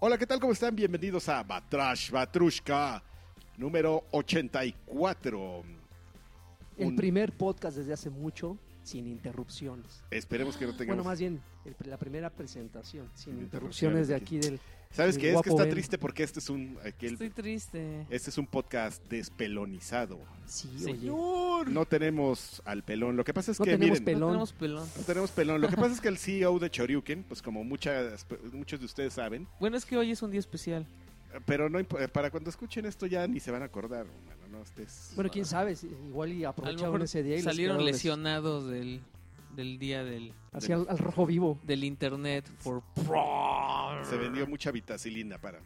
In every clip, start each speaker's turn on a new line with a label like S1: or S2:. S1: Hola, ¿qué tal? ¿Cómo están? Bienvenidos a Batrash Batrushka número 84.
S2: El
S1: Un-
S2: primer podcast desde hace mucho sin interrupciones.
S1: Esperemos que no tengamos.
S2: Bueno, más bien, el pri- la primera presentación sin
S1: Sin interrupciones
S2: interrupciones de
S1: aquí.
S2: aquí del...
S1: ¿Sabes
S2: el
S1: qué? Es que
S2: guapo
S1: está
S2: Ben.
S1: triste porque este es un aquel-
S3: Estoy triste.
S1: este es un podcast despelonizado.
S2: Sí, oye.
S3: Señor.
S1: No tenemos al pelón. Lo que pasa es
S2: No
S1: que
S2: tenemos
S1: miren,
S2: pelón.
S3: No tenemos pelón.
S1: no tenemos pelón. Lo que pasa es que el CEO de Choryuken, pues como muchas muchos de ustedes saben,
S3: Bueno, es que hoy es un día especial.
S1: pero no imp- para cuando escuchen esto ya ni se van a acordar, hermano. No estés.
S2: Bueno, quién sabe, si- igual y
S3: A lo
S2: aprovecharon
S3: mejor
S2: ese día y les
S3: salieron
S2: quedaron les-
S3: lesionados del, del día del,
S2: Así al, al rojo vivo.
S3: del internet por
S1: Se vendió mucha vitacilina para.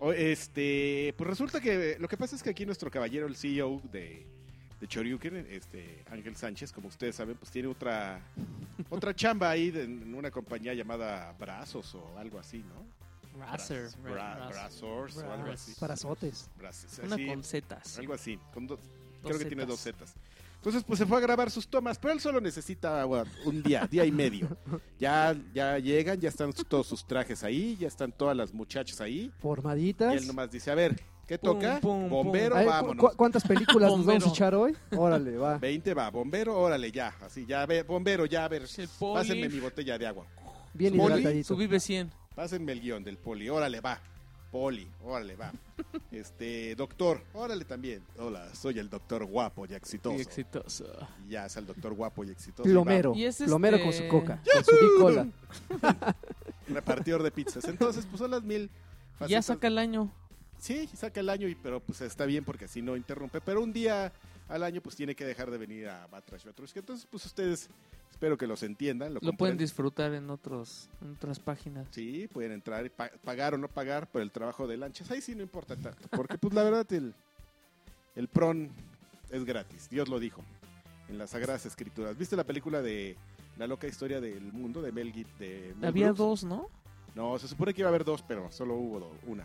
S1: O, este, pues resulta que lo que pasa es que aquí nuestro caballero, el CEO de, de Choryuken, este, Ángel Sánchez, como ustedes saben, pues tiene otra otra chamba ahí de- en una compañía llamada Brazos o algo así, ¿no?
S3: Brasser.
S1: Bra- Brazos o algo así.
S2: Para azotes.
S1: Brazos,
S3: Una
S1: así,
S3: con setas.
S1: algo así, con dos-
S3: Dos
S1: creo que tiene
S3: zetas.
S1: dos zetas. Entonces, pues se fue a grabar sus tomas, pero él solo necesita bueno, un día, día y medio. Ya, ya llegan, ya están todos sus trajes ahí, ya están todas las muchachas ahí.
S2: Formaditas.
S1: Y él nomás dice, a ver, ¿qué
S3: Pum,
S1: toca?
S3: pum,
S1: bombero,
S2: A ver, cu-
S1: vámonos.
S2: cu- ¿Cuántas películas nos vamos
S3: Bombero.
S2: a echar hoy? Órale, va.
S1: 20 va, bombero, órale, ya. Así, ya, ve, bombero, ya, a ver.
S3: Es El
S1: Pásenme mi
S3: poli.
S1: botella de agua.
S2: Bien
S1: Poli,
S2: hidratadito.
S3: Su vive 100.
S1: Pásenme el guión del poli, órale, va. Poli, órale, va. Este, doctor, órale también. Hola, soy el doctor guapo y exitoso.
S3: Y exitoso.
S1: Y ya es el doctor guapo y exitoso. y va.
S2: Plomero.
S3: Y es
S2: Plomero
S3: este-
S2: con su coca. Con su bicola.
S1: Repartidor de pizzas. Entonces, pues son las mil.
S3: Ya
S1: facetas.
S3: saca el año.
S1: Sí, saca el año, y, pero pues está bien porque así no interrumpe. Pero un día al año pues tiene que dejar de venir a Batrash Batrushka. Entonces pues ustedes espero que los entiendan. Lo,
S3: Lo pueden
S1: comprendan.
S3: disfrutar en, otros, en otras páginas.
S1: Sí, pueden entrar y pa- pagar o no pagar por el trabajo de lanchas. Ahí sí no importa tanto. Porque pues la verdad el, el PRON es gratis. Dios lo dijo en las Sagradas Escrituras. ¿Viste la película de La loca historia del mundo de Mel Gibson?
S3: Había dos, ¿no?
S1: No, se supone que iba a haber dos, pero solo hubo do- una.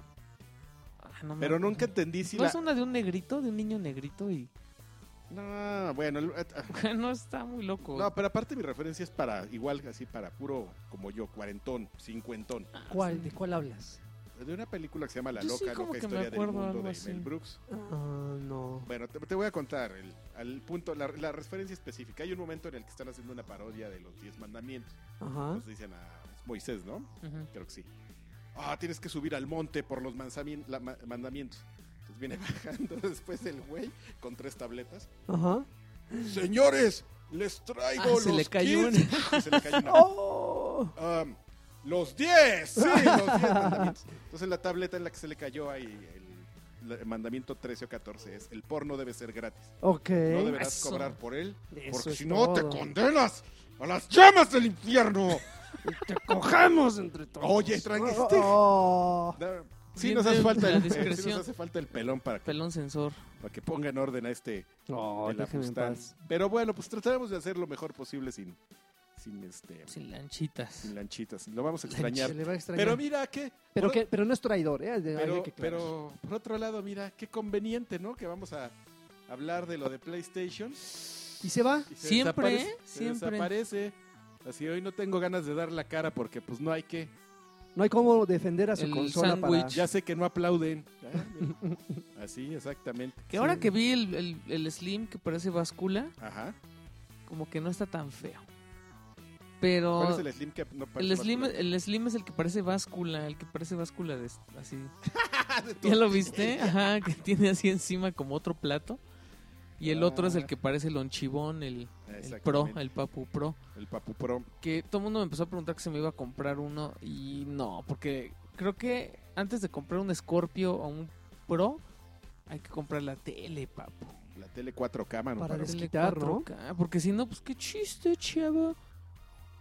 S3: Ah, no me
S1: Pero
S3: acuerdo.
S1: nunca entendí si
S3: ¿No
S1: la...
S3: es una de un negrito, de un niño negrito? y
S1: No, bueno, el- eh, ah,
S3: No está muy loco.
S1: No, pero aparte mi referencia es para, igual así, para puro, como yo, cuarentón, cincuentón.
S2: ¿Cuál? ¿De cuál hablas?
S1: De una película que se llama La
S3: Yo sí
S1: loca,
S3: como
S1: loca
S3: que me
S1: historia del
S3: acuerdo
S1: mundo
S3: algo
S1: de
S3: así.
S1: Mel Brooks.
S2: Ah, no.
S1: Bueno, te, te voy a contar el, al punto, la, la referencia específica. Hay un momento en el que están haciendo una parodia de los diez mandamientos.
S3: ¿Ah?
S2: Ajá.
S1: Entonces dicen a Moisés, ¿no?
S3: Ujú.
S1: Creo que sí. Ah, tienes que subir al monte por los mansamien- la- ma- mandamientos. Entonces viene bajando después el güey con tres tabletas.
S2: Ajá.
S1: Señores, les traigo
S3: Ah,
S1: los
S3: se le cayó
S1: kits". Y se le cayó una-
S2: ¡Oh!
S1: Am, los 10, sí, los 10 mandamientos. Entonces la tableta en la que se le cayó ahí el, la- mandamiento 13 o 14 es el porno debe ser gratis.
S2: Ok.
S1: No deberás
S3: Eso.
S1: cobrar por él,
S2: Eso
S1: porque
S2: es
S1: si no te
S2: todo.
S1: condenas a las llamas del infierno.
S2: Te cogemos entre todos.
S1: Oye, trajiste.
S2: Oh.
S1: Da- Sí
S3: Bien
S1: nos, hace
S3: de-
S1: falta
S3: la
S1: el, eh, sí
S3: discreción.
S1: nos hace falta el pelón para que,
S3: Pelón sensor.
S1: para que ponga en orden a este
S3: Oh,
S2: No,
S1: el
S2: déjenme en
S1: ajustán.
S2: paz.
S1: Pero bueno, pues trataremos de hacer lo mejor posible sin, sin, este,
S3: Sin lanchitas.
S1: sin lanchitas. Lo vamos a extrañar.
S2: Se le va a extrañar.
S1: Pero
S2: Pero,
S1: mira que...
S2: pero,
S1: por-
S2: que, pero no es traidor, ¿eh? De- hay
S1: Pero,
S2: que aclarar.
S1: pero por otro lado, mira, qué conveniente, ¿no? Que vamos a hablar de lo de PlayStation.
S2: ¿Y se va?
S1: y se
S3: Siempre,
S1: desaparece-
S3: ¿eh?
S1: se
S3: Siempre.
S1: desaparece. Así hoy no tengo ganas de dar la cara porque pues no hay que.
S2: No hay cómo defender a su
S3: El
S2: consola para...
S3: sándwich.
S1: Ya sé que no aplauden. Ah, mira. Así, exactamente.
S3: Que ahora
S2: Sí.
S3: que vi el, el- el Slim que parece báscula,
S1: Ajá.
S3: como que no está tan feo.
S1: ¿Cuál
S3: Pero
S1: es el Slim que no
S3: el,
S1: parece
S3: slim, eh,
S1: basculante?
S3: el Slim es el que parece báscula, el que parece báscula de, así.
S1: Ah, de todo.
S3: ¿Ya lo viste? Ajá, que tiene así encima como otro plato. Y el otro es el que parece el onchibón, el, el pro,
S1: Ah. Exactamente.
S3: el papu pro.
S1: El Papu Pro.
S3: que todo el mundo me empezó a preguntar que se me iba a comprar uno y no, porque creo que antes de comprar un Scorpio o un Pro, hay que comprar la tele, papu.
S1: La tele 4 cámaras.
S2: Para
S3: Tele
S2: desquitar, ¿no?
S3: 4K, Porque si no, pues qué chiste, chavo.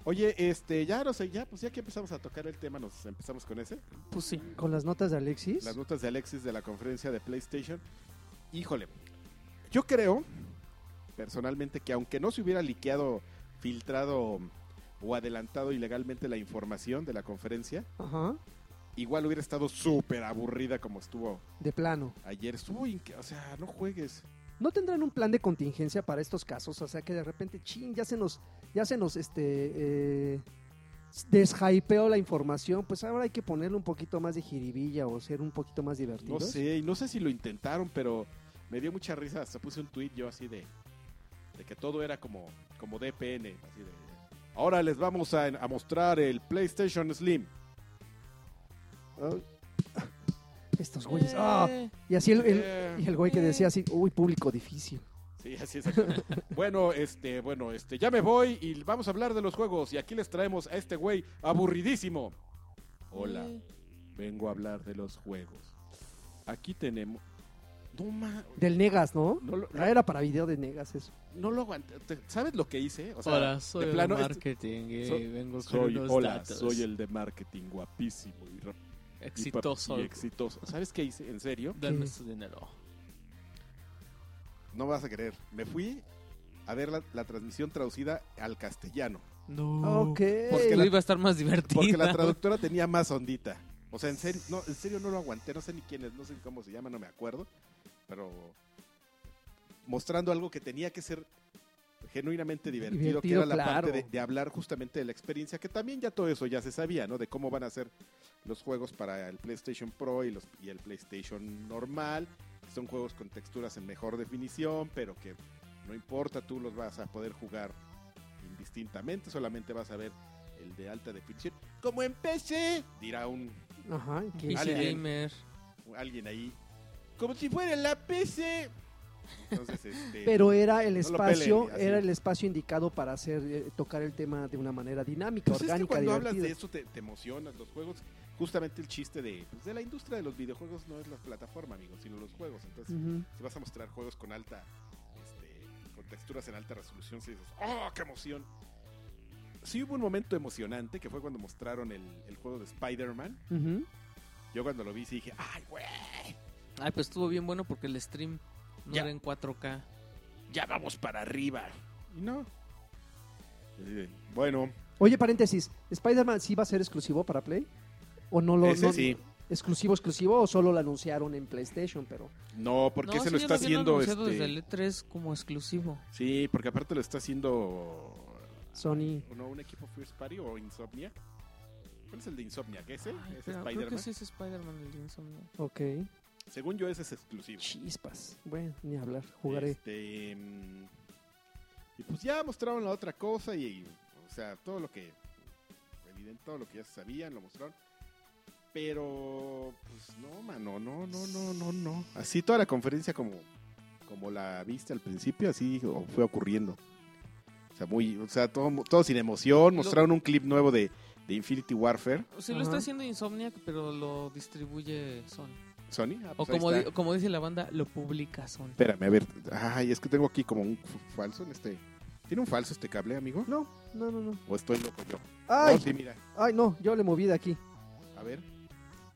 S1: Oye, este, ya no sé, ya, pues ya que empezamos a tocar el tema, nos empezamos con ese.
S3: Pues sí.
S2: Con las notas de Alexis.
S1: las notas de Alexis de la conferencia de PlayStation. Híjole, yo creo personalmente que aunque no se hubiera liqueado, filtrado o adelantado ilegalmente la información de la conferencia,
S2: Ajá.
S1: igual hubiera estado súper aburrida como estuvo
S2: De plano.
S1: ayer. Estuvo inque- o sea, no juegues.
S2: ¿No tendrán un plan de contingencia para estos casos? O sea, que de repente, chin, ya se nos... Ya se nos, este... eh, deshypeo la información, pues ahora hay que ponerle un poquito más de jiribilla o ser un poquito más divertido.
S1: No sé, y no sé si lo intentaron, pero me dio mucha risa. Hasta puse un tweet yo así de, de que todo era como, como DPN. Así de, ahora les vamos a, a mostrar el PlayStation Slim.
S2: Estos güeyes. ¡ah! Y así el, el-
S1: Eh,
S2: y el güey que decía así, uy, público difícil.
S1: Sí, así es. bueno, este, bueno, este, ya me voy y vamos a hablar de los juegos. Y aquí les traemos a este güey aburridísimo. Hola, vengo a hablar de los juegos. Aquí tenemos. No ma-
S2: Del Negas, ¿no?
S1: No lo,
S2: Ah, era para video de Negas eso.
S1: no lo aguanté. ¿Te- ¿Sabes lo que hice? O sea,
S3: Hola, soy
S1: de
S3: el
S1: plano, este-
S3: marketing y
S1: soy-
S3: vengo con
S1: soy,
S3: unos
S1: hola,
S3: datos.
S1: soy el de marketing guapísimo y rap- y pa-
S3: exitoso.
S1: Y, exitoso. ¿Sabes qué hice? ¿En serio?
S3: Dame
S2: ¿Qué?
S3: su dinero.
S1: No vas a creer. Me fui a ver la, la transmisión traducida al castellano.
S3: No.
S1: Mm.
S2: Ok.
S1: Porque
S3: Porque
S1: la-
S3: iba a estar más divertido.
S1: Porque la traductora tenía más ondita. O sea, en serio, no, en serio no lo aguanté, no sé ni quién es, no sé cómo se llama, no me acuerdo. Pero mostrando algo que tenía que ser genuinamente divertido, que
S2: Divertido,
S1: era la
S2: claro.
S1: parte de, de hablar justamente de la experiencia, que también ya todo eso ya se sabía, ¿no? De cómo van a ser los juegos para el PlayStation Pro y, los, y el PlayStation normal. que Son juegos con texturas en mejor definición, pero que no importa, tú los vas a poder jugar indistintamente, solamente vas a ver el de alta definición. Como en PC, dirá un
S2: Ajá. que-
S3: PC
S1: Alguien.
S3: Gamer.
S1: alguien ahí. Como si fuera la PC. Entonces, este,
S2: Pero era
S1: No
S2: el
S1: lo
S2: espacio,
S1: peleen, así.
S2: era el espacio indicado para hacer eh, tocar el tema de una manera dinámica,
S1: pues es que
S2: orgánica,
S1: cuando hablas
S2: divertida.
S1: de eso te, te emocionas los juegos. Justamente el chiste de, pues, de la industria de los videojuegos no es la plataforma, amigos, sino los juegos. Entonces,
S2: Ujú.
S1: si vas a mostrar juegos con alta, este, con texturas en alta resolución, si dices, ¡oh, qué emoción! Sí hubo un momento emocionante que fue cuando mostraron el, el juego de Spider-Man.
S2: Ujú.
S1: Yo cuando lo vi sí dije, ¡ay, güey!
S3: Ay, pues estuvo bien bueno porque el stream no
S1: Ya.
S3: era en 4K.
S1: ya vamos para arriba. Y no. Así de, Bueno,
S2: Oye, paréntesis, ¿Spider-Man sí va a ser exclusivo para Play? ¿O no lo
S1: ese
S2: no-
S1: sí.
S2: exclusivo exclusivo o solo lo anunciaron en PlayStation, pero
S1: No, porque
S3: No,
S1: se
S3: sí,
S1: lo
S3: ya
S1: está
S3: habían
S1: haciendo
S3: anunciado
S1: este.
S3: desde el E3 como exclusivo.
S1: Sí, porque aparte lo está haciendo.
S2: Sony
S1: ¿No? ¿Un equipo First Party o Insomnia? ¿Cuál es el de Insomniac? ¿Ese?
S3: Ay,
S1: ¿Ese
S3: creo- Creo
S1: Spider-Man?
S3: que sí es Spider-Man el de Insomniac.
S2: Ok.
S1: Según yo, ese es exclusivo.
S2: Chispas. Bueno, ni hablar, jugaré.
S1: Este, mm, y pues ya mostraron la otra cosa y, y, o sea, todo lo que evidente, todo lo que ya sabían lo mostraron. Pero pues no, mano, no, no, no, no, no. Así toda la conferencia como como la viste al principio, así o- fue ocurriendo. O sea, muy, o sea, todo, todo sin emoción,
S3: Lo-
S1: mostraron un clip nuevo de, de Infinity Warfare,
S3: Sí, lo está
S2: Ajá.
S3: haciendo Insomniac, pero lo distribuye Sony.
S1: Sony. ah,
S3: O
S1: pues ahí
S3: como,
S1: está.
S3: di- como dice la banda, lo publica Sony.
S1: Espérame, a ver. Ay, es que tengo aquí como un f- falso en este. ¿Tiene un falso este cable, amigo?
S2: No, no, no, no.
S1: ¿O estoy loco yo?
S2: Ay,
S1: No, sí, mira.
S2: ay, no, yo le moví de aquí.
S1: A ver.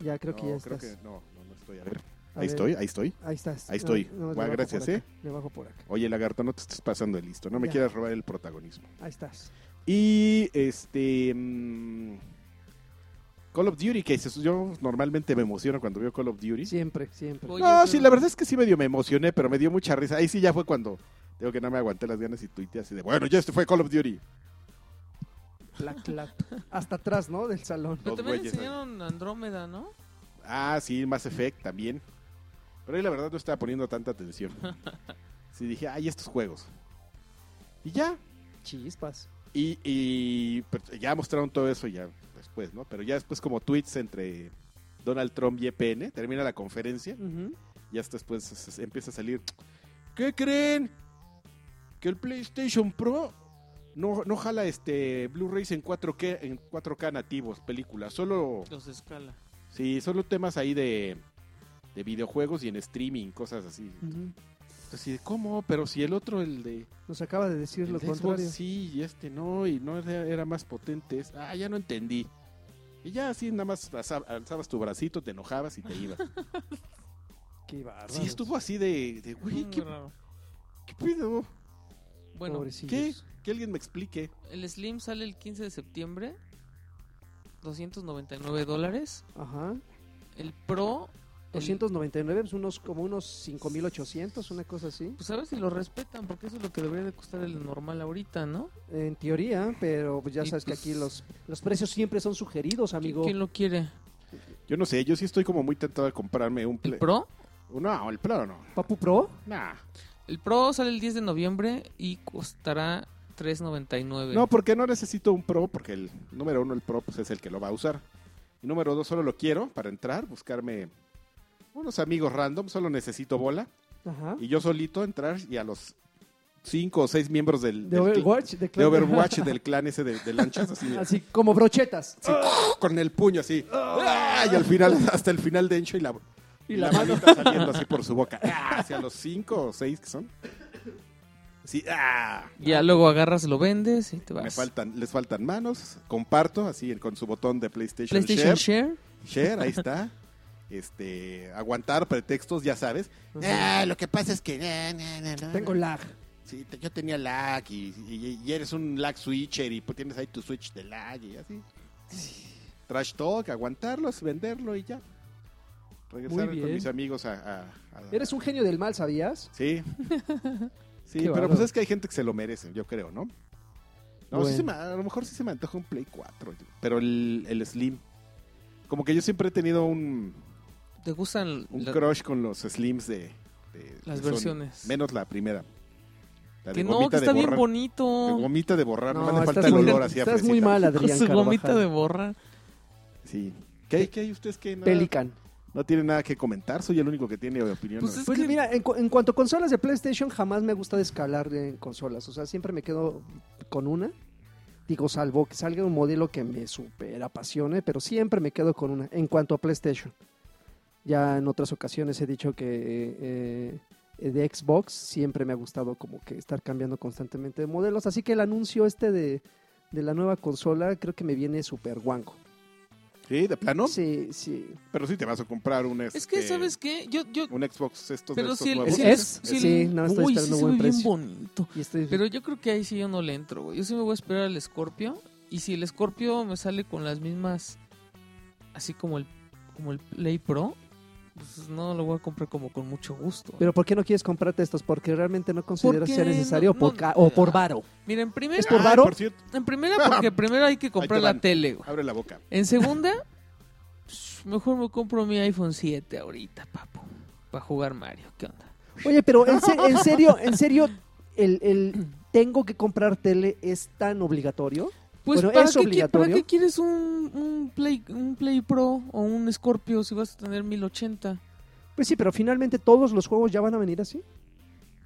S2: Ya creo
S1: no,
S2: que ya
S1: creo
S2: estás.
S1: que no, no, no estoy. A ver.
S2: A
S1: ahí
S2: ver,
S1: estoy, ahí estoy.
S2: Ahí estás.
S1: Ahí estoy.
S2: Ah, no, le
S1: Bueno,
S2: bajo
S1: gracias,
S2: por
S1: ¿eh?
S2: acá, Le bajo por acá.
S1: Oye, lagarto, no te estés pasando de listo. No me
S2: Ya.
S1: quieras robar el protagonismo.
S2: Ahí estás.
S1: Y este. mm, Call of Duty, que se- yo normalmente me emociono cuando veo Call of Duty.
S2: Siempre, siempre.
S3: Voy.
S1: no,
S3: Oye, pero-
S1: sí, la verdad es que sí medio me emocioné, pero me dio mucha risa. Ahí sí ya fue cuando. Tengo que no me aguanté las ganas y tuiteé así de, bueno, ya este fue Call of Duty.
S2: Clap, clap. Hasta atrás, ¿no? Del salón.
S3: Pero
S1: Dos
S3: también
S1: güeyes ahí.
S3: enseñaron Andrómeda, ¿no?
S1: Ah, sí, Mass Effect también. Pero ahí la verdad no estaba poniendo tanta atención. Sí, dije, ay, estos juegos. Y ya.
S2: Chispas.
S1: Y, y- pero ya mostraron todo eso ya después, ¿no? Pero ya después como tweets entre Donald Trump y EPN, termina la conferencia
S2: Ujú.
S1: y hasta después se- se- empieza a salir. ¿Qué creen? Que el PlayStation Pro no, no jala este Blu-rays en 4K, en 4K nativos, películas, solo
S3: Los escala.
S1: Sí, solo temas ahí de, de videojuegos y en streaming, cosas así.
S2: Ujú.
S1: Entonces, sí, ¿cómo? Pero si el otro, el de,
S2: Nos acaba de decir
S1: el
S2: lo
S1: de Xbox,
S2: contrario.
S1: sí, y este no, y no era, era más potente. es- Ah, ya no entendí. Y ya así nada más alza- alzabas tu bracito, te enojabas y te ibas.
S2: Qué bárbaro.
S1: sí, estuvo así de, de, güey,
S3: Muy
S1: ¿qué,
S3: raro.
S1: qué pedo?
S3: Bueno,
S1: ¿Qué?
S2: Pobrecillos.
S1: Que alguien me explique.
S3: el Slim sale el 15 de septiembre. 299 dólares.
S2: Ajá.
S3: El Pro
S2: 299, pues unos, como unos 5800, una cosa así.
S3: Pues a ver si lo respetan, porque eso es lo que debería de costar el normal ahorita, ¿no?
S2: En teoría, pero pues ya
S3: Y
S2: sabes
S3: pues-
S2: que aquí los, los precios siempre son sugeridos, amigo.
S3: ¿Quién lo quiere?
S1: Yo no sé, yo sí estoy como muy tentado de comprarme un
S3: ¿El
S1: Play.
S3: Pro?
S1: No, el Pro no.
S2: ¿Papu Pro?
S1: Nah.
S3: El Pro sale el 10 de noviembre y costará 3.99.
S1: No, porque no necesito un Pro, porque el número uno, el Pro, pues es el que lo va a usar. Y número dos, solo lo quiero para entrar, buscarme unos amigos random, solo necesito bola.
S2: Ajá.
S1: Y yo solito entrar y a los cinco o seis miembros del,
S2: De
S1: del cl-
S2: Overwatch, de,
S1: de
S2: Clan-
S1: Overwatch del clan ese de, de lanchas, así, mira,
S2: Así Ah, como brochetas.
S1: así, con el puño así. ¡Ah! Y al final, hasta el final de Encho y la, y la manita saliendo así por su boca. ¡Ah! Hacia los cinco o seis que son. Sí, ¡ah!
S3: Ya luego agarras, lo vendes y te vas.
S1: Me faltan, les faltan manos, comparto así con su botón de PlayStation,
S3: PlayStation
S1: Share,
S3: Share.
S1: Share, ahí está. Este, aguantar pretextos, ya sabes. Ah, lo que pasa es que na, na, na,
S3: Ah.
S1: na,
S2: Tengo
S1: na.
S2: lag.
S1: Sí, te- yo tenía lag y, y- y eres un lag switcher y pues tienes ahí tu switch de lag y así. Trash talk, aguantarlos, venderlo y ya. Regresar con
S2: bien.
S1: mis amigos a, a- a-
S2: Eres un genio del mal, ¿sabías?
S1: Sí. sí,
S2: Qué
S1: pero
S2: bárbaro.
S1: pues es que hay gente que se lo merece, yo creo, ¿no? No, sí
S2: Bueno.
S1: se me- a lo mejor sí se me antoja un Play 4, pero el, el Slim. Como que yo siempre he tenido un,
S3: ¿Te gustan
S1: un
S3: la-
S1: crush con los Slims de, de- de
S3: las
S1: Sony,
S3: versiones?
S1: menos la primera. La de
S3: que no,
S1: gomita
S3: que
S1: de
S3: está bien
S1: borrar. De
S3: bonito.
S1: gomita de borrar, Ah, no, me falta
S2: estás
S1: el
S2: muy,
S1: olor hacia
S2: estás muy mal,
S3: Con
S2: Adrián
S3: su gomita
S2: Carvajal.
S3: de borra.
S1: Sí. ¿Qué hay, qué hay ustedes que nada-
S2: Pelican.
S1: no tienen nada que comentar? Soy el único que tiene opinión.
S3: Pues
S1: ¿no?
S3: es
S2: Pues
S3: que-
S2: mira, en, cu- en cuanto a consolas de PlayStation, jamás me gusta descalar en consolas. O sea, siempre me quedo con una. Digo, salvo que salga un modelo que me super apasione, pero siempre me quedo con una. En cuanto a PlayStation, ya en otras ocasiones he dicho que eh, eh, de Xbox siempre me ha gustado como que estar cambiando constantemente de modelos. Así que el anuncio este de, de la nueva consola creo que me viene súper guanco.
S1: Sí, de plano.
S2: Sí, sí.
S1: Pero sí te vas a comprar un
S3: Es que,
S1: este,
S3: ¿sabes qué? Yo, yo...
S1: un Xbox estos de
S3: Pero
S1: estos
S3: si el...
S1: nuevos.
S3: si
S2: ¿El
S3: el-
S2: S?
S3: si el-
S2: Sí, no, estoy
S3: Uy, sí
S2: esperando
S3: se
S2: buen
S3: ve bien
S2: precio.
S3: bonito.
S2: Y estoy-
S3: Pero yo creo que ahí sí yo no le entro, güey. Yo sí me voy a esperar al Scorpio. Y si el Scorpio me sale con las mismas. Así como el, como el Play Pro. Pues no lo voy a comprar como con mucho gusto.
S2: Pero ¿por qué no quieres comprarte estos? Porque realmente no consideras
S3: Porque
S2: sea necesario
S3: no-
S2: o, por
S3: no-
S2: ca- o por varo.
S3: Mira, en primera.
S2: Es por
S1: Ay,
S2: varo.
S1: por cierto,
S3: En primera, porque primero hay que comprar
S1: Ahí te
S3: la
S1: van.
S3: tele, güey.
S1: abre la boca.
S3: En segunda, pues, mejor me compro mi iPhone 7 ahorita, papu. Para jugar Mario. ¿Qué onda?
S2: Oye, pero en, se- en serio, en serio, el, el tengo que comprar tele es tan obligatorio.
S3: Pues
S2: Bueno,
S3: ¿para,
S2: ¿es
S3: qué, qui-
S2: obligatorio?
S3: para qué quieres un, un, Play, un Play Pro o un Scorpio si vas a tener 1080?
S2: Pues sí, pero finalmente todos los juegos ya van a venir así.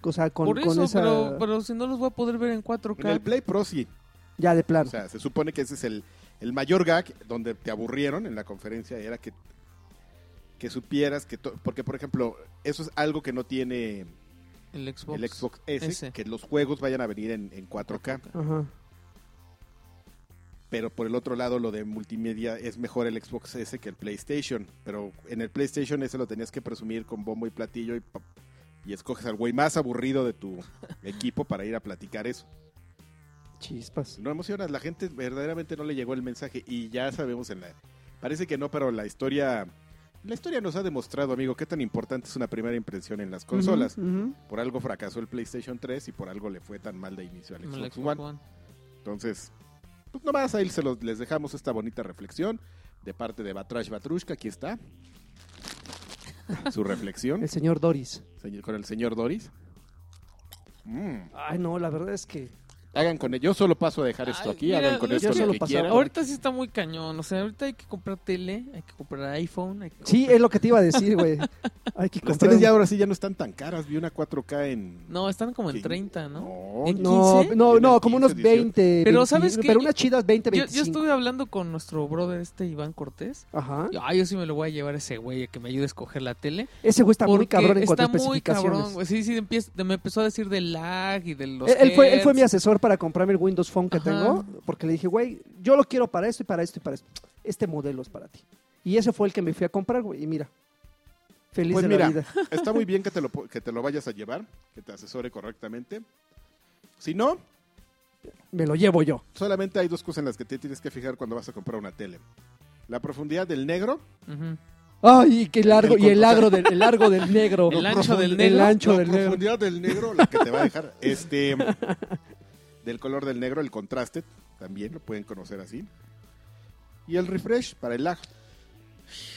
S2: O sea, con,
S3: Por
S2: con
S3: eso,
S2: esa
S3: pero, pero si no los voy a poder ver en 4K.
S1: En el Play Pro sí.
S2: ya de
S1: O
S2: plano.
S1: sea, se supone que ese es el, el mayor gag donde te aburrieron en la conferencia. Era que, que supieras que... to- Porque, por ejemplo, eso es algo que no tiene
S3: el Xbox.
S1: el Xbox S,
S3: S.
S1: que los juegos vayan a venir en, en 4K.
S2: Ajá.
S1: Pero por el otro lado, lo de multimedia es mejor el Xbox S que el PlayStation. Pero en el PlayStation S lo tenías que presumir con bombo y platillo y, pa- y escoges al güey más aburrido de tu equipo para ir a platicar eso.
S2: Chispas.
S1: No emocionas, la gente verdaderamente no le llegó el mensaje y ya sabemos en la... Parece que no, pero la historia... La historia nos ha demostrado, amigo, qué tan importante es una primera impresión en las consolas.
S2: Ujú, ujú.
S1: Por algo fracasó el PlayStation 3 y por algo le fue tan mal de inicio al
S3: El
S1: Xbox,
S3: Xbox
S1: One.
S3: One.
S1: Entonces, pues nomás ahí se los, les dejamos esta bonita reflexión de parte de Batrash Batrushka. Aquí está su reflexión
S2: El señor Doris.
S1: señor- con el señor Doris. Mm,
S2: Ay, no, la verdad es que
S1: Hagan con ello. Yo solo paso a dejar esto
S3: Ay,
S1: aquí.
S3: mira,
S1: hagan con
S3: yo
S1: esto
S2: solo
S1: lo que
S2: pasaba.
S1: quieran.
S3: Ahorita sí está muy cañón. O sea, ahorita hay que comprar tele, hay que comprar iPhone. Hay que
S2: sí
S3: comprar-
S2: es lo que te iba a decir, güey. Hay que
S1: Las
S2: comprar.
S1: teles ya ahora sí ya no están tan caras. Vi una 4K en.
S3: No, están como en
S1: ¿Qué?
S3: 30, ¿no?
S1: No,
S3: ¿En
S2: No,
S3: 15?
S2: no, no,
S1: 15,
S2: como unos
S1: 18.
S2: 20.
S3: Pero
S2: 20,
S3: ¿sabes qué?
S2: Pero unas chidas 20,
S3: Yo,
S2: 25.
S3: yo estuve hablando con nuestro brother este Iván Cortés.
S2: Ajá.
S3: Y, Ay, yo sí me lo voy a llevar a ese güey a que me ayude a escoger la tele.
S2: Ese güey está muy
S3: porque
S2: cabrón en cuanto a
S3: está muy
S2: especificaciones.
S3: cabrón, güey. Sí, sí, empieza- me empezó a decir del lag y de los.
S2: él, él fue, él fue mi
S3: hertz.
S2: asesor para comprarme el Windows Phone que
S3: Ajá.
S2: tengo, porque le dije, güey, yo lo quiero para esto y para esto y para esto. Este modelo es para ti. Y ese fue el que me fui a comprar, güey. Y mira, feliz
S1: Pues
S2: de
S1: mira.
S2: la vida.
S1: Está muy bien que te, lo, po- que te lo vayas a llevar, que te asesore correctamente. Si no,
S2: Me lo llevo yo.
S1: solamente hay dos cosas en las que te tienes que fijar cuando vas a comprar una tele. La profundidad del negro
S3: Ujú.
S2: Ay, qué largo.
S1: El
S2: y el largo del, el largo del negro.
S3: El ancho del
S2: El
S3: negro.
S2: ancho
S1: la
S2: del negro.
S1: profundidad del negro, la que te va a dejar. Este, del color del negro, el contraste, también lo pueden conocer así. Y el refresh para el lag.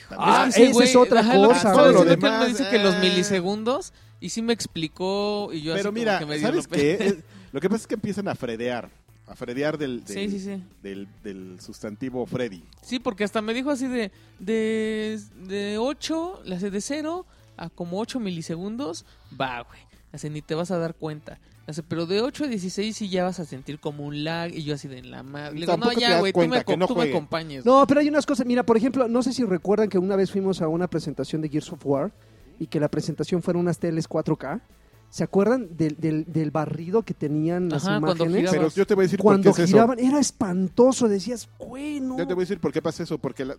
S1: También.
S2: Ah,
S3: sí,
S2: esa
S3: güey,
S2: es otra
S3: lo que
S1: cosa,
S3: estaba
S1: güey.
S3: diciendo
S1: Lo
S3: que él me
S1: demás,
S3: dice que los
S1: eh.
S3: milisegundos y sí me explicó y yo así
S1: pero
S3: como
S1: mira,
S3: que medio
S1: ¿sabes
S3: lo
S1: qué?
S3: pe-
S1: Es- Lo que pasa es que empiezan a fredear. A fredear del, del,
S3: Sí, sí, sí.
S1: del, del sustantivo Freddy.
S3: Sí, porque hasta me dijo así de de de 8, la hace de 0 a como 8 milisegundos, va, güey. Así ni te vas a dar cuenta. Así, pero de 8 a 16 sí ya vas a sentir como un lag y yo así de la madre. Le digo,
S1: Tampoco
S3: no,
S1: te
S3: ya,
S1: das
S3: güey, tú,
S1: cuenta
S3: me,
S1: que
S3: co-
S1: no
S3: tú me
S1: juegue".
S3: acompañes.
S2: No, pero hay unas cosas. Mira, por ejemplo, no sé si recuerdan que una vez fuimos a una presentación de Gears of War y que la presentación fueron unas teles 4K. ¿Se acuerdan del, del- del barrido que tenían las
S3: Ajá, cuando
S2: imágenes?
S3: giraba.
S1: Pero yo te voy a decir
S2: Cuando
S1: por qué es eso.
S2: giraban, era espantoso. Decías, güey, no.
S1: Yo te voy a decir por qué pasa eso. Porque la-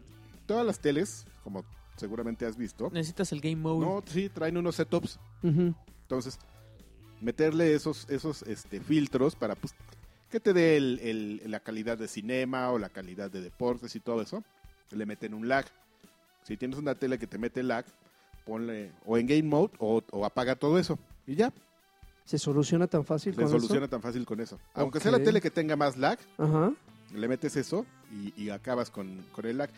S1: todas las teles, como seguramente has visto,
S3: Necesitas el game mode.
S1: no, sí, traen unos setups.
S2: Ujú.
S1: Entonces, meterle esos, esos este, filtros para pues, que te dé el- el- la calidad de cinema o la calidad de deportes y todo eso, le meten un lag. Si tienes una tele que te mete lag, ponle o en game mode o, o apaga todo eso. Y ya,
S2: Se soluciona tan fácil
S1: se
S2: con
S1: soluciona tan fácil con eso. Aunque sea
S2: Ok.
S1: la tele que tenga más lag,
S2: eso. Ajá.
S1: le metes eso y, y acabas con, con el lag.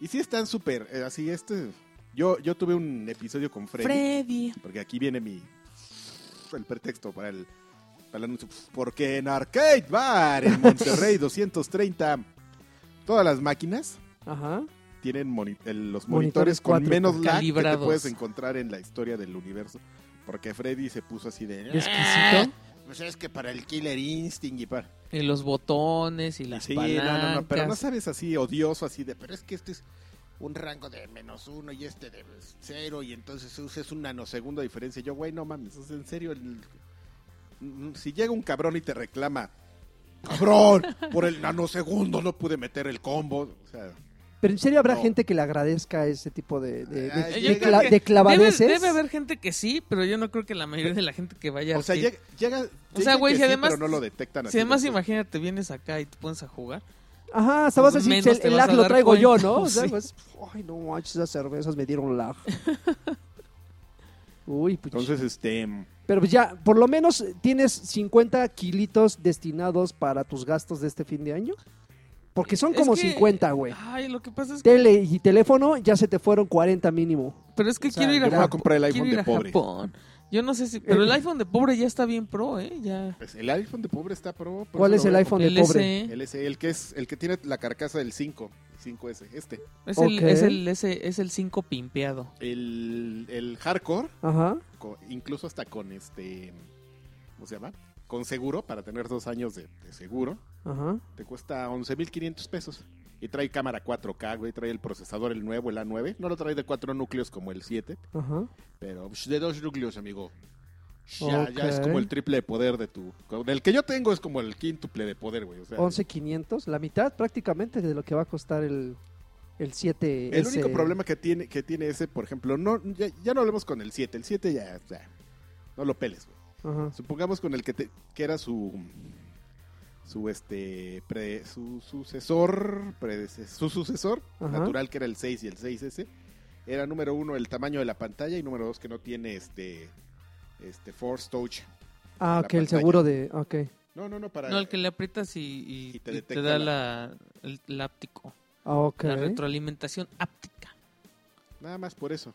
S1: Y sí están súper, eh, así este... Yo, yo tuve un episodio con Freddy.
S3: Freddy.
S1: Porque aquí viene mi. El pretexto para el, para el anuncio. Porque en Arcade Bar, en Monterrey 230, todas las máquinas
S2: Ajá.
S1: tienen moni- el- los monitores,
S2: Monitores
S1: con
S2: 4K
S1: menos lag que te
S3: calibrados.
S1: puedes encontrar en la historia del universo. Porque Freddy se puso así de.
S2: Exquisito.
S1: "Ah, Pues es que para el Killer Instinct y para.
S3: Y los botones y las
S1: Sí, no,
S3: palancas.
S1: no, no, pero no sabes así odioso, así de. Pero es que este es un rango de menos uno y este de cero y entonces uses un nanosegundo de diferencia. Yo, güey, no mames, es en serio. el- Mm, Si llega un cabrón y te reclama, cabrón, por el nanosegundo no pude meter el combo. O sea,
S2: Pero en serio habrá
S1: No.
S2: gente que le agradezca ese tipo de, de, de-
S1: Ay,
S2: de
S1: yo creo
S2: cla-
S1: que
S2: de
S3: debe-
S2: clavadeces.
S3: Debe, haber gente que sí, pero yo no creo que la mayoría de la gente que vaya a
S1: o sea,
S3: arcade-
S1: llega, llega-
S3: O sea,
S1: llegan
S3: güey,
S1: que
S3: si
S1: sí,
S3: además-
S1: pero no lo detectan.
S3: Si
S1: así
S3: además
S1: de-
S3: imagínate, vienes acá y te pones a jugar.
S2: Ajá, hasta vas a
S3: Pues
S2: decir,
S3: menos
S2: el,
S3: te
S2: el
S3: vas
S2: lag
S3: a
S2: lo
S3: dar
S2: traigo yo,
S3: cuenta,
S2: ¿no? O sea,
S3: sí.
S2: pues, ay, no manches, esas cervezas me dieron lag. Uy, pues.
S1: Entonces, este. mm,
S2: Pero pues ya, por lo menos tienes 50 kilitos destinados para tus gastos de este fin de año. Porque son
S3: Es
S2: como
S3: que-
S2: 50, güey.
S3: Ay, lo que pasa es que.
S2: Tele y teléfono ya se te fueron 40 mínimo.
S3: Pero es que
S2: o sea,
S3: quiero ir
S1: Yo
S3: a
S1: voy a
S3: Japón.
S1: comprar el
S3: quiero
S1: iPhone
S3: ir
S1: de
S3: a
S1: pobre.
S3: Japón. Yo no sé si. Pero el iPhone de pobre ya está bien pro, ¿eh? Ya.
S1: Pues el iPhone de pobre está pro. por
S2: ¿Cuál
S1: eso
S2: es
S1: lo veo.
S2: el iPhone de
S3: El
S2: pobre?
S3: SE.
S1: El, SE, el que es el que tiene la carcasa del 5, 5S, este.
S3: Es el,
S2: Ok.
S3: es el, ese- es el 5 pimpeado.
S1: El, el hardcore
S2: Ajá.
S1: co- incluso hasta con este, ¿cómo se llama? Con seguro, para tener dos años de, de seguro,
S2: Ajá.
S1: te cuesta 11.500 pesos. Y trae cámara 4K, güey, trae el procesador, el nuevo, el A9. No lo trae de cuatro núcleos como el 7,
S2: Ajá.
S1: pero psh, de dos núcleos, amigo. Ya, ya es
S2: Ok.
S1: como el triple de poder de tu... Del que yo tengo es como el quíntuple de poder, güey. O sea,
S2: 11,500, la mitad prácticamente de lo que va a costar el, el 7.
S1: el único problema que tiene, que tiene ese, por ejemplo, no ya, ya no hablemos con el 7. El 7 ya, ya, no lo peles, güey.
S2: Ajá.
S1: supongamos con el que, te- que era su su este pre- su sucesor predeces- su sucesor
S2: Ajá.
S1: natural que era el 6 y el 6S era número uno el tamaño de la pantalla y número dos que no tiene este este force touch
S2: Ah,
S1: la
S2: ok, el
S1: pantalla.
S2: seguro de. Ok.
S1: no no no para
S3: No, el que le aprietas y, y-
S1: Y te
S3: y te,
S1: detecta
S3: da
S1: la-
S3: la, el, el áptico.
S2: Ah, ok.
S3: La retroalimentación áptica.
S1: nada más por eso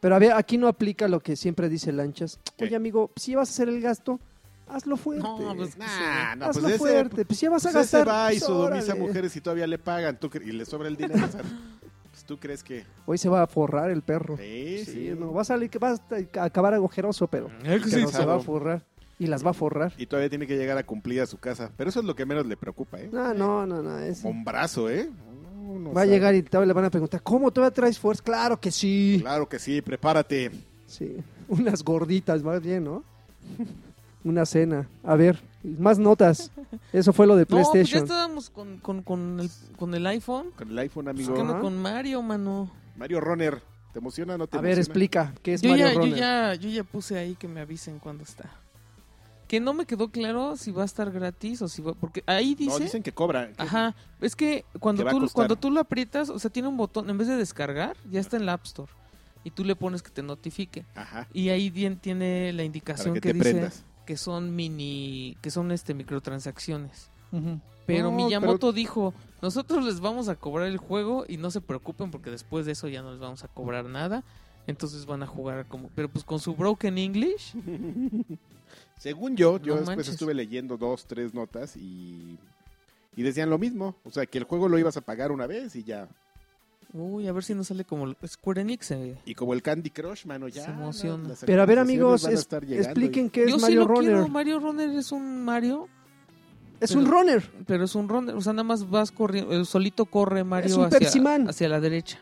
S2: Pero a ver, aquí no aplica lo que siempre dice Lanchas.
S1: ¿Qué?
S2: Oye, amigo, si vas a hacer el gasto, hazlo fuerte.
S3: No, pues,
S1: Este, Nah, no,
S2: hazlo
S1: pues ese-
S2: fuerte. pues si ya vas a
S1: pues ese
S2: gastar.
S1: va y
S2: pues,
S1: sodomiza
S2: órale.
S1: mujeres y todavía le pagan tú cre- y le sobra el dinero o sea, pues, tú crees que
S2: Hoy se va a forrar el perro.
S1: sí,
S2: Sí,
S1: sí.
S2: no, va a salir que va a estar- a acabar agujeroso, pero.
S3: El que
S2: pero
S1: sí.
S2: se va a forrar. Y las va a forrar.
S1: y todavía tiene que llegar a cumplir a su casa pero eso es lo que menos le preocupa eh
S2: No, no, no, no. es-
S1: Hombrazo, ¿eh? No, no
S2: Va a
S1: sabe.
S2: llegar y todavía le van a preguntar, ¿cómo todavía traes fuerza? Claro que sí.
S1: Claro que sí, prepárate.
S2: Sí, unas gorditas más bien, ¿no? Una cena. A ver, más notas. Eso fue lo de
S3: No, pues ya
S2: PlayStation.
S3: estábamos con, con, con, el, con el iPhone.
S1: Con el iPhone,
S3: Pues,
S1: amigo.
S3: ¿Qué no
S2: Ajá.
S3: con Mario, mano?
S1: Mario Runner, ¿te emociona o no te
S2: A ver,
S1: emociona?
S2: explica, ¿qué es
S3: Yo
S2: Mario
S3: ya, yo,
S2: Runner?
S3: ya, yo ya puse ahí que me avisen cuando está. Que no me quedó claro si va a estar gratis o si va. Porque ahí dice.
S1: No, dicen que cobra.
S2: Ah.
S1: que-
S3: Ajá, es que cuando
S1: Que va a
S3: tú,
S1: costar.
S3: cuando tú lo aprietas, o sea, tiene un botón, en vez de descargar, ya está en la App Store. Y tú le pones que te notifique.
S1: Ajá.
S3: Y ahí bien tiene la indicación
S1: Para que,
S3: que,
S1: te
S3: dice
S1: prendas.
S3: que son mini, que son este microtransacciones.
S2: Ujú.
S3: Pero
S1: No,
S3: Miyamoto dijo, nosotros les vamos a cobrar el juego y no se preocupen porque después de eso ya no les vamos a cobrar nada. Entonces van a jugar como... Pero pues con su broken English.
S1: Según yo,
S3: No
S1: yo después
S3: manches.
S1: estuve leyendo dos, tres notas y, y decían lo mismo. O sea, que el juego lo ibas a pagar una vez y ya.
S3: Uy, a ver si no sale como Square Enix. eh.
S1: Y como el Candy Crush, mano, ya.
S3: Se
S1: ¿no?
S3: emociona.
S1: Las
S2: Pero a ver,
S1: actualizaciones
S2: amigos,
S1: van a
S2: es-
S1: estar llegando
S2: expliquen qué es
S3: Yo sí
S2: Mario
S3: lo
S2: Runner.
S3: quiero. Mario Runner es un Mario
S2: Es un
S3: pero-
S2: runner.
S3: Pero es un runner, o sea, nada más vas corriendo, el solito corre Mario
S2: Es un
S3: hacia,
S2: Pepsi Man.
S3: hacia la derecha.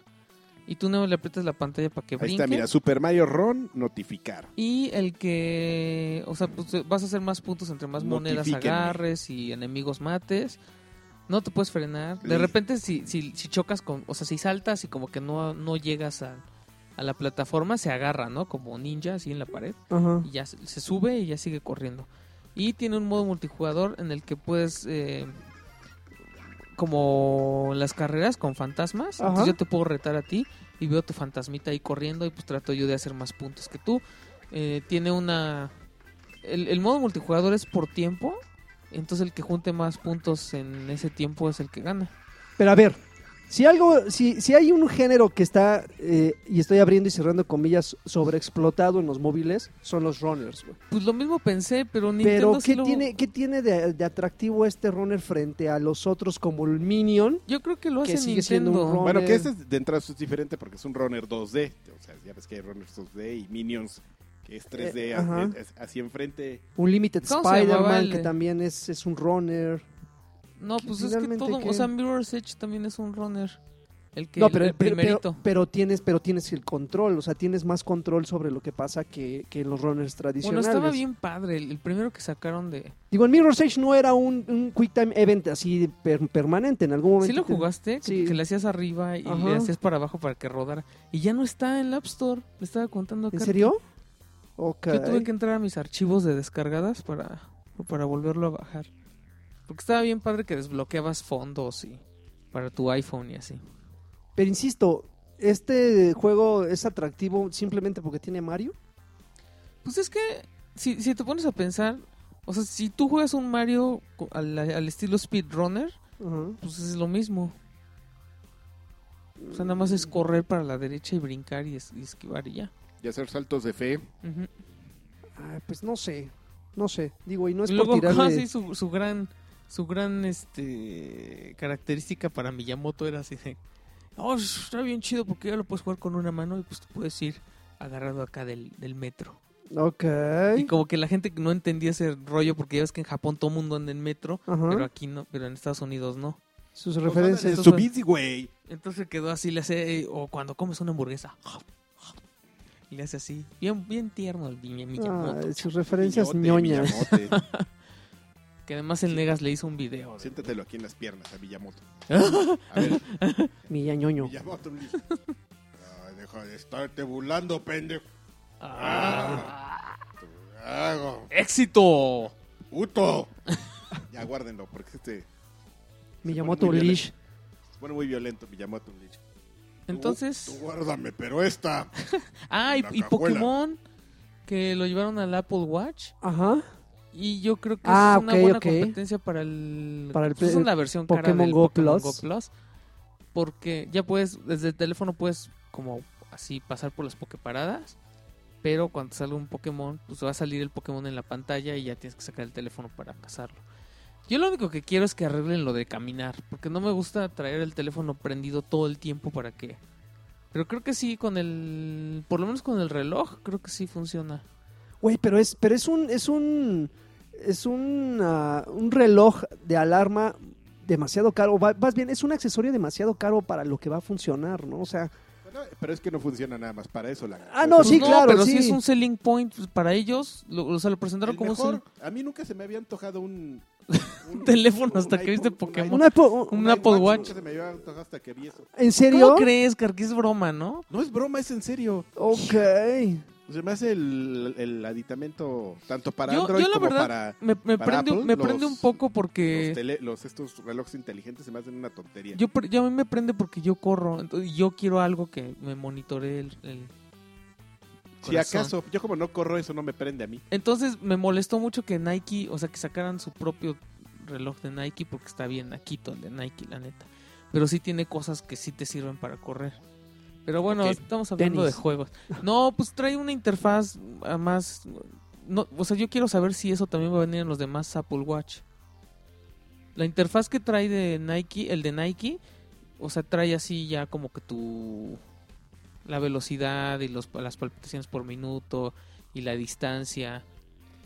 S3: Y tú no le aprietas la pantalla para que
S1: y- Ahí está,
S3: brinque.
S1: mira, Super Mario Ron, notificar.
S3: Y el que, o sea, pues vas a hacer más puntos entre más monedas
S1: Notifíquenme.
S3: agarres y enemigos mates. No te puedes frenar. De
S1: Sí.
S3: repente si, si, si chocas con, o sea, si saltas y como que no, no llegas a, a la plataforma, se agarra, ¿no? Como ninja así en la pared.
S2: Ajá.
S3: y ya se se sube y ya sigue corriendo. Y tiene un modo multijugador en el que puedes, eh, como las carreras con fantasmas,
S2: Ajá.
S3: entonces yo te puedo retar a ti y veo tu fantasmita ahí corriendo y pues trato yo de hacer más puntos que tú. Eh, tiene una... El, el modo multijugador es por tiempo, entonces el que junte más puntos en ese tiempo es el que gana.
S2: Pero a ver, si algo, si, si hay un género que está, eh, y estoy abriendo y cerrando comillas, sobreexplotado en los móviles, son los runners, güey.
S3: Pues lo mismo pensé, pero Nintendo
S2: Pero
S3: sí
S2: ¿qué
S3: lo-
S2: tiene, qué tiene de, de atractivo este runner frente a los otros como el Minion?
S3: Yo creo que lo hace
S2: que sigue siendo un
S3: Nintendo.
S2: rom-
S1: Bueno,
S2: Runner.
S1: que este es- de entrada es diferente porque es un runner 2D. O sea, ya ves que hay runners 2D y Minions que es 3D
S2: Eh,
S1: a-
S2: ajá.
S1: es- así enfrente.
S2: Un Limited
S3: ¿Cómo se llamaba
S2: Spider-Man
S3: el
S2: que
S3: de-
S2: también es, es un runner.
S3: No, pues es que
S2: finalmente
S3: todo,
S2: que-
S3: o sea, Mirror's Edge también es un runner. El que
S2: No,
S3: el-
S2: pero,
S3: el
S2: pero- pero-
S3: primerito.
S2: pero tienes, pero tienes el control, o sea, tienes más control sobre lo que pasa que, que en los runners
S3: bueno,
S2: tradicionales.
S3: estaba bien padre, el, el primero que sacaron de
S2: Digo, en Mirror's Edge no era un, un quick time event así per- permanente en algún momento.
S3: ¿Sí lo
S2: te-
S3: jugaste? Que-
S2: Sí.
S3: Que, le hacías arriba y le
S2: Ajá.
S3: hacías para abajo para que rodara. Y ya no está en la App Store. Le estaba contando a
S2: ¿En
S3: Katy.
S2: serio? Ok.
S3: Yo tuve que entrar a mis archivos de descargadas para, para volverlo a bajar. Porque estaba bien padre que desbloqueabas fondos y para tu iPhone y así.
S2: Pero insisto, este juego es atractivo simplemente porque tiene Mario.
S3: Pues es que si, si te pones a pensar, o sea, si tú juegas un Mario co- al, al estilo speedrunner,
S2: Ajá.
S3: pues es lo mismo. O sea, nada más es correr para la derecha y brincar y, es- y esquivar y ya.
S1: Y hacer saltos de fe.
S3: Ujú.
S2: Ah, pues no sé, no sé. Digo, y no es
S3: y luego,
S2: por tirarle...
S3: ah, sí, su, su gran, su gran este, característica para Miyamoto era así de... Oh, está bien chido porque ya lo puedes jugar con una mano y pues tú puedes ir agarrando acá del, del metro.
S2: Ok.
S3: Y como que la gente no entendía ese rollo porque ya ves que en Japón todo mundo anda en metro,
S2: Ajá.
S3: pero aquí no, pero en Estados Unidos no.
S2: Sus referencias.
S1: Es Pues, su bici, güey.
S3: Entonces quedó así, le hace, eh, o cuando comes una hamburguesa. Y le hace así, bien, bien tierno el Viña Miyamoto.
S2: Ah, sus referencias
S1: Niñote,
S2: ñoñas.
S1: Miyamote.
S3: Que además el Negas le hizo un video. de-
S1: Siéntatelo aquí en las piernas a Miyamoto. A ver,
S2: Millañoño.
S1: Miyamoto. Luis. Ay, deja de estarte burlando, pendejo.
S3: Ah.
S1: Hago.
S3: ¡Éxito!
S1: ¡Puto! Ya, guárdenlo, porque este...
S2: Miyamoto
S1: Muy bien.
S2: Lish.
S1: Bueno, muy violento Miyamoto. Lich. Tú- Tú,
S3: Entonces,
S1: guárdame, pero esta...
S3: ah, y,
S1: uh, la
S3: y
S1: cajuela.
S3: Pokémon que lo llevaron al Apple Watch.
S2: Ajá.
S3: Y yo creo que
S2: Ah,
S3: es una
S2: ok,
S3: buena
S2: ok.
S3: competencia para el.
S2: Para el
S3: pues es
S2: Play-
S3: una versión cara
S2: Pokémon
S3: del
S2: Go
S3: Pokémon
S2: Plus.
S3: Go Plus. Porque ya puedes, desde el teléfono puedes, como así, pasar por las Poképaradas. Pero cuando sale un Pokémon, pues va a salir el Pokémon en la pantalla y ya tienes que sacar el teléfono para cazarlo. Yo lo único que quiero es que arreglen lo de caminar. Porque no me gusta traer el teléfono prendido todo el tiempo para que. Pero creo que sí, con el. Por lo menos con el reloj, creo que sí funciona.
S2: Güey, pero es, pero es un, es un, es un, ah, un reloj de alarma demasiado caro. Va- más bien, es un accesorio demasiado caro para lo que va a funcionar, ¿no? O sea,
S1: Bueno, Pero es que no funciona nada más para eso. La...
S2: Ah, no,
S1: Pero-
S2: sí, claro,
S3: Pues pero
S2: sí.
S3: es un selling point pues, para ellos. Lo, o sea, lo presentaron
S1: El
S3: como
S1: mejor-
S3: un
S1: A mí nunca se me había antojado un... un-
S3: teléfono
S1: un
S3: hasta que viste
S1: iPhone-
S3: Pokémon.
S2: un Apple- un-
S1: Un
S3: Un Apple Watch.
S1: Nunca se me había antojado hasta que vi eso.
S2: ¿en
S3: ¿Cómo
S2: serio?
S3: crees, Car? Que es broma, ¿no?
S1: No es broma, es en serio.
S2: Ok.
S1: Pues además el, el aditamento, tanto para
S3: Yo-
S1: Android
S3: yo la
S1: como
S3: verdad,
S1: para
S3: Me, me
S1: para
S3: prende,
S1: Apple,
S3: me prende
S1: los-
S3: un poco
S1: los,
S3: porque
S1: tele- los- estos relojes inteligentes, se me hacen una tontería.
S3: yo, pre- yo a mí me prende porque yo corro, entonces yo quiero algo que me monitoree el, el-
S1: si
S3: corazón.
S1: acaso, yo como no corro, eso no me prende a mí.
S3: Entonces me molestó mucho que Nike, o sea, que sacaran su propio reloj de Nike porque está bien naquito el de Nike, la neta. Pero sí tiene cosas que sí te sirven para correr. Pero bueno,
S1: Ok.
S3: estamos hablando
S2: Tenis.
S3: de juegos. No, pues trae una interfaz ah, más... No, o sea, yo quiero saber si eso también va a venir en los demás Apple Watch. La interfaz que trae de Nike, el de Nike, o sea, trae así ya como que tu... La velocidad y los, las palpitaciones por minuto y la distancia.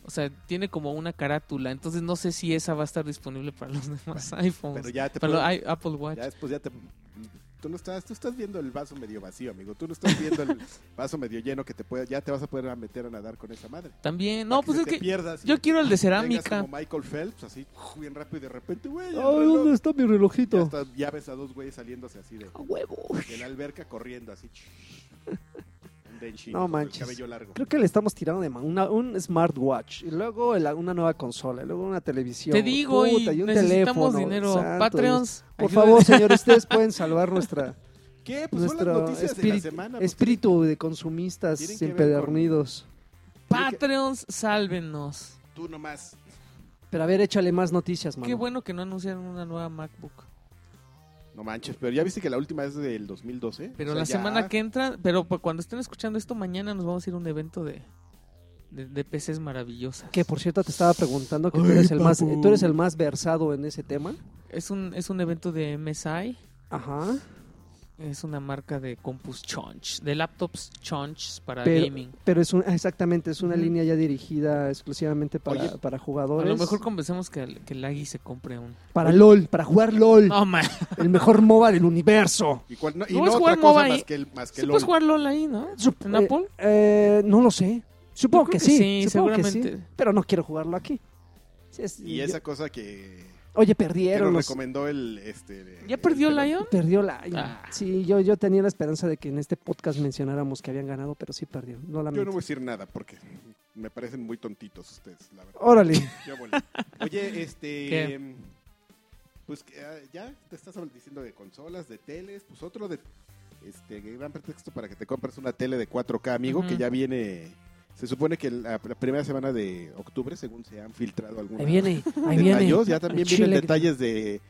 S3: O sea, tiene como una carátula. Entonces no sé si esa va a estar disponible para los demás iPhones.
S1: Pero ya te
S3: para
S1: puedo-
S3: los i- Apple Watch.
S1: Ya después ya te... Tú no estás, tú estás viendo el vaso medio vacío, amigo. Tú no estás viendo el vaso medio lleno que te puede, ya te vas a poder a meter a nadar con esa madre.
S3: También. No,
S1: Para
S3: pues
S1: se
S3: es
S1: te
S3: que
S1: pierdas y
S3: yo quiero el de
S1: llegas
S3: cerámica.
S1: como Michael Phelps, así, uf, bien rápido y de repente, güey, el
S2: Ay,
S1: reloj.
S2: ¿dónde está mi
S1: Ya,
S2: relojito?
S1: está- ya ves a dos güeyes saliéndose así de,
S3: ¡A huevo!
S1: de la alberca corriendo, así. Un Denshi
S2: No
S1: con el
S2: manches.
S1: cabello largo.
S2: Creo que le estamos tirando de ma- una- un smartwatch, y luego el- una nueva consola, y luego una televisión.
S3: Te digo,
S2: Puta,
S3: y
S2: un
S3: necesitamos
S2: teléfono,
S3: dinero.
S2: santo Dios.
S3: Patreons.
S2: Por
S3: ayuden.
S2: favor, señores, ustedes pueden salvar nuestra
S1: ¿Qué? Pues son las
S2: nuestro
S1: noticias de la
S2: espíritu-
S1: semana. pues,
S2: espíritu de consumistas
S1: Tienen que ver
S2: empedernidos.
S3: Patreons, sálvenos.
S1: Tú nomás.
S2: Pero a ver, échale más noticias, mano.
S3: Qué bueno que no anunciaron una nueva MacBook.
S1: No manches, pero ya viste que la última es del 2012.
S3: Pero
S1: O sea,
S3: la
S1: ya-
S3: semana que entra, pero pa- cuando estén escuchando esto, mañana nos vamos a ir a un evento de, de, de PCs maravillosas.
S2: Que por cierto te estaba preguntando que tú
S1: Ay,
S2: eres el más
S1: papu.
S2: tú eres el más versado en ese tema.
S3: Es un, es un evento de MSI.
S2: Ajá.
S3: Es una marca de compus chonch, de laptops chonch para
S2: Pero,
S3: gaming.
S2: pero es un, ah, exactamente, es una
S3: Ujú.
S2: línea ya dirigida exclusivamente para,
S1: Oye,
S2: para
S3: A
S2: jugadores.
S3: lo mejor convencemos que, el- que el Agui se compre un.
S2: para LOL, para jugar LOL,
S3: No, man.
S2: el mejor MOBA del universo.
S1: ¿Y, cuál- no, y no
S3: ¿No puedes
S1: otra
S3: jugar
S1: cosa
S3: MOBA
S1: más
S3: ahí?
S1: que, el- más que
S3: Sí pues,
S1: LOL.
S3: puedes jugar LOL ahí, ¿no?
S2: Sup-
S3: ¿En
S2: eh,
S3: Apple?
S2: Eh, no lo sé. Supongo
S3: creo
S2: que,
S3: que
S2: sí,
S3: sí,
S2: supongo que sí,
S3: seguramente.
S2: pero no quiero jugarlo aquí. Sí, es-
S1: Y
S2: yo-
S1: esa cosa que,
S2: oye,
S1: que
S2: perdieron
S1: nos
S2: los-
S1: recomendó el... Este,
S3: ¿Ya
S1: el
S3: perdió
S1: pelón.
S3: Lion?
S2: Perdió la. ay,
S3: Ah.
S2: Sí, yo, yo tenía la esperanza de que en este podcast mencionáramos que habían ganado, pero sí perdieron. No
S1: Yo no
S2: lamento.
S1: voy a decir nada porque me parecen muy tontitos ustedes, la verdad.
S2: Órale.
S1: Yo volé. Oye, este...
S3: ¿Qué?
S1: em, Pues que, ah, ya te estás diciendo de consolas, de teles, pues otro de... Este, gran pretexto para que te compres una tele de 4K, amigo,
S3: Ujú.
S1: que ya viene... Se supone que la, la primera semana de octubre, según se han filtrado algunos
S2: Ahí viene, ahí viene.
S1: detalles, ya también
S2: Chile.
S1: vienen detalles de,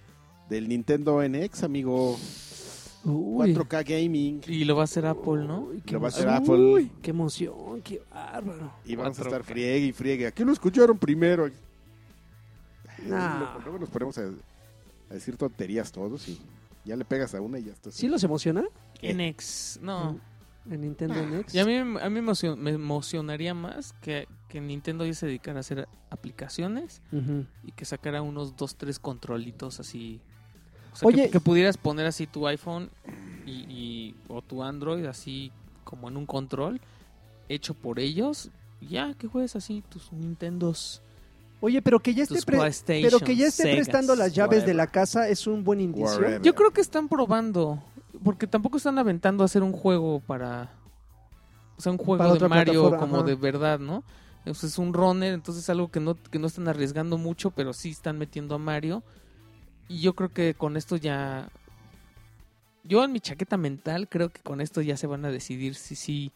S1: del Nintendo NX, amigo.
S2: Uy.
S1: 4K Gaming.
S3: Y lo va a hacer Apple, ¿no?
S2: Uy, qué
S1: Lo va a hacer
S2: emoción.
S1: Apple.
S2: Uy, qué emoción, qué bárbaro.
S1: Y vamos a
S3: 4K.
S1: estar friegue y friegue. Aquí lo escucharon primero.
S2: Nah.
S1: Luego- Luego nos ponemos a, a decir tonterías todos y ya le pegas a una y ya estás.
S2: ¿Sí los emociona?
S1: ¿Qué?
S3: NX. No.
S2: En Nintendo Next.
S3: Y a mí, a mí me emocion- me emocionaría más que, que Nintendo ya se dedicara a hacer aplicaciones
S2: Ujú.
S3: y que sacara unos dos, tres controlitos así. O sea,
S2: Oye.
S3: que, que pudieras poner así tu iPhone y, y- o tu Android así como en un control hecho por ellos. Ya, que juegues así tus Nintendos,
S2: Oye, pero que ya esté,
S3: tus
S2: pre-
S3: PlayStation.
S2: pero que ya esté
S3: Segas,
S2: prestando las llaves de
S1: whatever.
S2: la casa es un buen indicio.
S1: Whatever.
S3: Yo creo que están probando, porque tampoco están aventando a hacer un juego para... O sea, un juego
S2: Para
S3: de
S2: otra
S3: Mario
S2: plataforma,
S3: como
S2: ajá.
S3: de verdad, ¿no? O sea, es un runner, entonces algo que no, que no están arriesgando mucho, pero sí están metiendo a Mario. Y yo creo que con esto ya... Yo en mi chaqueta mental creo que con esto ya se van a decidir si sí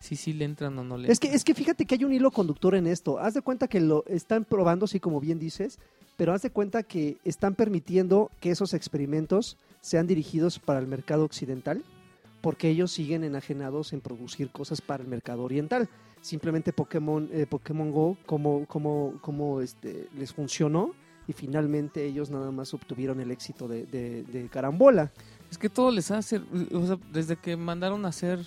S3: si, sí le entran o no le
S2: Es que,
S3: entran.
S2: es que fíjate que hay un hilo conductor en esto. Haz de cuenta que lo están probando, sí, como bien dices, pero haz de cuenta que están permitiendo que esos experimentos sean dirigidos para el mercado occidental, porque ellos siguen enajenados en producir cosas para el mercado oriental. Simplemente Pokémon, eh, Pokémon Go, como, como, como este, les funcionó. Y finalmente ellos nada más obtuvieron el éxito de, de- de Carambola.
S3: Es que todo les hace... O sea, desde que mandaron a hacer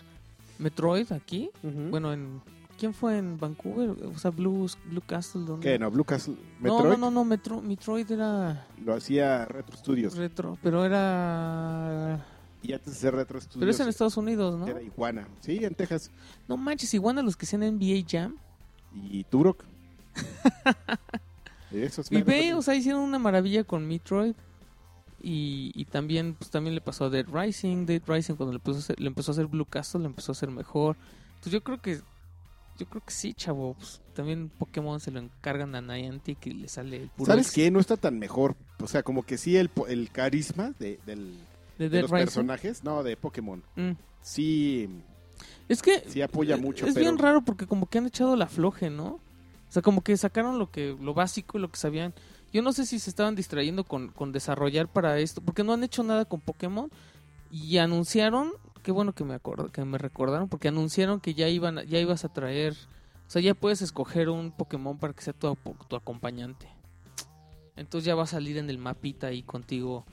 S3: Metroid aquí,
S2: Ujú.
S3: Bueno, en ¿quién fue en Vancouver? O sea, Blue, Blue Castle, ¿dónde?
S1: Que no, Lucas
S3: No,
S1: Metroid
S3: no, no, no, Metro, Metroid era
S1: lo hacía Retro Studios.
S3: retro, pero era...
S1: y antes de ser Retro Studios.
S3: Pero es en Estados Unidos, ¿no?
S1: Era Iguana. Sí, en Texas.
S3: No manches, igual a los que sean NBA Jam.
S1: Y Turok. Eso es
S3: Y ve,
S1: Retro-
S3: o sea, hicieron una maravilla con Metroid. Y, y también, pues, también le pasó a Dead Rising. Dead Rising cuando le, puso a hacer- le empezó a hacer Blue Castle, le empezó a hacer mejor. Entonces Pues, yo creo que Yo creo que sí, chavo. Pues, también Pokémon se lo encargan a Niantic y le sale el puro.
S1: ¿Sabes
S3: ex-
S1: qué? No está tan mejor. O sea, como que sí el, po- el carisma de, del-
S3: de
S1: de
S3: Dead
S1: los
S3: Rising.
S1: personajes, no, de Pokémon.
S3: Mm.
S1: Sí,
S3: Es que
S1: sí apoya
S3: Eh,
S1: mucho,
S3: Es
S1: pero
S3: bien raro porque como que han echado la floje, ¿no? O sea, como que sacaron lo que lo básico y lo que sabían. Yo no sé si se estaban distrayendo con, con desarrollar para esto, porque no han hecho nada con Pokémon y anunciaron, qué bueno que me acord- que me recordaron porque anunciaron que ya iban a- ya ibas a traer, o sea, ya puedes escoger un Pokémon para que sea tu, apo- tu acompañante. Entonces ya va a salir en el mapita ahí contigo.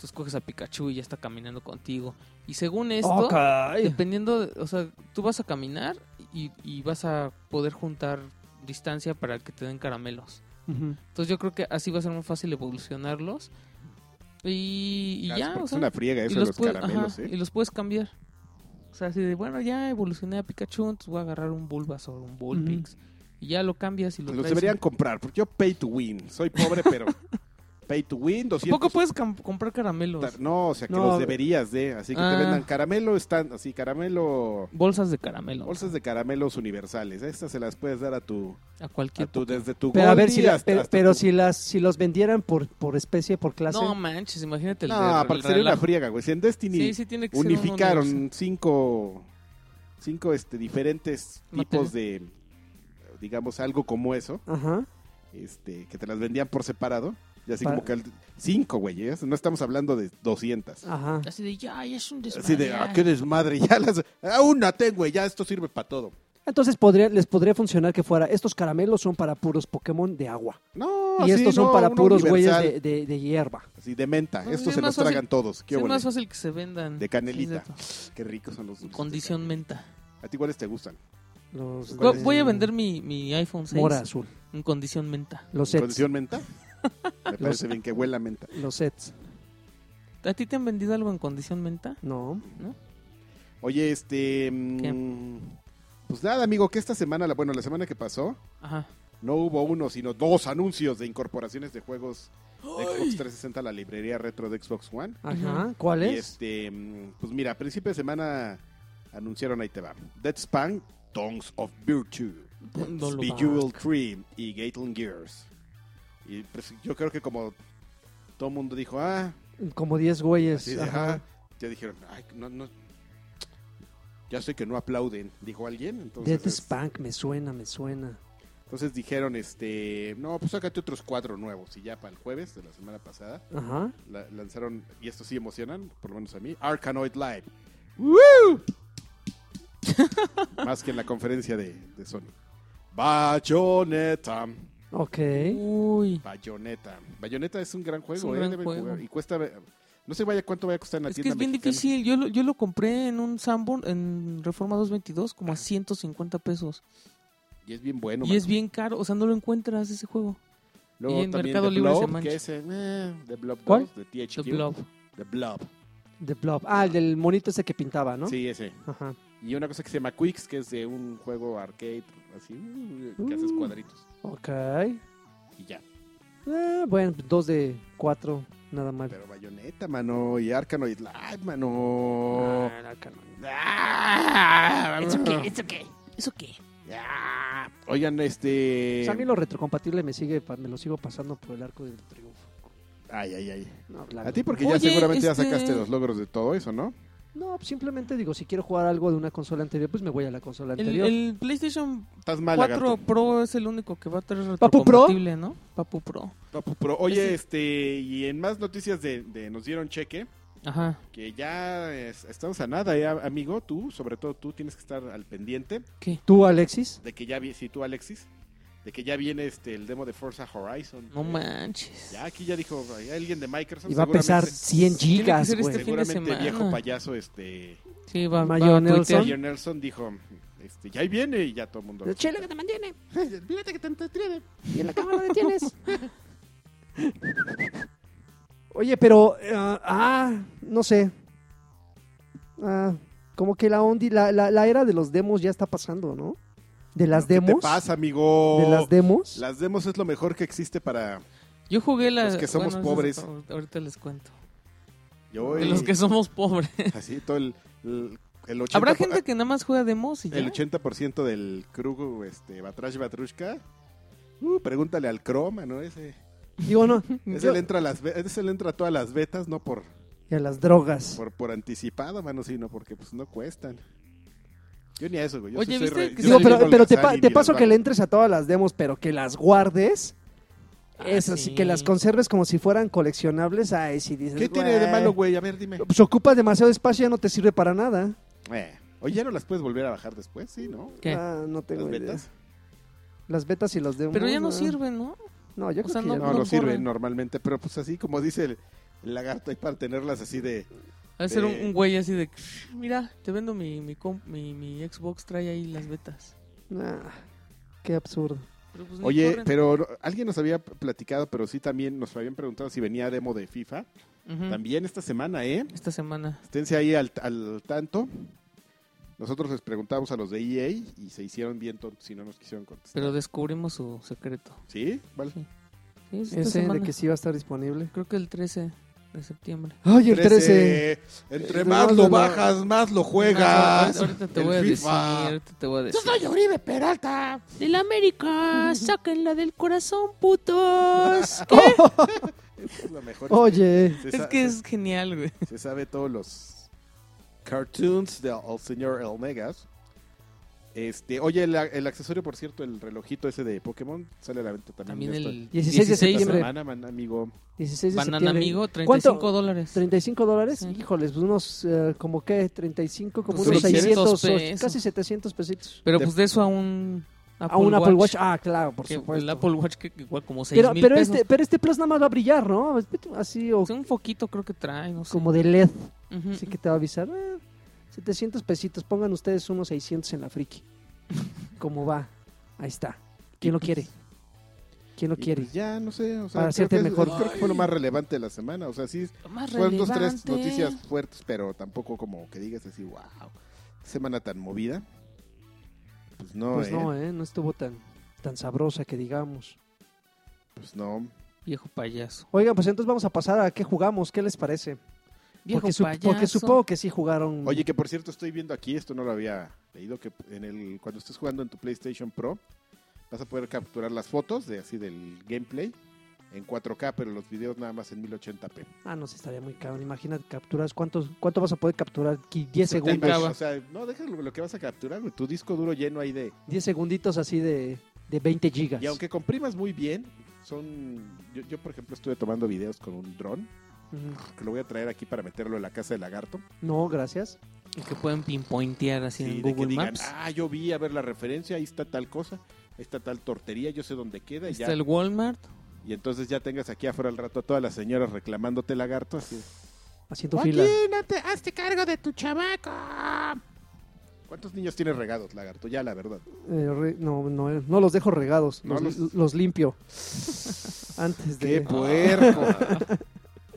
S3: Tú escoges a Pikachu y ya está caminando contigo. Y según esto,
S2: Oh, caray.
S3: Dependiendo, de- o sea, tú vas a caminar y, y vas a poder juntar distancia para que te den caramelos.
S2: Ujú.
S3: Entonces yo creo que así va a ser muy fácil evolucionarlos. Y, y
S1: Ah,
S3: ya,
S1: porque
S3: o
S1: es
S3: sea,
S1: una friega
S3: y
S1: eso de
S3: los,
S1: los
S3: puedes,
S1: caramelos,
S3: ajá,
S1: ¿eh?
S3: y los puedes cambiar. O sea, así de, bueno, ya evolucioné a Pikachu, entonces voy a agarrar un Bulbasaur, un Bulbix. Y ya lo cambias y lo
S1: Los
S3: traes.
S1: deberían comprar, porque yo pay to win. Soy pobre, pero pay to win, 200.
S3: Tampoco puedes cam- comprar caramelos.
S1: No, o sea, que
S2: No.
S1: los deberías de. Así que
S3: Ah.
S1: te vendan caramelo, están así, caramelo.
S3: Bolsas de caramelo.
S1: Bolsas de caramelos universales. Estas se las puedes dar a tu.
S3: A
S1: A
S3: cualquier...
S1: tu desde tu
S2: Pero a ver
S1: Goldie
S2: si, la-
S1: hasta-
S2: pero,
S1: hasta
S2: pero
S1: tu-
S2: si las si los vendieran por por especie por clase.
S3: No manches, imagínate el,
S1: No,
S3: de- el
S1: aparte sería una
S3: relajo.
S1: friega, güey. Si en Destiny
S3: Sí, sí tiene que ser un universo.
S1: unificaron cinco, cinco este, diferentes tipos de, digamos, algo como eso,
S2: Ajá.
S1: este, que te las vendían por separado. Y así
S2: Para-
S1: como que al- cinco, güey. ¿eh? No estamos hablando de 200.
S2: Ajá.
S3: Así de, ya, ya es un
S2: pues,
S3: desmadre.
S1: Así de, ah, qué desmadre, ya las... Ah, una ten, güey, ya esto sirve para todo.
S2: Entonces podría, les podría funcionar que fuera estos caramelos son para puros Pokémon de agua
S1: No,
S2: y
S1: sí,
S2: estos son
S1: no,
S2: para
S1: uno
S2: puros güeyes
S1: universal,
S2: de, de- de hierba.
S1: Así de menta,
S3: No,
S1: estos
S3: es
S1: se
S3: más
S1: los
S3: fácil-
S1: tragan todos.
S3: Sí,
S1: Qué
S3: es
S1: bueno.
S3: más fácil que se vendan.
S1: De canelita.
S3: Sí, neta.
S1: Qué ricos son los dulces.
S3: Condición menta.
S1: ¿A ti cuáles te gustan?
S2: Los
S1: ¿Cuál
S3: Vo-
S1: es?
S3: Voy a vender mi, mi iPhone 6
S2: mora azul.
S3: en condición menta.
S2: Los sets.
S1: ¿Condición menta? Me parece bien que huela a menta.
S2: Los sets.
S3: ¿A ti te han vendido algo en condición menta?
S2: No.
S1: Oye, este. mm, Pues nada, amigo, que esta semana, la- bueno, la semana que pasó,
S3: Ajá.
S1: no hubo uno, sino dos anuncios de incorporaciones de juegos de Xbox 360 a la librería retro de Xbox One.
S2: Ajá. ¿Cuál
S1: Y
S2: es?
S1: este. mm, Pues mira, a principio de semana anunciaron, ahí te va: Dead Span, Tongues of Virtue,
S3: No lo-
S1: Bejeweled Tree y Gatling Gears. Y pues yo creo que como todo el mundo dijo, ah,
S2: Como 10 güeyes.
S1: Así de,
S2: Ajá.
S1: "Ah", ya dijeron, "Ay, no, no". Ya sé que no aplauden, dijo alguien. Entonces, este,
S2: Death Spank, me suena, me suena.
S1: entonces dijeron, este, no, pues sácate otros cuatro nuevos. Y ya para el jueves de la semana pasada
S2: Ajá.
S1: la- lanzaron, y esto sí emocionan, por lo menos a mí, Arkanoid Live. Más que en la conferencia de, de Sony. Bayonetta.
S2: Ok.
S3: ¿Eh? Uy.
S1: Bayonetta. Bayonetta es un gran juego,
S3: un
S1: ¿eh?
S3: gran
S1: Deben
S3: juego.
S1: jugar. Y cuesta, no sé vaya cuánto vaya a costar en la
S3: Es que
S1: tienda
S3: es bien
S1: mexicana.
S3: difícil. Yo lo, yo lo compré en un Sanborn, en Reforma 222, como a 150 pesos.
S1: Y es bien bueno.
S3: y es
S1: mano.
S3: bien caro. O sea, no lo encuentras ese juego.
S1: Luego
S3: Y en
S1: también
S3: Mercado
S1: The
S3: Libre se
S1: Blob,
S3: mancha.
S1: que es en, eh, The Blob
S2: ¿Cuál?
S1: 2, de THQ.
S3: The Blob.
S1: The Blob.
S2: The Blob. Ah, el del monito ese que pintaba, ¿no?
S1: Sí, ese.
S2: Ajá.
S1: Y una cosa que se llama Quicks, que es de un juego arcade, así, eh, que haces
S2: Uh.
S1: cuadritos.
S2: Ok.
S1: Y ya.
S2: Ah, bueno, dos de cuatro, nada mal.
S1: Pero Bayonetta, mano, y Arkanoid Live, mano.
S2: Ah, la carnal.
S1: eh, Ah.
S3: ¿Eso qué?
S1: Ah. Oigan, este...
S2: O sea, Pues a mí lo retrocompatible me sigue, pa- me lo sigo pasando por el arco del triunfo.
S1: Ay, ay, ay.
S2: No, la-
S1: A ti porque ya
S3: Oye,
S1: seguramente ya
S3: este-
S1: sacaste los logros de todo eso, ¿no?
S2: No, pues simplemente digo, si quiero jugar algo de una consola anterior, pues me voy a la consola
S3: El,
S2: anterior.
S3: el PlayStation
S1: Estás mal,
S3: 4
S1: Lagarto.
S3: Pro es el único que va a tener
S2: ¿Papu Pro?
S3: retrocompatible, ¿no? Papu Pro.
S1: No, pues, pero, oye,
S3: Ese-
S1: este... Y en más noticias de, de Nos Dieron Cheque...
S3: Ajá.
S1: que ya es- estamos a nada, eh, amigo. Tú, sobre todo tú, tienes que estar al pendiente
S2: ¿Tú, Alexis?
S1: de que ya vi, si tú, Alexis, de que ya viene este el demo de Forza Horizon.
S3: No manches.
S1: Ya aquí ya dijo hay alguien de Microsoft.
S2: Y va a pesar
S1: seguramente-
S2: 100
S3: Tiene que
S2: gigas,
S3: ser este
S2: güey.
S3: fin de
S1: Seguramente
S3: semana.
S1: viejo payaso, este.
S3: Sí, va, va
S2: Mayo
S3: a
S2: Nelson.
S3: tuitear.
S1: Mayor Nelson dijo, este, ya ahí viene y ya todo el mundo.
S2: El chile que te mantiene.
S1: Fíjate que tanto tiene.
S2: Y en la cámara detienes. Oye, pero. eh, ah, no sé. Ah, como que la ondi, la, la, la era de los demos ya está pasando, ¿no? De las
S1: ¿Qué te
S2: demos.
S1: pasa, amigo?
S2: de las demos.
S1: Las demos es lo mejor que existe para.
S3: Yo jugué la...
S1: Los que somos
S3: eso
S1: pobres.
S3: es- ahorita les cuento.
S1: Yo,
S3: De los
S1: eh,
S3: que somos pobres.
S1: Así, todo el, el el 80%,
S3: Habrá gente que nada más juega demos y ya.
S1: el 80 del crew este, Batrash Batrushka. Uh, pregúntale al Chroma, ¿no? Ese,
S2: Digo, no.
S1: ese, le entra a las, be- ese le entra a todas las betas, no por,
S2: Y a las drogas.
S1: por, por anticipado, mano, sino porque pues no cuestan. Yo ni a eso, güey. Yo
S3: Oye,
S1: sí soy
S3: ¿viste
S1: re-
S3: que
S1: yo
S2: Digo,
S1: soy
S2: pero,
S1: bien
S2: pero te,
S1: holgazán
S2: pa-
S1: y
S2: te
S1: bien
S2: paso que
S1: vago.
S2: le entres a todas las demos, pero que las guardes.
S3: Ah,
S2: esas,
S3: sí.
S2: Que las conserves como si fueran coleccionables. Ay, si dices.
S1: ¿Qué tiene de
S2: "Güey,
S1: malo, güey? A ver, dime.
S2: Pues ocupas demasiado espacio y ya no te sirve para nada.
S1: Eh, Oye, ¿ya no las puedes volver a bajar después? Sí, ¿no?
S3: ¿Qué?
S2: Ah, no tengo
S1: Las
S2: idea.
S1: betas.
S2: Las betas y los demos.
S3: Pero ya
S2: ah.
S3: no sirven, ¿no?
S2: No, yo
S3: O
S2: creo
S3: sea,
S2: que
S3: no-
S2: ya
S1: No, no
S3: corren.
S1: sirven normalmente, pero pues así como dice el, el lagarto, hay para tenerlas así de...
S2: Pues,
S3: Va a ser un,
S1: Eh.
S3: un güey así de. Mira, te vendo mi, mi, com- mi, mi Xbox, trae ahí las betas.
S2: Ah, qué absurdo.
S3: Pero pues ni
S1: Oye,
S3: corren.
S1: pero no- alguien nos había platicado, pero sí también nos habían preguntado si venía demo de FIFA.
S3: Ujú.
S1: También esta semana, ¿eh?
S3: Esta semana.
S1: Esténse ahí al, al tanto. Nosotros les preguntamos a los de EA y se hicieron bien tontos y no nos quisieron contestar.
S3: Pero descubrimos su secreto.
S1: ¿Sí? Vale.
S3: Sí. Sí, es esta
S2: Ese de
S3: semana.
S2: que sí va a estar disponible.
S3: Creo que el 13 de septiembre.
S2: Ay, el 13.
S1: Entre
S2: Eh,
S1: más
S2: no,
S1: lo
S2: no, no.
S1: bajas, más lo juegas.
S3: Ah, ahorita te
S1: El
S3: voy a decir.
S1: FIFA.
S3: Ahorita te voy a decir.
S1: Uribe Peralta!
S3: Del América, sáquenla del corazón, putos.
S1: Oh, Es lo mejor.
S2: Oye.
S1: Se
S3: es
S1: sa-
S3: que
S1: se
S3: es genial, güey.
S1: se sabe todos los cartoons del señor El Negas. Este, oye, el, el accesorio, por cierto, el relojito ese de Pokémon sale a la venta también.
S3: También
S1: ya
S3: el
S2: 16 de
S1: está. Esta
S2: septiembre.
S1: semana, man, amigo.
S2: 16 de
S3: Banana
S2: septiembre.
S3: Amigo,
S2: ¿Cuánto?
S3: 35 dólares.
S2: 35 dólares,
S3: Sí.
S2: híjoles, pues unos, eh, como que 35, como
S1: Pues
S2: unos
S3: 600
S2: 600,
S3: pesos.
S2: casi 700 pesitos.
S3: Pero
S1: de-
S3: pues de eso a un Apple
S2: a un Apple Watch,
S3: Watch.
S2: ah, claro, por
S3: que
S2: supuesto.
S3: el Apple Watch que igual como 6
S2: pero,
S3: mil
S2: pero
S3: pesos.
S2: este, pero este Plus nada más va a brillar, ¿no? Así, o
S3: Es un foquito creo que trae, no sé.
S2: como de LED,
S3: Ujú.
S2: así que te va a avisar. eh, 700 pesitos, pongan ustedes unos 600 en la friki. ¿Cómo va? Ahí está. ¿Quién lo quiere? ¿Quién lo
S1: pues, Y
S2: quiere?
S1: pues ya, no sé. O sea,
S2: Para
S1: creo
S2: hacerte
S1: que es-
S2: mejor.
S1: Creo que fue lo más relevante de la semana. O sea, sí,
S3: Lo Más
S1: fueron dos, tres
S3: relevante.
S1: noticias fuertes, pero tampoco como que digas así, wow, qué semana tan movida. Pues no,
S2: Pues
S1: eh,
S2: no, ¿eh? No estuvo tan, tan sabrosa que digamos.
S1: Pues no.
S2: Mm.
S3: Viejo payaso.
S2: Oigan, pues entonces vamos a pasar a qué jugamos, ¿qué les parece?
S3: Viejo
S2: porque, sup-
S3: payaso.
S2: porque supongo que sí jugaron.
S1: Oye, que por cierto estoy viendo aquí, esto no lo había leído, que en el, cuando estés jugando en tu PlayStation Pro, vas a poder capturar las fotos de así del gameplay en 4K, pero los videos nada más en 1080p.
S2: Ah, no, sí estaría muy cabrón. Imagínate, capturas. ¿Cuántos, ¿Cuánto vas a poder capturar? Qui- 10
S1: Se te
S2: segundos.
S1: acaba. O sea, no, déjalo lo que vas a capturar, güey, tu disco duro lleno ahí de...
S2: 10 segunditos así de, de 20 gigas.
S1: Y aunque comprimas muy bien, son... Yo, yo, por ejemplo, estuve tomando videos con un dron,
S2: Ujú.
S1: que lo voy a traer aquí para meterlo en la casa del lagarto.
S2: No, gracias.
S3: Y que pueden pinpointear así
S1: Sí,
S3: en
S1: de que
S3: Google
S1: digan,
S3: Maps.
S1: ah, yo vi, a ver la referencia, ahí está tal cosa, ahí está tal tortería, yo sé dónde queda.
S3: Ahí
S1: y
S3: Está
S1: ya
S3: el Walmart.
S1: Y entonces ya tengas aquí afuera al rato a todas las señoras reclamándote lagarto. Así.
S2: Haciendo fila.
S1: no te hazte cargo de tu chamaco. ¿Cuántos niños tienes regados, lagarto? Ya, la verdad.
S2: Eh, re- no, no, eh, no los dejo regados.
S1: No
S2: los,
S1: los-
S2: los limpio. Antes
S1: ¡Qué
S2: de.
S1: puerco!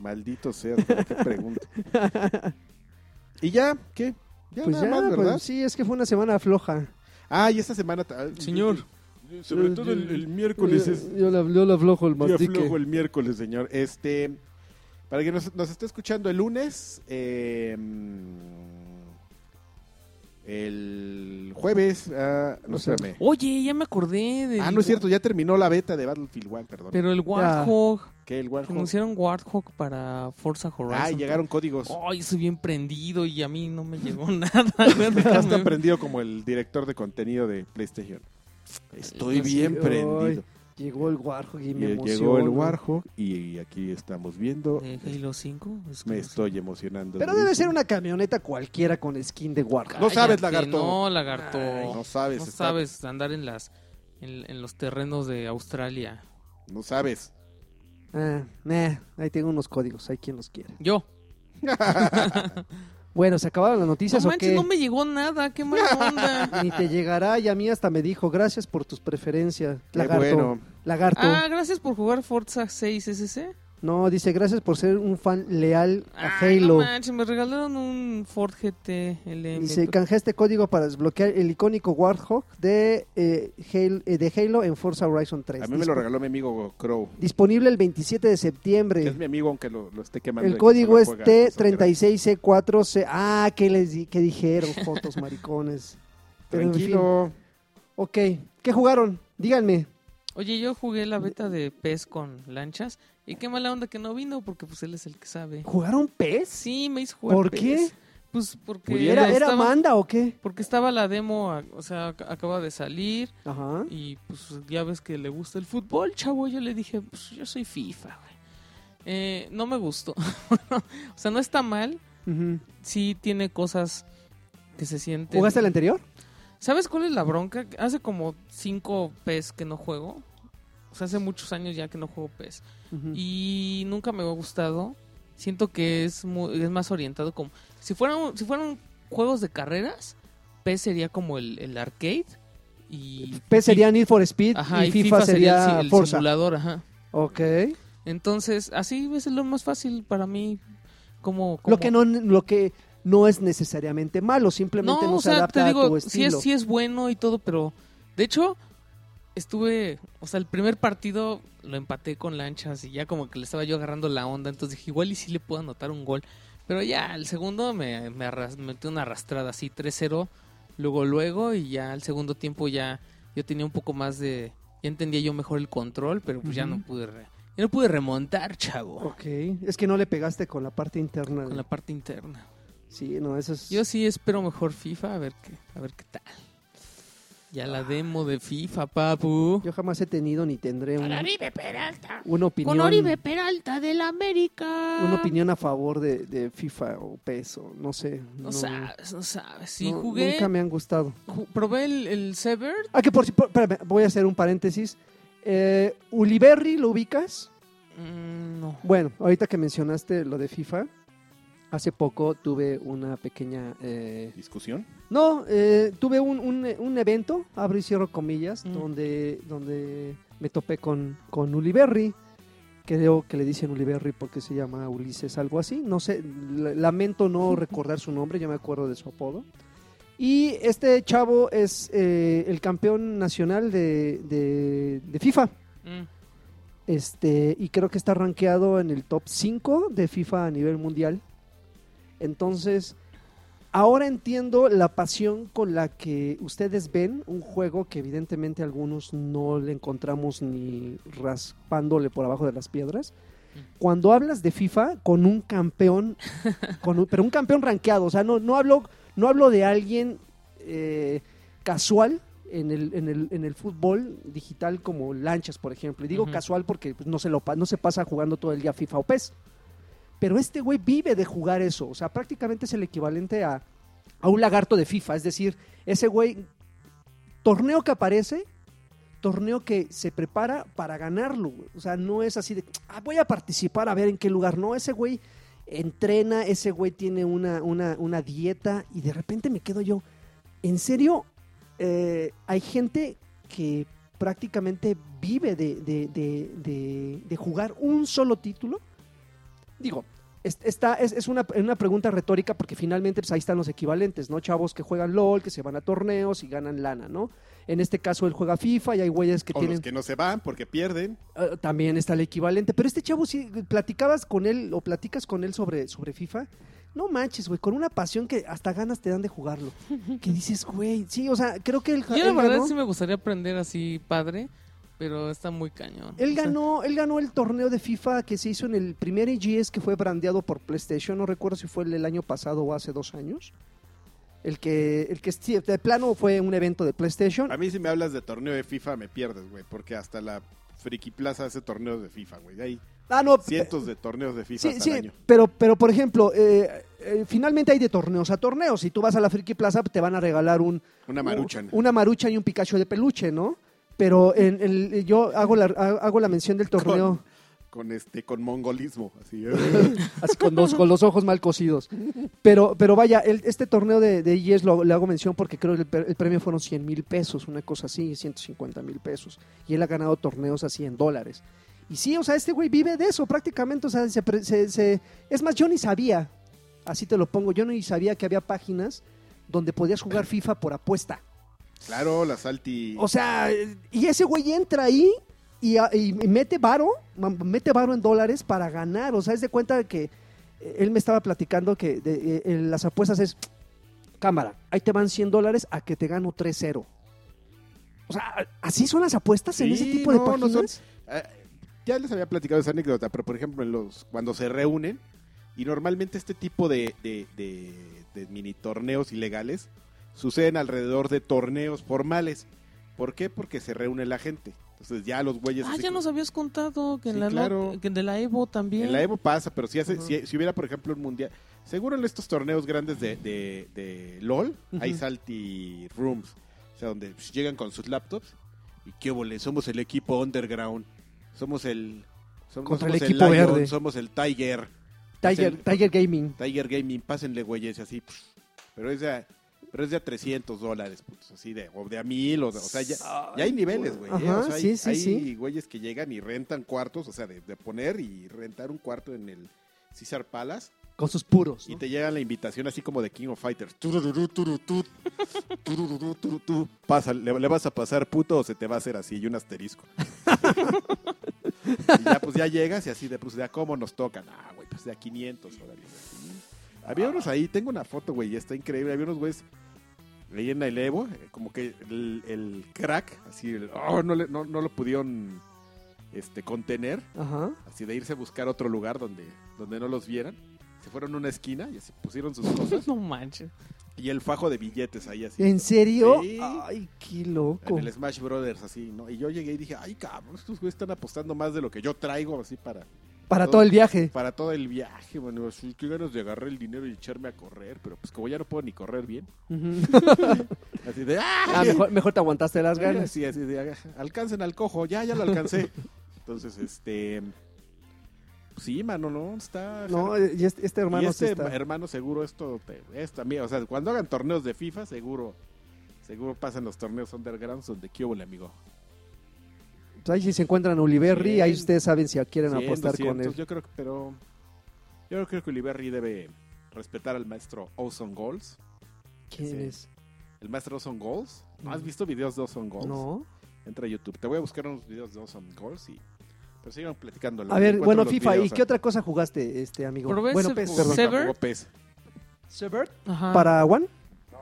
S1: Maldito sea, qué pregunta. ¿Y ya? ¿Qué? Ya
S2: Pues
S1: nada
S2: ya,
S1: más,
S2: pues
S1: ¿verdad?
S2: sí, es que fue una semana floja.
S1: Ah, y esta semana... ta-
S3: Señor.
S1: Sobre todo el, el miércoles es...
S2: Yo, la, yo la aflojo el
S1: Día
S2: mastique.
S1: flojo el miércoles, señor. Este, para que nos, nos esté escuchando el lunes, eh, el jueves, ah, no
S2: O sea,
S1: espérame.
S3: Oye, ya me acordé de.
S1: Ah, no es cierto, ya terminó la beta de Battlefield One, perdón.
S3: Pero el Warthog.
S1: que el Warhawk.
S3: Anunciaron Warthog para Forza Horizon.
S1: Ah, llegaron códigos.
S3: Ay, soy bien prendido y a mí no me llegó nada. güey,
S1: Estás
S3: déjame-
S1: tan prendido como el director de contenido de PlayStation. Estoy
S2: Yo sí,
S1: bien
S2: ay,
S1: prendido.
S2: Llegó el Warhawk y
S1: Y
S2: me emocionó.
S1: llegó el Warhawk y aquí estamos viendo.
S3: de Eh, Halo 5. es que
S1: Me
S3: no sé.
S1: estoy emocionando.
S2: Pero debe
S1: durísimo.
S2: ser una camioneta cualquiera con skin de Warhawk.
S1: No sabes,
S3: Cállate,
S1: lagarto.
S3: No, lagarto.
S2: Ay,
S1: No
S3: no
S1: sabes, está-
S3: sabes andar en las en, en los terrenos de Australia.
S1: No sabes.
S2: Ah, meh, ahí tengo unos códigos, hay quien los quiere.
S3: Yo.
S2: Bueno, ¿se acabaron las
S3: No
S2: noticias o
S3: manches,
S2: qué?
S3: no me llegó nada. Qué mala onda.
S2: Ni te llegará y a mí hasta me dijo, gracias por tus preferencias,
S1: Qué
S2: lagarto.
S1: bueno.
S2: Lagarto.
S3: ah, gracias por jugar Forza 6 SC.
S2: No, dice, gracias por ser un fan leal a
S3: Ay,
S2: Halo.
S3: Ah, No manches, me regalaron un Ford GT LM.
S2: dice, canjea este código para desbloquear el icónico Warthog de, eh, Halo, eh, de Halo en Forza Horizon 3.
S1: A mí me lo
S2: Dispo-
S1: regaló mi amigo Crow.
S2: Disponible el 27 de
S1: que
S2: septiembre.
S1: es mi amigo, aunque lo, lo esté quemando.
S2: El
S1: y
S2: código
S1: solo
S2: es
S1: juega pues, personas.
S2: T36C4C. Ah, ¿qué les di- qué dijeron? Fotos maricones. Pero en fin.
S1: Tranquilo.
S2: Ok, ¿qué jugaron? Díganme.
S3: Oye, yo jugué la beta de PES con lanchas. Y qué mala onda que no vino, porque pues él es el que sabe.
S2: ¿Jugaron PES?
S3: Sí, me hizo jugar
S2: ¿Por
S3: PES.
S2: qué?
S3: Pues porque
S2: ¿Era, era
S3: estaba-
S2: Manda o qué?
S3: Porque estaba la demo, a- o sea, ac- acaba de salir
S2: Ajá.
S3: y pues ya ves que le gusta el fútbol, chavo. Yo le dije, pues yo soy FIFA, güey. Eh, no me gustó. o sea, no está mal.
S2: Ujú.
S3: Sí tiene cosas que se sienten.
S2: ¿Jugaste el anterior?
S3: ¿Sabes cuál es la bronca? Hace como cinco PES que no juego. O sea, hace muchos años ya que no juego PES.
S2: Ujú.
S3: Y nunca me ha gustado. Siento que es, mu- es más orientado como... Si fueran, si fueran juegos de carreras, PES sería como el, el arcade. Y
S2: PES sería Need for Speed
S3: Ajá,
S2: y, FIFA, sería,
S3: el si- el,
S2: Forza.
S3: simulador. Ajá.
S2: Ok.
S3: Entonces, así es lo más fácil para mí. Como, como-
S2: Lo que, no, lo que no es necesariamente malo, simplemente no,
S3: o
S2: se
S3: sea,
S2: adapta
S3: te
S2: a tu
S3: digo, sí
S2: estilo.
S3: es, sí es bueno y todo, pero de hecho estuve, o sea, el primer partido lo empaté con lanchas y ya como que le estaba yo agarrando la onda, entonces dije, igual y sí le puedo anotar un gol. Pero ya, el segundo me, me arras- me metí una arrastrada así, 3-0, luego, luego, y ya el segundo tiempo ya yo tenía un poco más de, ya entendía yo mejor el control, pero pues ya
S2: Ujú.
S3: no pude, re- ya no pude remontar, chavo,
S2: Ok, es que no le pegaste con la parte interna.
S3: con la parte interna.
S2: Sí, no, eso es...
S3: Yo sí espero mejor FIFA, a ver qué, a ver qué tal. Ya la demo de FIFA, papu.
S2: Ah. Yo jamás he tenido ni tendré un-
S3: Oribe Peralta.
S2: una opinión...
S3: Peralta del América.
S2: una opinión a favor de, de FIFA o PES o no sé.
S3: No sabes, no sabes. Sí,
S2: no,
S3: jugué.
S2: Nunca me han gustado.
S3: ju- probé el, el Severed.
S2: Ah, que por si... por- espérame, voy a hacer un paréntesis. Eh, Uliberri, ¿lo ubicas?
S3: Mm, no.
S2: Bueno, ahorita que mencionaste lo de FIFA, hace poco tuve una pequeña... eh,
S1: Discusión.
S2: No, eh, tuve un, un, un evento, abro y cierro comillas,
S3: Mm.
S2: donde, donde me topé con, con Uliberri. Creo que le dicen Uliberri porque se llama Ulises, algo así. No sé, l- lamento no recordar su nombre, yo me acuerdo de su apodo. Y este chavo es eh, el campeón nacional de, de, de FIFA.
S3: Mm.
S2: Este, y creo que está rankeado en el top 5 de FIFA a nivel mundial. Entonces, ahora entiendo la pasión con la que ustedes ven un juego que evidentemente algunos no le encontramos ni raspándole por abajo de las piedras. Cuando hablas de FIFA con un campeón, con un- pero un campeón rankeado, o sea, no, no, hablo, no hablo de alguien eh, casual en el, en, el, en el fútbol digital como lanchas, por ejemplo. Y digo
S3: Ujú.
S2: casual porque pues, no, se lo, pa- no se pasa jugando todo el día FIFA o PES. Pero este güey vive de jugar eso. O sea, prácticamente es el equivalente a, a un lagarto de FIFA. Es decir, ese güey, torneo que aparece, torneo que se prepara para ganarlo. güey. O sea, no es así de, "Ah, voy a participar a ver en qué lugar. No, ese güey entrena, ese güey tiene una, una, una dieta y de repente me quedo yo, ¿en serio? Eh, hay gente que prácticamente vive de, de- de- de- de jugar un solo título. Digo, es, está, es, es una, una pregunta retórica porque finalmente pues, ahí están los equivalentes, ¿no? Chavos que juegan LOL, que se van a torneos y ganan lana, ¿no? En este caso él juega FIFA y hay güeyes que
S1: O
S2: tienen...
S1: los que no se van porque pierden.
S2: Ah, también está el equivalente. Pero este chavo, si platicabas con él o platicas con él sobre, sobre FIFA, no manches, güey, con una pasión que hasta ganas te dan de jugarlo. Que dices, güey, sí, o sea, creo que él,
S3: Yo la
S2: él
S3: verdad
S2: ganó,
S3: sí me gustaría aprender así, padre. Pero está muy cañón.
S2: él
S3: O sea,
S2: ganó, él ganó el torneo de FIFA que se hizo en el primer EGS que fue brandeado por PlayStation, no recuerdo si fue el del año pasado o hace dos años. El que, el que sí, de plano fue un evento de PlayStation.
S1: A mí si me hablas de torneo de FIFA me pierdes, güey, porque hasta la Friki Plaza hace torneos de FIFA, güey. Hay
S2: Ah, no,
S1: cientos de torneos de FIFA
S2: Sí,
S1: hasta
S2: sí,
S1: el año.
S2: pero, pero por ejemplo, eh, eh, finalmente hay de torneos a torneos. Si tú vas a la Friki Plaza, te van a regalar un,
S1: Una maruchan.
S2: una marucha y un Pikachu de peluche, ¿no? Pero en, el- yo hago la, hago la mención del torneo
S1: Con este, con mongolismo. Así, ¿eh?
S2: así con los, con los ojos mal cosidos. Pero, pero vaya, el- este torneo de, de ES lo, le hago mención porque creo que el, pre- el premio fueron 100 mil pesos, una cosa así, 150 mil pesos. Y él ha ganado torneos así en dólares. Y sí, o sea, este güey vive de eso prácticamente. O sea, se pre- se- se- es más, yo ni sabía, así te lo pongo, yo ni sabía que había páginas donde podías jugar FIFA por apuesta.
S1: Claro, la Salty.
S2: O sea, y ese güey entra ahí y, a- y mete varo, ma- mete varo en dólares para ganar. O sea, es de cuenta que eh, él me estaba platicando que de- eh, eh, las apuestas es, cámara, ahí te van 100 dólares a que te gano 3-0. O sea, ¿así son las apuestas en
S1: Sí,
S2: ese tipo de
S1: no, no
S2: páginas?
S1: son- Ah, ya les había platicado esa anécdota, pero por ejemplo, en los cuando se reúnen, y normalmente este tipo de, de- de- de mini torneos ilegales suceden alrededor de torneos formales. ¿Por qué? Porque se reúne la gente. Entonces ya los güeyes...
S3: Ah,
S1: así
S3: ya
S1: como-
S3: nos habías contado que en
S1: Sí,
S3: la
S1: claro.
S3: no- que de la Evo también.
S1: En la Evo pasa, pero si, hace,
S3: Ajá.
S1: si, si hubiera, por ejemplo, un mundial... Seguro en estos torneos grandes de, de- de LOL hay
S2: Ujú.
S1: salty rooms, o sea, donde pues, llegan con sus laptops y qué vole, somos el equipo underground, somos el... Somos,
S2: Contra el
S1: somos
S2: equipo
S1: Lion,
S2: verde.
S1: Somos el Tiger,
S2: Tiger,
S1: Sí.
S2: Tiger Gaming.
S1: Tiger Gaming, pásenle güeyes así. pf, Pero es de a, pero es de a 300 dólares, putos, así de, o de a mil, o, de- o sea, ya, ya hay niveles, güey. ¿eh?
S2: Ajá,
S1: O sea, hay,
S2: sí, sí,
S1: hay
S2: sí.
S1: güeyes que llegan y rentan cuartos, o sea, de, de poner y rentar un cuarto en el César Palace
S2: Con sus puros.
S1: y
S2: ¿no?
S1: te llega la invitación así como de King of Fighters. Tururú, turú, tú, tururú, turú, tú. Pasa, le, le vas a pasar puto o se te va a hacer así y un asterisco. y ya pues ya llegas y así de pues ya cómo nos tocan. Ah, güey, pues de a 500. órale. Había unos ahí, tengo una foto, güey, y está increíble. Había unos güeyes ahí en el Evo, eh, como que el, el crack, así, el- oh, no, le- no, no lo pudieron este, contener
S2: Ajá.
S1: así de irse a buscar otro lugar donde, donde no los vieran. Se fueron a una esquina y se pusieron sus cosas
S3: No manches.
S1: y el fajo de billetes ahí así.
S2: ¿En serio?
S1: Sí.
S2: Ay, qué loco.
S1: En el Smash Brothers así, ¿no? Y yo llegué y dije, ay cabrón, estos güeyes están apostando más de lo que yo traigo así para,
S2: Para todo el viaje.
S1: para todo el viaje, bueno, así, qué ganas de agarrar el dinero y echarme a correr, pero pues como ya no puedo ni correr bien,
S2: Ujú.
S1: así de ¡ah!
S2: Ah, mejor, mejor te aguantaste las
S1: Así,
S2: ganas.
S1: así, así de, "Ah, alcancen al cojo, ya, ya lo alcancé. Entonces, este... pues, Sí, mano, no, está...
S2: No, y este, este hermano
S1: y
S2: sí
S1: este
S2: está-
S1: hermano seguro esto te- es también, o sea, cuando hagan torneos de FIFA seguro seguro pasan los torneos underground donde qué hubo, amigo.
S2: Pues Ahí si se encuentran a Oliverri, ahí
S1: Cien.
S2: ustedes saben si quieren
S1: 100,
S2: apostar
S1: 200,
S2: con él.
S1: Yo creo que pero yo creo que Oliverri debe respetar al maestro Ozone Goals.
S2: ¿Quién
S1: sí.
S2: es?
S1: El maestro Ozone Goals. ¿No has
S2: Mm.
S1: visto videos de Ozone Goals?
S2: No.
S1: Entra a YouTube. Te voy a buscar unos videos de Ozone Goals y pero sigan platicando.
S2: A ver, bueno, FIFA, ¿y qué otra cosa jugaste, este amigo?
S3: Probé
S2: bueno,
S3: ese-
S2: PES,
S3: Perdón.
S2: perdón.
S3: eh, Sever.
S2: ¿Sever?
S1: Ah.
S3: Ajá.
S2: ¿Para One?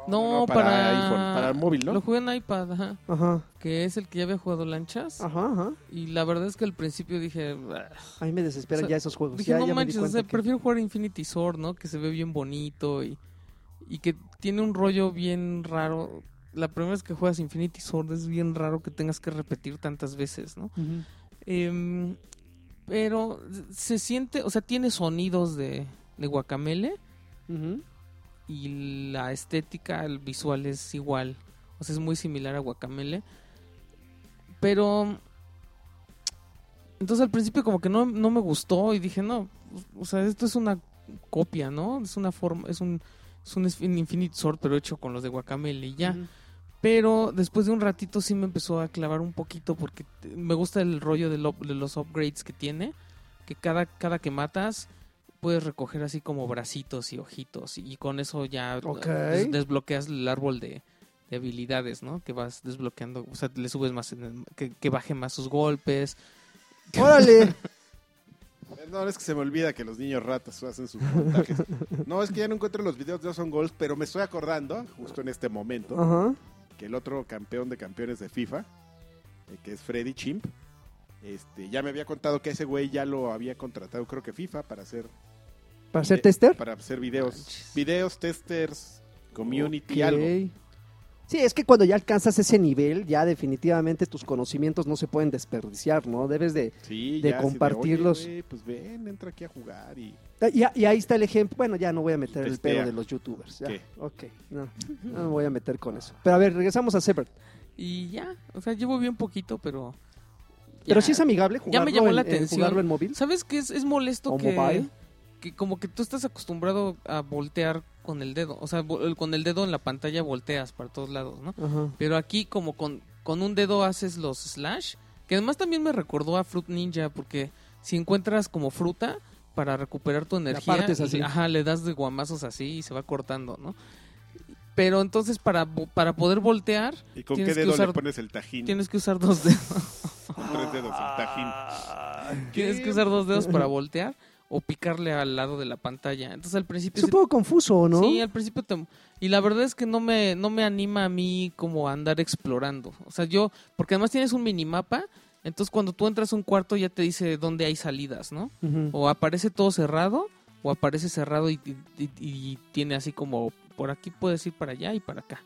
S3: No,
S1: para,
S3: para-
S1: iPhone, para móvil, ¿no?
S3: Lo jugué en iPad, ajá.
S2: Ajá,
S3: Que es el que ya había jugado lanchas.
S2: ajá, ajá.
S3: Y la verdad es que al principio dije. "Ah".
S2: A mí me desesperan
S3: O sea,
S2: ya esos juegos.
S3: Dije,
S2: Pues ya,
S3: no
S2: ya me di
S3: manches, o sea,
S2: cuenta que-
S3: prefiero jugar Infinity Sword, ¿no? Que se ve bien bonito y, y que tiene un rollo bien raro. La primera vez que juegas Infinity Sword es bien raro que tengas que repetir tantas veces, ¿no?
S2: Ujú.
S3: Em, pero se siente, o sea, tiene sonidos de, de guacamele
S2: Ujú.
S3: y la estética, el visual es igual. O sea, es muy similar a guacamele. Pero... Entonces al principio como que no, no me gustó y dije, no, o sea, esto es una copia, ¿no? Es una forma, es un, es un Infinite Sword, pero hecho con los de guacamele y ya.
S2: Ujú.
S3: Pero después de un ratito sí me empezó a clavar un poquito porque te- me gusta el rollo del up- de, los upgrades que tiene. Que cada, cada que matas puedes recoger así como bracitos y ojitos. Y con eso ya ah,
S2: Ok.
S3: des- desbloqueas el árbol de, de habilidades, ¿no? Que vas desbloqueando. O sea, le subes más, en el- que, que baje más sus golpes.
S2: ¡Órale!
S1: Perdón, es que se me olvida que los niños ratas hacen sus montajes. No, es que ya no encuentro los videos de Ocean Goals, pero me estoy acordando, justo en este momento,
S2: Ajá.
S1: que el otro campeón de campeones de FIFA, eh, que es Freddy Chimp, este, ya me había contado que ese güey ya lo había contratado, creo que FIFA, para hacer,
S2: ¿Para ser
S1: Eh,
S2: tester?
S1: para hacer videos.
S3: Manches.
S1: Videos, testers, community,
S2: Ok.
S1: algo.
S2: Sí, es que cuando ya alcanzas ese nivel, ya definitivamente tus conocimientos no se pueden desperdiciar, ¿no? Debes de
S1: Sí,
S2: De
S1: ya así "Oye,
S2: compartirlos.
S1: güey, pues ven, entra aquí a jugar y...
S2: Y, y ahí está el ejemplo. Bueno, ya no voy a meter el
S1: Testea.
S2: pedo de los youtubers. Ya.
S1: ¿Qué?
S2: Ok, no, no me voy a meter con eso. Pero a ver, regresamos a Sever.
S3: Y ya, o sea, llevo bien poquito, pero...
S2: Pero
S3: ya.
S2: sí es amigable
S3: Ya
S2: jugarlo,
S3: me llamó
S2: en,
S3: la
S2: en
S3: atención.
S2: jugarlo en móvil.
S3: ¿Sabes qué? Es, es molesto
S2: O
S3: que,
S2: mobile.
S3: que como que tú estás acostumbrado a voltear con el dedo. O sea, vo- el- con el dedo en la pantalla volteas para todos lados, ¿no?
S2: Ajá.
S3: Pero aquí como con, con un dedo haces los slash Que además también me recordó a Fruit Ninja, porque si encuentras como fruta para recuperar tu energía,
S2: partes así.
S3: y- ajá, le das de guamazos así y se va cortando, ¿no? Pero entonces para, vo- para poder voltear,
S1: ¿Y con qué
S3: Tienes que
S1: dedo le
S3: usar-
S1: pones el tajín?
S3: tienes Ah. que usar dos dedos.
S1: Con tres dedos, el tajín.
S3: tienes que usar dos dedos para voltear o picarle al lado de la pantalla. Entonces al principio
S2: Es
S3: sí
S2: un poco confuso, ¿no?
S3: Sí, al principio te- Y la verdad es que no me, no me anima a mí como a andar explorando. O sea, yo... Porque además tienes un minimapa, entonces cuando tú entras a un cuarto ya te dice dónde hay salidas, ¿no?
S2: Ujú.
S3: O aparece todo cerrado, o aparece cerrado y, y- y- y tiene así como... Por aquí puedes ir para allá y para acá.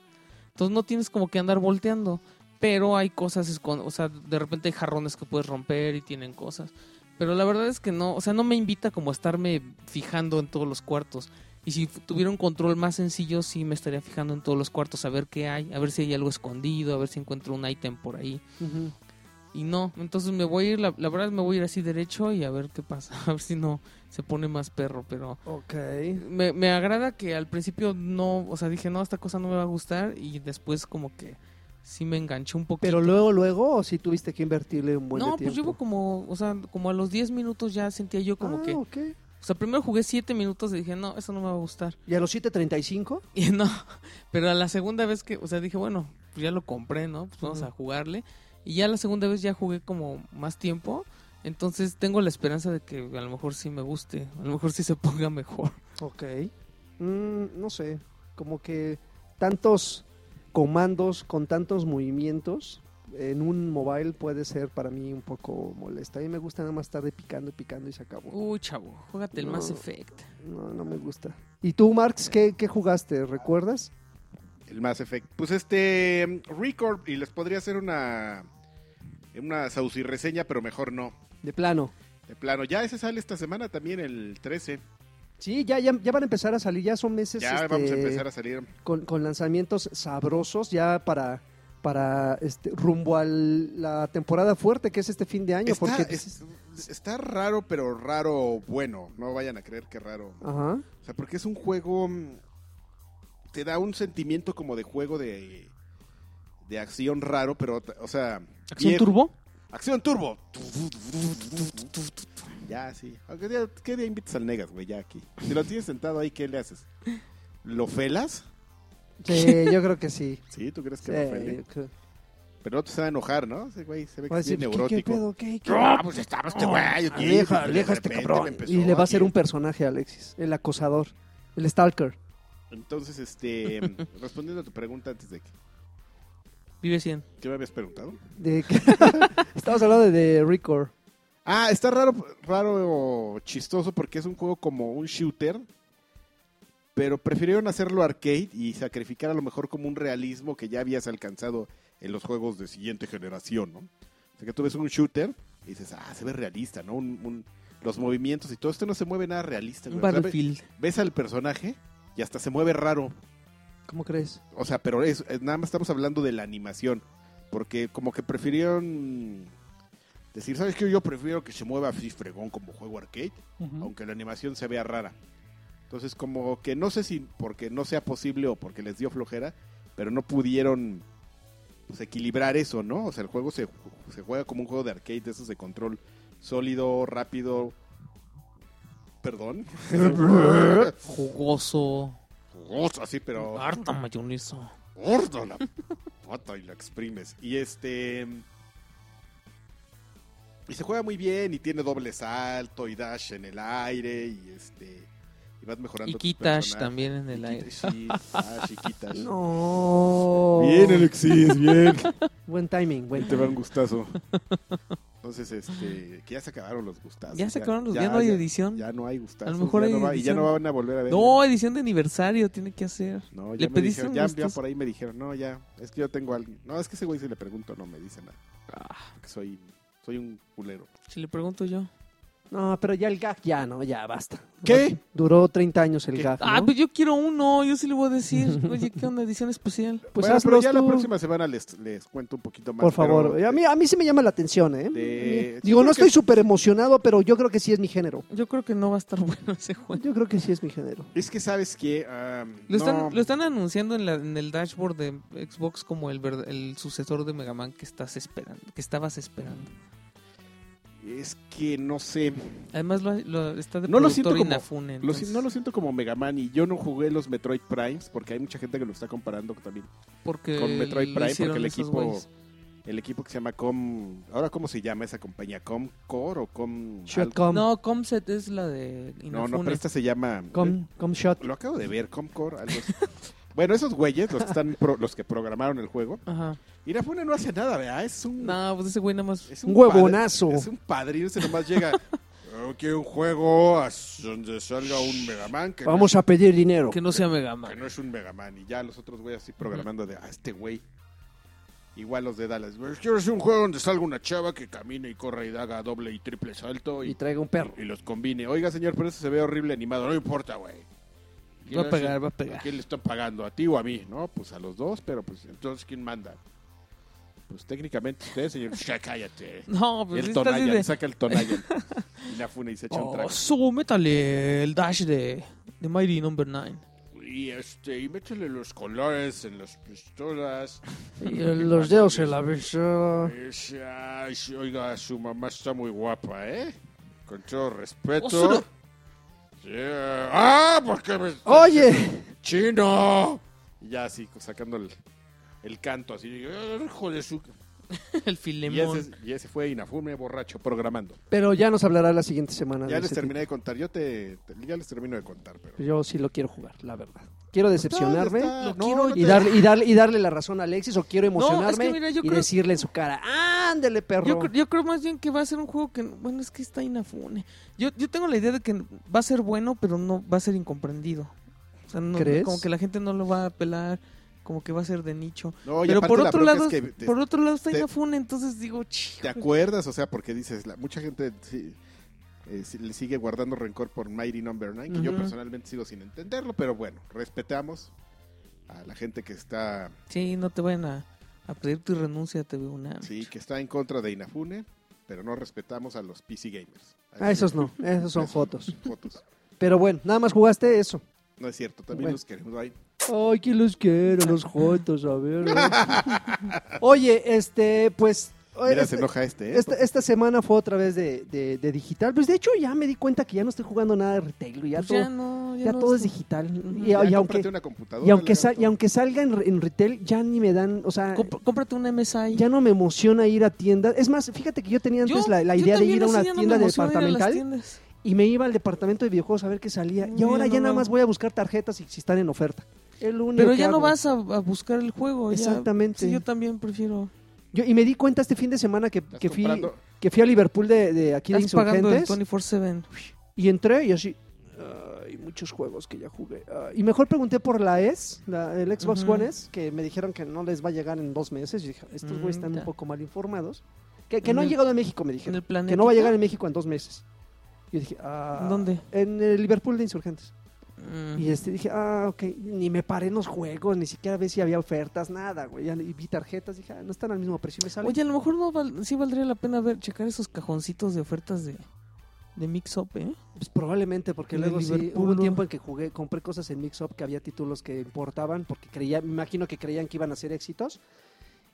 S3: Entonces no tienes como que andar volteando. Pero hay cosas... escon- O sea, de repente hay jarrones que puedes romper y tienen cosas. Pero la verdad es que no... O sea, no me invita como a estarme fijando en todos los cuartos. Y si f- tuviera un control más sencillo, sí me estaría fijando en todos los cuartos a ver qué hay, a ver si hay algo escondido, a ver si encuentro un ítem por ahí.
S2: Ujú.
S3: Y no, entonces me voy a ir, la, la verdad me voy a ir así derecho y a ver qué pasa, a ver si no se pone más perro, pero
S2: Ok.
S3: me, me agrada que al principio no, o sea, dije, no, esta cosa no me va a gustar y después como que sí me enganché un poquito.
S2: Pero luego, luego, ¿o sí tuviste que invertirle un buen
S3: no,
S2: de
S3: pues llevo
S2: tiempo?
S3: como, o sea, como a los 10 minutos ya sentía yo como
S2: Ah,
S3: que, o
S2: ok.
S3: sea, primero jugué 7 minutos y dije, no, eso no me va a gustar.
S2: ¿Y a los 7.35?
S3: Y no, pero a la segunda vez que, o sea, dije, bueno, pues ya lo compré, ¿no? Pues vamos a
S2: Ujú.
S3: jugarle. Y ya la segunda vez ya jugué como más tiempo. Entonces tengo la esperanza de que a lo mejor sí me guste, a lo mejor sí se ponga mejor.
S2: Ok. Mm, no sé. Como que tantos comandos con tantos movimientos en un mobile puede ser para mí un poco molesta. A mí me gusta nada más estar de picando y picando y se acabó.
S3: Uy, chavo, júgate el
S2: No.
S3: Mass Effect.
S2: No, no me gusta. ¿Y tú, Marx, qué, qué jugaste? ¿Recuerdas?
S1: El Mass Effect. Pues este Record y les podría hacer una una reseña, pero mejor no.
S2: De plano.
S1: De plano, ya ese sale esta semana también el 13.
S2: Sí, ya, ya, ya van a empezar a salir, ya son meses
S1: Ya
S2: este,
S1: vamos a empezar a salir.
S2: con, con lanzamientos sabrosos ya para, para este, rumbo a la temporada fuerte que es este fin de año.
S1: Está,
S2: porque, pues,
S1: es- está raro, pero raro bueno. No vayan a creer que raro.
S2: Ajá.
S1: O sea, porque es un juego. mm, Te da un sentimiento como de juego de. de acción raro, pero. O sea.
S3: ¿Acción
S1: viejo.
S3: Turbo?
S1: Acción turbo. Ya, sí. Aunque día- ¿Qué día invitas al Negas, güey? Ya aquí. Si lo tienes sentado ahí, ¿qué le haces? ¿Lo felas?
S2: Sí, yo creo que sí.
S1: Sí, ¿tú crees que
S2: Sí,
S1: lo fele?
S2: yo creo.
S1: Pero no te se va a enojar, ¿no? Ese güey se ve que
S2: Va a
S1: es bien
S2: decir, ¿qué- ¿qué,
S1: neurótico.
S2: pedo? ¿Qué- qué?
S1: No, pues estaba este güey aquí.
S2: Aleja,
S1: de
S2: aleja este
S1: repente me
S2: cabrón.
S1: empezó
S2: Y le va a ser
S1: aquí.
S2: un personaje, Alexis. El acosador. El stalker.
S1: Entonces, este, respondiendo a tu pregunta antes de que...
S3: Vive 100.
S1: ¿Qué me habías preguntado?
S2: De que- Estamos hablando de, de Record.
S1: Ah, está raro, raro o chistoso porque es un juego como un shooter, pero prefirieron hacerlo arcade y sacrificar a lo mejor como un realismo que ya habías alcanzado en los juegos de siguiente generación, ¿no? O sea, que tú ves un shooter y dices, ah, se ve realista, ¿no? Un- un- los movimientos y todo esto no se mueve nada realista.
S3: Un
S1: güey. O sea, ve-
S3: Battlefield.
S1: ves al personaje y hasta se mueve raro.
S2: ¿Cómo crees?
S1: O sea, pero es, es- nada más estamos hablando de la animación. Porque como que prefirieron decir, ¿sabes qué? Yo prefiero que se mueva así fregón como juego arcade, aunque la animación se vea rara. Entonces como que no sé si porque no sea posible o porque les dio flojera, pero no pudieron pues, equilibrar eso, ¿no? O sea, el juego se, se juega como un juego de arcade, de esos de control sólido, rápido. Perdón.
S3: Jugoso.
S1: Jugoso, así, pero...
S3: Harta mayonesa.
S1: gordo la pata y la exprimes. Y este. Y se juega muy bien y tiene doble salto y dash en el aire y este. Y vas mejorando.
S3: Y
S1: tus
S3: Kitash
S1: personajes.
S3: también en el
S1: Y
S3: aire.
S1: Kitash, sí, dash y Kitash.
S2: No.
S1: Bien, Alexis, bien.
S2: Buen timing, buen
S1: Ahí te va un
S2: timing.
S1: gustazo. Entonces, este. Que ya se acabaron los gustazos.
S3: Ya se acabaron los- ya no hay edición.
S1: Ya no hay gustazos.
S3: A lo mejor
S1: ya
S3: hay
S1: no va- y ya no
S3: edición.
S1: van a volver a ver.
S3: No, edición de aniversario tiene que hacer.
S1: No, ya
S3: ¿Le
S1: me
S3: pediste
S1: dijeron,
S3: un
S1: ya, ya
S3: gustazo?
S1: por ahí me dijeron, no, ya, es que yo tengo a alguien. No, es que ese güey si le pregunto no me dice nada.
S3: Ah.
S1: Porque soy, soy un culero.
S3: Si le pregunto yo.
S2: No, pero ya el gag, ya no, ya basta.
S1: ¿Qué?
S2: Duró 30 años el
S1: ¿Qué?
S2: gag.
S3: Ah,
S2: ¿no?
S3: pues yo quiero uno, yo sí le voy a decir. Oye, ¿qué onda? Edición especial.
S2: Pues
S1: bueno, pero
S2: hazlos
S1: ya la
S2: tú,
S1: próxima semana les, les cuento un poquito más.
S2: Por favor,
S1: pero-
S2: a, mí, a mí sí me llama la atención, ¿eh?
S1: De- sí,
S2: Digo, no
S1: porque-
S2: estoy súper emocionado, pero yo creo que sí es mi género.
S3: Yo creo que no va a estar bueno ese juego.
S2: Yo creo que sí es mi género.
S1: Es que sabes que... ah,
S3: Lo están,
S1: no,
S3: lo están anunciando en, la- en el dashboard de Xbox como el, verd- el sucesor de Mega Man que estás esperando, que estabas esperando.
S1: Es que no sé.
S3: Además lo, lo- está de
S1: No lo
S3: productor
S1: siento como-
S3: Inafune,
S1: Lo si-
S3: entonces,
S1: no lo siento como Mega Man y yo no jugué los Metroid Primes porque hay mucha gente que lo está comparando también
S3: porque
S1: con Metroid
S3: lo
S1: Prime
S3: hicieron
S1: porque el
S3: esos
S1: equipo
S3: güeyes.
S1: el equipo que se llama Com ahora cómo se llama esa compañía Comcore o Com algo?
S2: Shotcom.
S3: No, Comset es la de Inafune.
S1: no no pero esta se llama
S2: Com, com shot.
S1: lo acabo de ver Comcore algo así. bueno esos güeyes los que están pro- los que programaron el juego
S3: Ajá.
S1: Irafune no hace nada ¿verdad? es un
S3: No, pues ese güey nada más.
S1: es
S2: Un
S1: padre-
S2: huevonazo.
S1: es un padrino se nomás llega "Oh, quiero un juego a- donde salga un Mega Man que no
S2: Vamos a pedir dinero.
S3: Que no sea Mega
S1: que
S3: Man.
S1: no es un Mega Man. Y ya los otros güeyes así programando de, ah, este güey. Igual los de Dallas. güey, Quiero hacer un juego donde salga una chava que camina y corra y haga doble y triple salto
S2: Y
S1: y,
S2: traiga un perro.
S1: y los combine. Oiga, señor, pero eso se ve horrible animado. No importa, güey. ¿Quién
S3: Va a
S1: hace-
S3: pegar, va a
S1: ¿A
S3: pegar.
S1: quién le están pagando? ¿A ti o a mí? No, pues a los dos, pero pues entonces, ¿quién manda? Pues técnicamente usted, señor. "Ya cállate.
S3: No,
S1: Y
S3: pues
S1: el
S3: sí está así
S1: Tonayan,
S3: de.
S1: saca el Tonayan. y la funa y se echa un
S3: Oh,
S1: trago.
S3: so, métale el dash de, de Mighty Number 9.
S1: Y este, y métele los colores en las pistolas.
S2: los dedos en la mesa.
S1: Es, ay, sí, oiga, su mamá está muy guapa, ¿eh? Con todo respeto.
S3: Osuna.
S1: Sí, ¡Ah! ¿Por qué me...
S2: Oye,
S1: ¡Chino! Y ya así, sacando el, el canto, así. ¡Hijo de su...
S3: el
S1: Y
S3: filemón.
S1: ese, y ese fue Inafume, borracho, programando.
S2: pero ya nos hablará la siguiente semana.
S1: Ya
S2: de
S1: les
S2: ese
S1: terminé de contar. Yo te, te- Ya les termino de contar, pero...
S2: tipo. Yo sí lo quiero jugar, la verdad. Quiero decepcionarme
S1: Ah, Está- está-
S3: Lo quiero
S1: no
S2: y
S1: te-
S2: darle, y, darle, y darle la razón a Alexis o quiero
S3: No, es que
S2: emocionarme
S3: mira, yo
S2: y
S3: creo-
S2: decirle en su cara, ándele perro.
S3: Yo, cre- yo creo más bien que va a ser un juego que... Bueno, es que está Inafune. Yo, yo tengo la idea de que va a ser bueno, pero no va a ser incomprendido. O sea, no-
S2: ¿Crees?
S3: como que la gente no lo va a apelar, como que va a ser de nicho.
S1: No, y
S3: pero
S1: aparte
S3: por
S1: la
S3: otro,
S1: bronca
S3: lado,
S1: es que te-
S3: por otro lado está
S1: te-
S3: Inafune, entonces digo... "Chi,
S1: ¿Te acuerdas? O sea, porque dices, la, mucha gente sí, eh, sí- le sigue guardando rencor por Mighty Number 9, que yo
S3: Ujú.
S1: personalmente sigo sin entenderlo, pero bueno, respetamos a la gente que está
S3: Sí, no te vayan a, a pedir tu renuncia, te veo una... Pues
S1: sí, que está en contra de Inafune, pero no respetamos a los PC gamers.
S2: Ah, esos no, esos son
S1: Esos
S2: fotos.
S1: Fotos.
S2: Pero bueno, nada más jugaste eso.
S1: No es cierto, también
S2: Bueno.
S1: los queremos. Ay,
S2: Ay, que los quiero, los jotos, a ver. ¿eh? Oye, este, pues.
S1: mira,
S2: este-
S1: se enoja este, ¿eh?
S2: esta, esta semana fue otra vez de, de- de digital. Pues de hecho ya me di cuenta que ya no estoy jugando nada de retail. Ya
S3: Pues
S2: todo,
S3: ya no, ya
S2: ya
S3: no
S2: todo es
S3: esto-
S2: digital.
S3: Ujú.
S2: Y,
S1: Ya cómprate
S2: y aunque,
S1: una computadora.
S2: y, aunque
S1: Leonardo.
S2: sa- y aunque salga en, re- en retail, ya ni me dan. O sea,
S3: Compr- cómprate una MSI.
S2: ya no me emociona ir a tiendas. Es más, fíjate que yo tenía antes la, la
S3: yo
S2: idea de
S3: también
S2: ir a
S3: así
S2: una
S3: ya no me
S2: tienda
S3: emociona ir a las
S2: departamental
S3: tiendas.
S2: y me iba al departamento de videojuegos a ver qué salía.
S3: No,
S2: Y ahora
S3: ya
S2: ya
S3: no
S2: nada
S3: veo.
S2: más voy a buscar tarjetas y si están en oferta. Es lo único
S3: Pero
S2: que
S3: ya no
S2: hago.
S3: vas a, a buscar el juego. ya-
S2: Exactamente.
S3: sí, yo también prefiero.
S2: Yo- y me di cuenta este fin de semana que,
S1: Estás
S2: que, fui,
S1: comprando-
S2: que fui a Liverpool de, de aquí de
S3: Estás pagando el
S2: Insurgentes.
S3: 24-7.
S2: Y entré y así. Hay muchos juegos que ya jugué. Ay, y mejor pregunté por la E S, la, el Xbox
S3: Ujú.
S2: One E S, que me dijeron que no les va a llegar en dos meses. Y dije, estos güeyes están un
S3: Mm-ta.
S2: poco mal informados. Que, que
S3: Mm, En
S2: no han
S3: el-
S2: llegado a México, me
S3: En
S2: dijeron.
S3: el planeta.
S2: Que no va a llegar en México en dos meses. Yo dije, ah.
S3: ¿Dónde?
S2: En el Liverpool de Insurgentes.
S3: Mm.
S2: Y este dije, ah, ok. Ni me paré en los juegos, ni siquiera vi si había ofertas, nada, güey. Ya- Y vi tarjetas, dije, ah, no están al mismo precio. y Me sale.
S3: Oye, a lo mejor no val- sí valdría la pena ver, checar esos cajoncitos de ofertas de, de Mix Up, ¿eh?
S2: Pues probablemente, porque
S3: El de
S2: luego sí,
S3: Liverpool,
S2: hubo un
S3: ¿no?
S2: tiempo en que jugué, compré cosas en Mix Up que había títulos que importaban, porque creía, me imagino que creían que iban a ser éxitos.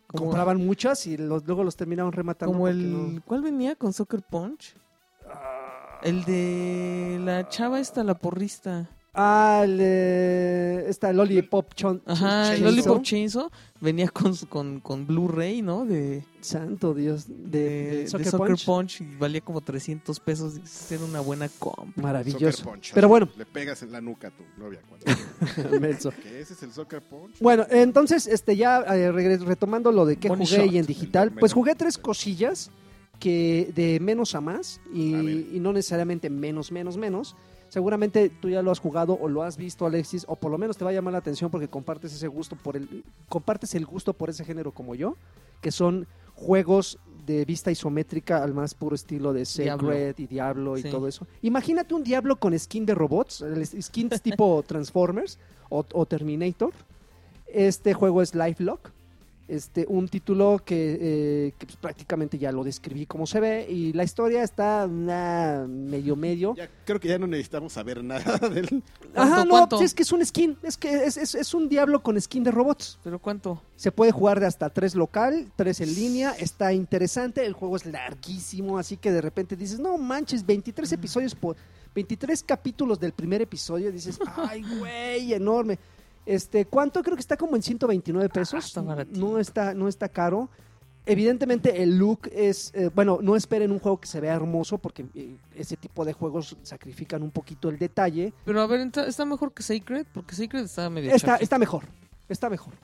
S3: Como-
S2: Compraban muchas y los- luego los terminaban rematando.
S3: Como
S2: porque
S3: el.
S2: no-
S3: ¿Cuál venía con Soccer Punch? El de la chava esta, la porrista.
S2: Ah, el, eh, esta Lollipop Chon.
S3: Ajá, el
S2: Chainsaw.
S3: Lollipop Chainsaw venía con, su- con, con Blu-ray, ¿no? De,
S2: Santo Dios, de,
S3: de,
S2: de
S3: de
S2: Soccer
S3: Soccer
S2: Punch.
S3: Punch. y valía como 300 pesos. Dices, Era una buena comp.
S1: Soccer
S2: Maravilloso.
S1: punch,
S2: Pero
S1: así,
S2: bueno,
S1: Le pegas en la nuca a tu novia. Cuando...
S2: menso.
S1: que ese es el soccer punch.
S2: Bueno, entonces, este, ya eh, regres- retomando lo de que
S3: Money
S2: jugué
S3: shot,
S2: y en
S1: el
S2: digital,
S1: de
S2: pues
S1: menos.
S2: jugué tres cosillas que de menos a más y,
S1: A ver.
S2: y no necesariamente menos, menos, menos. Seguramente tú ya lo has jugado o lo has visto, Alexis, o por lo menos te va a llamar la atención porque compartes ese gusto por el, compartes el gusto por ese género como yo, que son juegos de vista isométrica al más puro estilo de Secret
S3: Diablo.
S2: y Diablo y
S3: Sí.
S2: todo eso. Imagínate un Diablo con skin de robots, el skin tipo Transformers o, o Terminator. Este juego es Lifelock. Este, un título que, eh, que, pues, prácticamente ya lo describí como se ve y la historia está nah, medio medio.
S1: Ya, creo que ya no necesitamos saber nada del...
S3: ¿Cuánto,
S2: Ajá, no,
S3: cuánto?
S2: pues, es que es un skin, es que es, es- es un diablo con skin de robots.
S3: ¿Pero cuánto?
S2: Se puede jugar de hasta tres local, tres en línea, está interesante, el juego es larguísimo, así que de repente dices, no manches, 23 episodios por 23 capítulos del primer episodio, dices, ay güey, enorme. Este, ¿cuánto? Creo que está como en 129 pesos.
S3: Ah, está baratito.
S2: no está, no está caro. Evidentemente el look es, eh, bueno, no esperen un juego que se vea hermoso porque eh, ese tipo de juegos sacrifican un poquito el detalle.
S3: Pero a ver, ¿está, está mejor que Sacred? Porque Sacred está medio
S2: Está,
S3: chafa.
S2: está mejor, está mejor.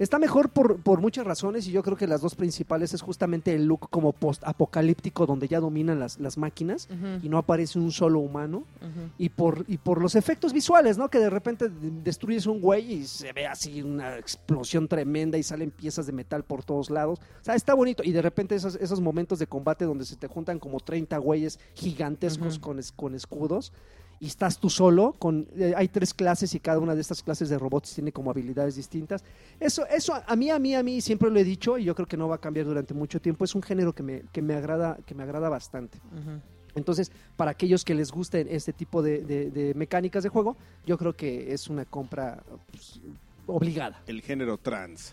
S2: Está mejor por, por muchas razones y yo creo que las dos principales es justamente el look como post-apocalíptico donde ya dominan las, las máquinas
S3: Ujú,
S2: y no aparece un solo humano
S3: ujú.
S2: y por, y por los efectos visuales, ¿no? Que de repente de- destruyes un güey y se ve así una explosión tremenda y salen piezas de metal por todos lados. O sea, está bonito. Y de repente esos, esos momentos de combate donde se te juntan como 30 güeyes gigantescos
S3: Ujú.
S2: con, es- con escudos y estás tú solo. Con, eh, hay tres clases y cada una de estas clases de robots tiene como habilidades distintas. Eso, eso a mí, a mí, a mí, siempre lo he dicho y yo creo que no va a cambiar durante mucho tiempo. Es un género que me, que me, agrada, que me agrada bastante.
S3: Ujú.
S2: Entonces, para aquellos que les gusten este tipo de, de- de mecánicas de juego, yo creo que es una compra pues, obligada.
S1: El género trans.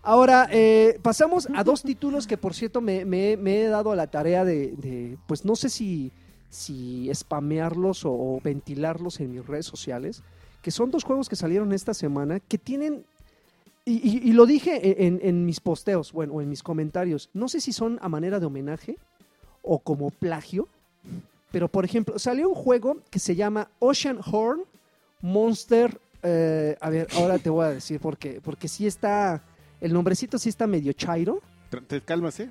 S2: Ahora, eh, pasamos a dos títulos que, por cierto, me, me- me he dado a la tarea de, de, pues no sé si, si spamearlos o, o ventilarlos en mis redes sociales, que son dos juegos que salieron esta semana que tienen... Y, y- y lo dije en, en mis posteos, bueno, o en mis comentarios. No sé si son a manera de homenaje o como plagio, pero por ejemplo, salió un juego que se llama Ocean Horn Monster. eh, a ver, ahora te voy a decir porque, porque sí está. El nombrecito sí está medio chairo.
S1: Tra- Te calmas, ¿eh?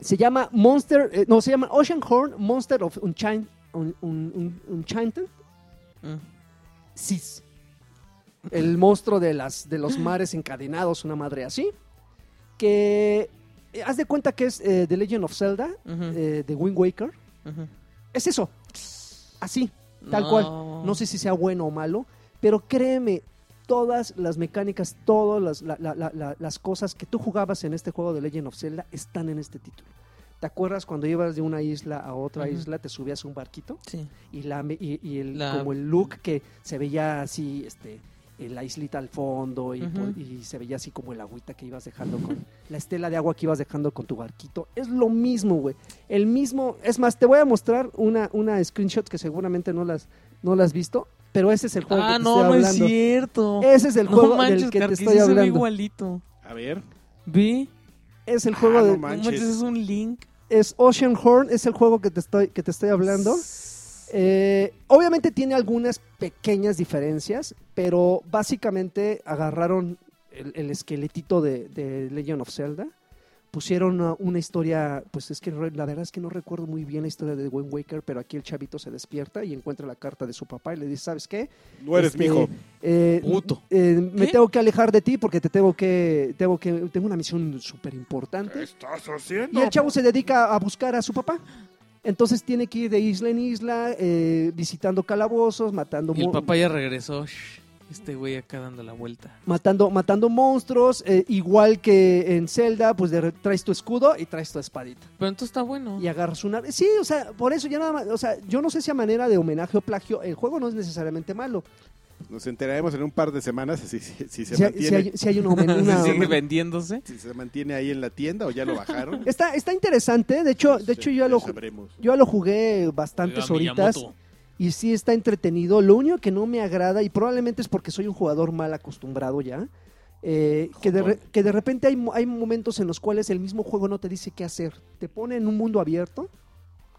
S2: Se llama Monster. eh, no, se llama Ocean Horn Monster of Unchan- Un- Un- Un- Enchanted Eh,
S3: Mm.
S2: Seas. El monstruo de, las, de los mares encadenados, una madre así. Que. eh, haz de cuenta que es eh, The Legend of Zelda,
S3: Ujú,
S2: eh, de Wind Waker.
S3: ujú.
S2: Es eso. Así. tal cual. No sé si sea bueno o malo, pero créeme, todas las mecánicas, todas las, la- la- la- la- las cosas que tú jugabas en este juego de Legend of Zelda están en este título. ¿Te acuerdas cuando ibas de una isla a otra
S3: Ujú.
S2: isla, te subías a un barquito
S3: Sí.
S2: y, la, me- y, y el,
S3: La-
S2: como el look que se veía así, este, en la islita al fondo y,
S3: Ujú.
S2: po- y se veía así como el agüita que ibas dejando con la estela de agua que ibas dejando con tu barquito. Es lo mismo, güey. El mismo. Es más, te voy a mostrar una, una screenshot que seguramente no las, no las has visto, pero ese es el juego
S3: Ah,
S2: que te
S3: no, no
S2: estoy
S3: es
S2: hablando.
S3: cierto.
S2: ese es el
S3: no
S2: juego
S3: manches,
S2: del que te
S3: Carqui,
S2: estoy
S3: sí se ve
S2: hablando.
S3: igualito.
S1: A ver.
S3: Vi.
S2: Es el
S1: Ah,
S2: juego
S1: no
S2: de,
S1: mames.
S3: No
S1: Manches.
S3: manches, es un link.
S2: es Ocean Horn, es el juego que te estoy, que te estoy hablando. Eh, obviamente tiene algunas pequeñas diferencias, pero básicamente agarraron el, el esqueletito de, de Legend of Zelda, pusieron una, una historia, pues es que re- la verdad es que no recuerdo muy bien la historia de Wind Waker, pero aquí el chavito se despierta y encuentra la carta de su papá y le dice, ¿sabes qué?
S1: No eres
S2: Este,
S1: mi hijo.
S2: eh,
S3: Puto.
S2: eh, me
S3: ¿Qué?
S2: tengo que alejar de ti porque te tengo que, tengo que, tengo una misión súper importante.
S1: estás
S2: Y
S1: haciendo?
S2: el chavo se dedica a buscar a su papá. Entonces tiene que ir de isla en isla, eh, visitando calabozos, matando,
S3: Y el
S2: mon-
S3: papá ya regresó. Shh, Este güey acá dando la vuelta.
S2: matando, matando monstruos. eh, igual que en Zelda, pues de re- traes tu escudo y traes tu espadita.
S3: Pero entonces está bueno.
S2: Y agarras una... Sí, o sea, por eso ya nada más... O sea, yo no sé si a manera de homenaje o plagio, el juego no es necesariamente malo.
S1: Nos enteraremos en un par de semanas si, si- si se
S2: Si hay,
S1: mantiene.
S2: si hay- si hay un homenaje...
S3: Se
S2: una-
S3: sigue vendiéndose.
S1: Si se mantiene ahí en la tienda o ya lo bajaron. Este,
S2: Está, está interesante. De hecho, de hecho yo,
S1: ya
S2: lo, ju-
S1: sabremos.
S2: yo lo jugué bastantes
S3: Oiga,
S2: horitas.
S3: Miyamoto.
S2: y sí está entretenido. Lo único que no me agrada, y probablemente es porque soy un jugador mal acostumbrado ya, eh, que, de re- que de repente hay, mo- hay momentos en los cuales el mismo juego no te dice qué hacer. Te pone en un mundo abierto.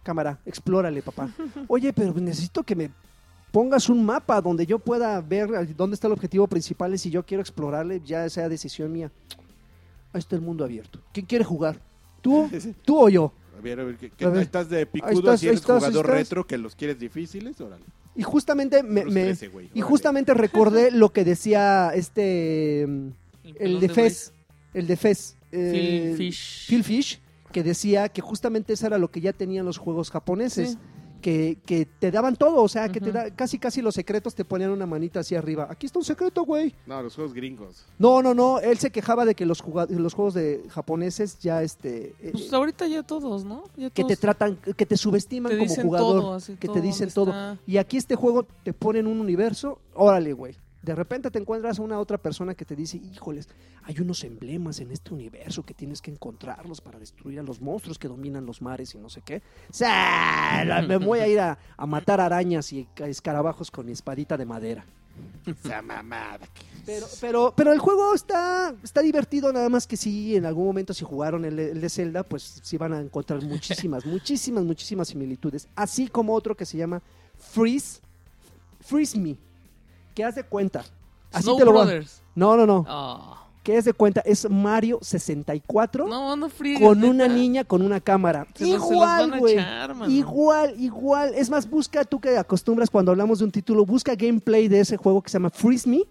S2: Cámara, explórale, papá. Oye, pero necesito que me pongas un mapa donde yo pueda ver al- dónde está el objetivo principal y si yo quiero explorarle, ya sea decisión mía. Ahí está el mundo abierto. ¿Quién quiere jugar? ¿Tú?
S1: Sí, sí.
S2: ¿Tú o yo?
S1: A ver, a ver, ¿qué- qué
S2: A
S1: tal?
S2: ver.
S1: ¿Estás de picudo
S2: Ahí estás,
S1: si
S2: ahí
S1: eres
S2: estás, ahí
S1: jugador
S2: estás.
S1: retro que los quieres difíciles? Órale.
S2: Y justamente me,
S1: Los
S2: me-
S1: 13, güey,
S2: y
S1: órale.
S2: justamente recordé lo que decía este mm,
S3: El
S2: el
S3: pelón
S2: de
S3: de
S2: Fez, el de Fez, eh,
S3: Phil Fish.
S2: Phil Fish, que decía que justamente eso era lo que ya tenían los juegos japoneses. Que, que te daban todo, o sea, que te
S3: Ujú.
S2: da, casi casi los secretos te ponían una manita hacia arriba. Aquí está un secreto, güey.
S1: No, los juegos gringos.
S2: No, no, no. Él se quejaba de que los, juga- los juegos de japoneses ya, este, eh,
S3: Pues ahorita ya todos, ¿no? Ya
S2: que te
S3: todos
S2: tratan, que te subestiman
S3: te
S2: como
S3: dicen
S2: jugador.
S3: todo, así,
S2: que te
S3: todo,
S2: dicen
S3: ¿dónde
S2: todo.
S3: está?
S2: Y aquí este juego te pone en un universo, órale, güey. De repente te encuentras a una otra persona que te dice, híjoles, hay unos emblemas en este universo que tienes que encontrarlos para destruir a los monstruos que dominan los mares y no sé qué. ¡Sa! La- Me voy a ir a, a matar arañas y ca- escarabajos con mi espadita de madera.
S1: Esa mamada.
S2: Pero, pero, pero el juego está, está divertido, nada más que sí, en algún momento si jugaron el, el de Zelda, pues sí van a encontrar muchísimas, muchísimas, muchísimas similitudes. Así como otro que se llama Freeze, Freeze Me, que haz de cuenta. Así
S3: Snow
S2: te lo voy a-
S3: Brothers.
S2: No, no, no,
S3: Ah.
S2: que haz de cuenta, es Mario 64
S3: No, no friegues.
S2: con una
S3: neta.
S2: niña con una cámara.
S3: Se los- se los van
S2: igual,
S3: a
S2: güey.
S3: echar, mano.
S2: Igual, igual. Es más, busca tú que acostumbras cuando hablamos de un título, busca gameplay de ese juego que se llama Freeze Me.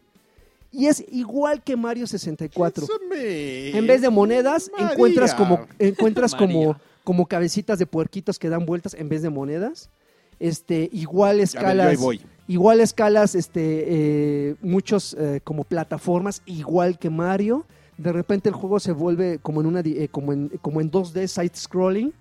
S2: Y es igual que Mario 64. En vez de monedas, encuentras como, encuentras como,
S3: María.
S2: como cabecitas de puerquitos que dan vueltas en vez de monedas. Este, igual
S1: escalas.
S2: escalas.
S1: voy.
S2: Igual escalas, este, eh, muchos eh, como plataformas, igual que Mario. De repente el juego se vuelve como en una, di- eh, como en, como en 2D side scrolling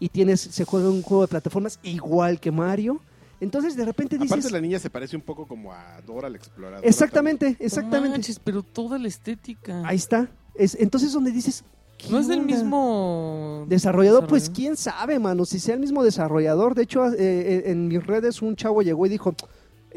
S2: y tienes, se juega un juego de plataformas igual que Mario. Entonces de repente dices,
S1: Aparte la niña se parece un poco como a Dora la exploradora.
S2: exactamente,
S3: No
S2: exactamente,
S3: manches, pero toda la estética.
S2: ahí está. Es, entonces donde dices, ¿qué
S3: no es del
S2: onda?
S3: mismo.
S2: Desarrollador, pues
S3: desarrollador?
S2: quién sabe, mano, si sea el mismo desarrollador. De hecho, eh, eh, en mis redes un chavo llegó y dijo,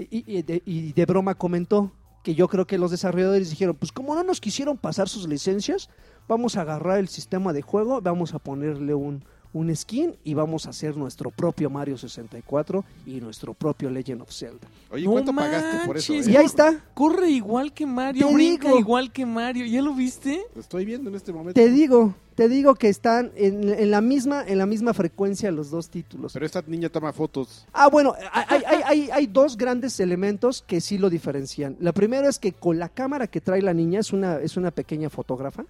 S2: y, y de, y de broma comentó, que yo creo que los desarrolladores dijeron, pues como no nos quisieron pasar sus licencias, vamos a agarrar el sistema de juego, vamos a ponerle un, un skin y vamos a hacer nuestro propio Mario 64 y nuestro propio Legend of Zelda.
S1: Oye,
S3: No
S1: ¿cuánto pagaste por eso?
S3: manches.
S1: eh?
S2: Y ahí está,
S3: Corre igual que Mario,
S2: Te
S3: brinca
S2: digo.
S3: igual que Mario. ¿Ya lo viste?
S1: Lo estoy viendo en este momento.
S2: te digo, te digo que están en, en la, misma, en la misma frecuencia los dos títulos.
S1: Pero esta niña toma fotos.
S2: Ah, bueno, hay, hay- hay- hay dos grandes elementos que sí lo diferencian. La primera es que con la cámara que trae la niña, es una, es una pequeña fotógrafa,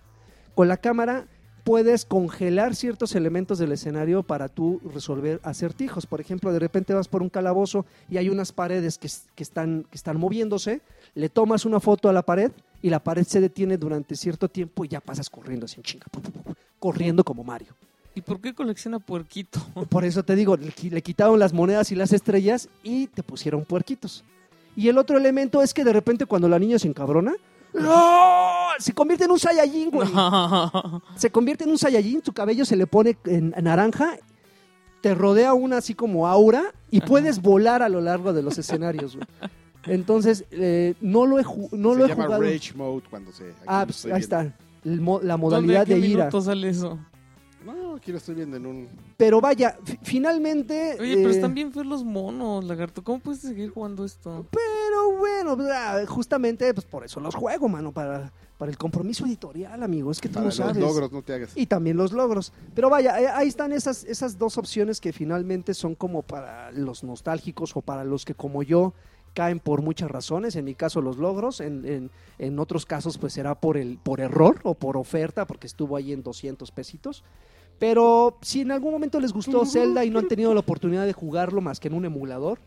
S2: con la cámara puedes congelar ciertos elementos del escenario para tú resolver acertijos. Por ejemplo, de repente vas por un calabozo y hay unas paredes que, es- que están, que están moviéndose, le tomas una foto a la pared y la pared se detiene durante cierto tiempo y ya pasas corriendo así en chinga, pu, pu, pu, pu, corriendo como Mario.
S3: ¿Y por qué colecciona puerquito?
S2: Por eso te digo, le, qui- le quitaron las monedas y las estrellas y te pusieron puerquitos. Y el otro elemento es que de repente cuando la niña se encabrona, ¡no! se convierte en un Saiyajin, güey.
S3: No.
S2: Se convierte en un Saiyajin, tu cabello se le pone en, en naranja, te rodea una así como aura y puedes volar a lo largo de los escenarios, güey. Entonces, eh, no lo he, ju- no
S1: se
S2: lo he
S1: llama
S2: jugado.
S1: Rage Mode cuando se. aquí
S2: ah,
S1: lo
S2: pues,
S1: estoy
S2: ahí
S1: viendo.
S2: está. El mo- la
S3: ¿Dónde, a
S2: modalidad
S3: qué
S2: de ira.
S3: minuto sale eso?
S1: No, aquí lo estoy viendo en un.
S2: Pero vaya, fi- finalmente.
S3: Oye, pero
S2: eh,
S3: están bien feos los monos, lagarto. ¿Cómo puedes seguir jugando esto?
S2: Pero bueno, pues, ah, justamente pues por eso los juego, mano, para, para el compromiso editorial, amigo. Es que tú
S1: Para
S2: no
S1: los
S2: sabes.
S1: logros, no te hagas.
S2: Y también los logros. Pero vaya, eh, ahí están esas, esas dos opciones que finalmente son como para los nostálgicos o para los que como yo caen por muchas razones. En mi caso los logros, en, en- en otros casos pues será por, el, por error o por oferta porque estuvo ahí en 200 pesitos. Pero si en algún momento les gustó Zelda y no han tenido la oportunidad de jugarlo más que en un emulador,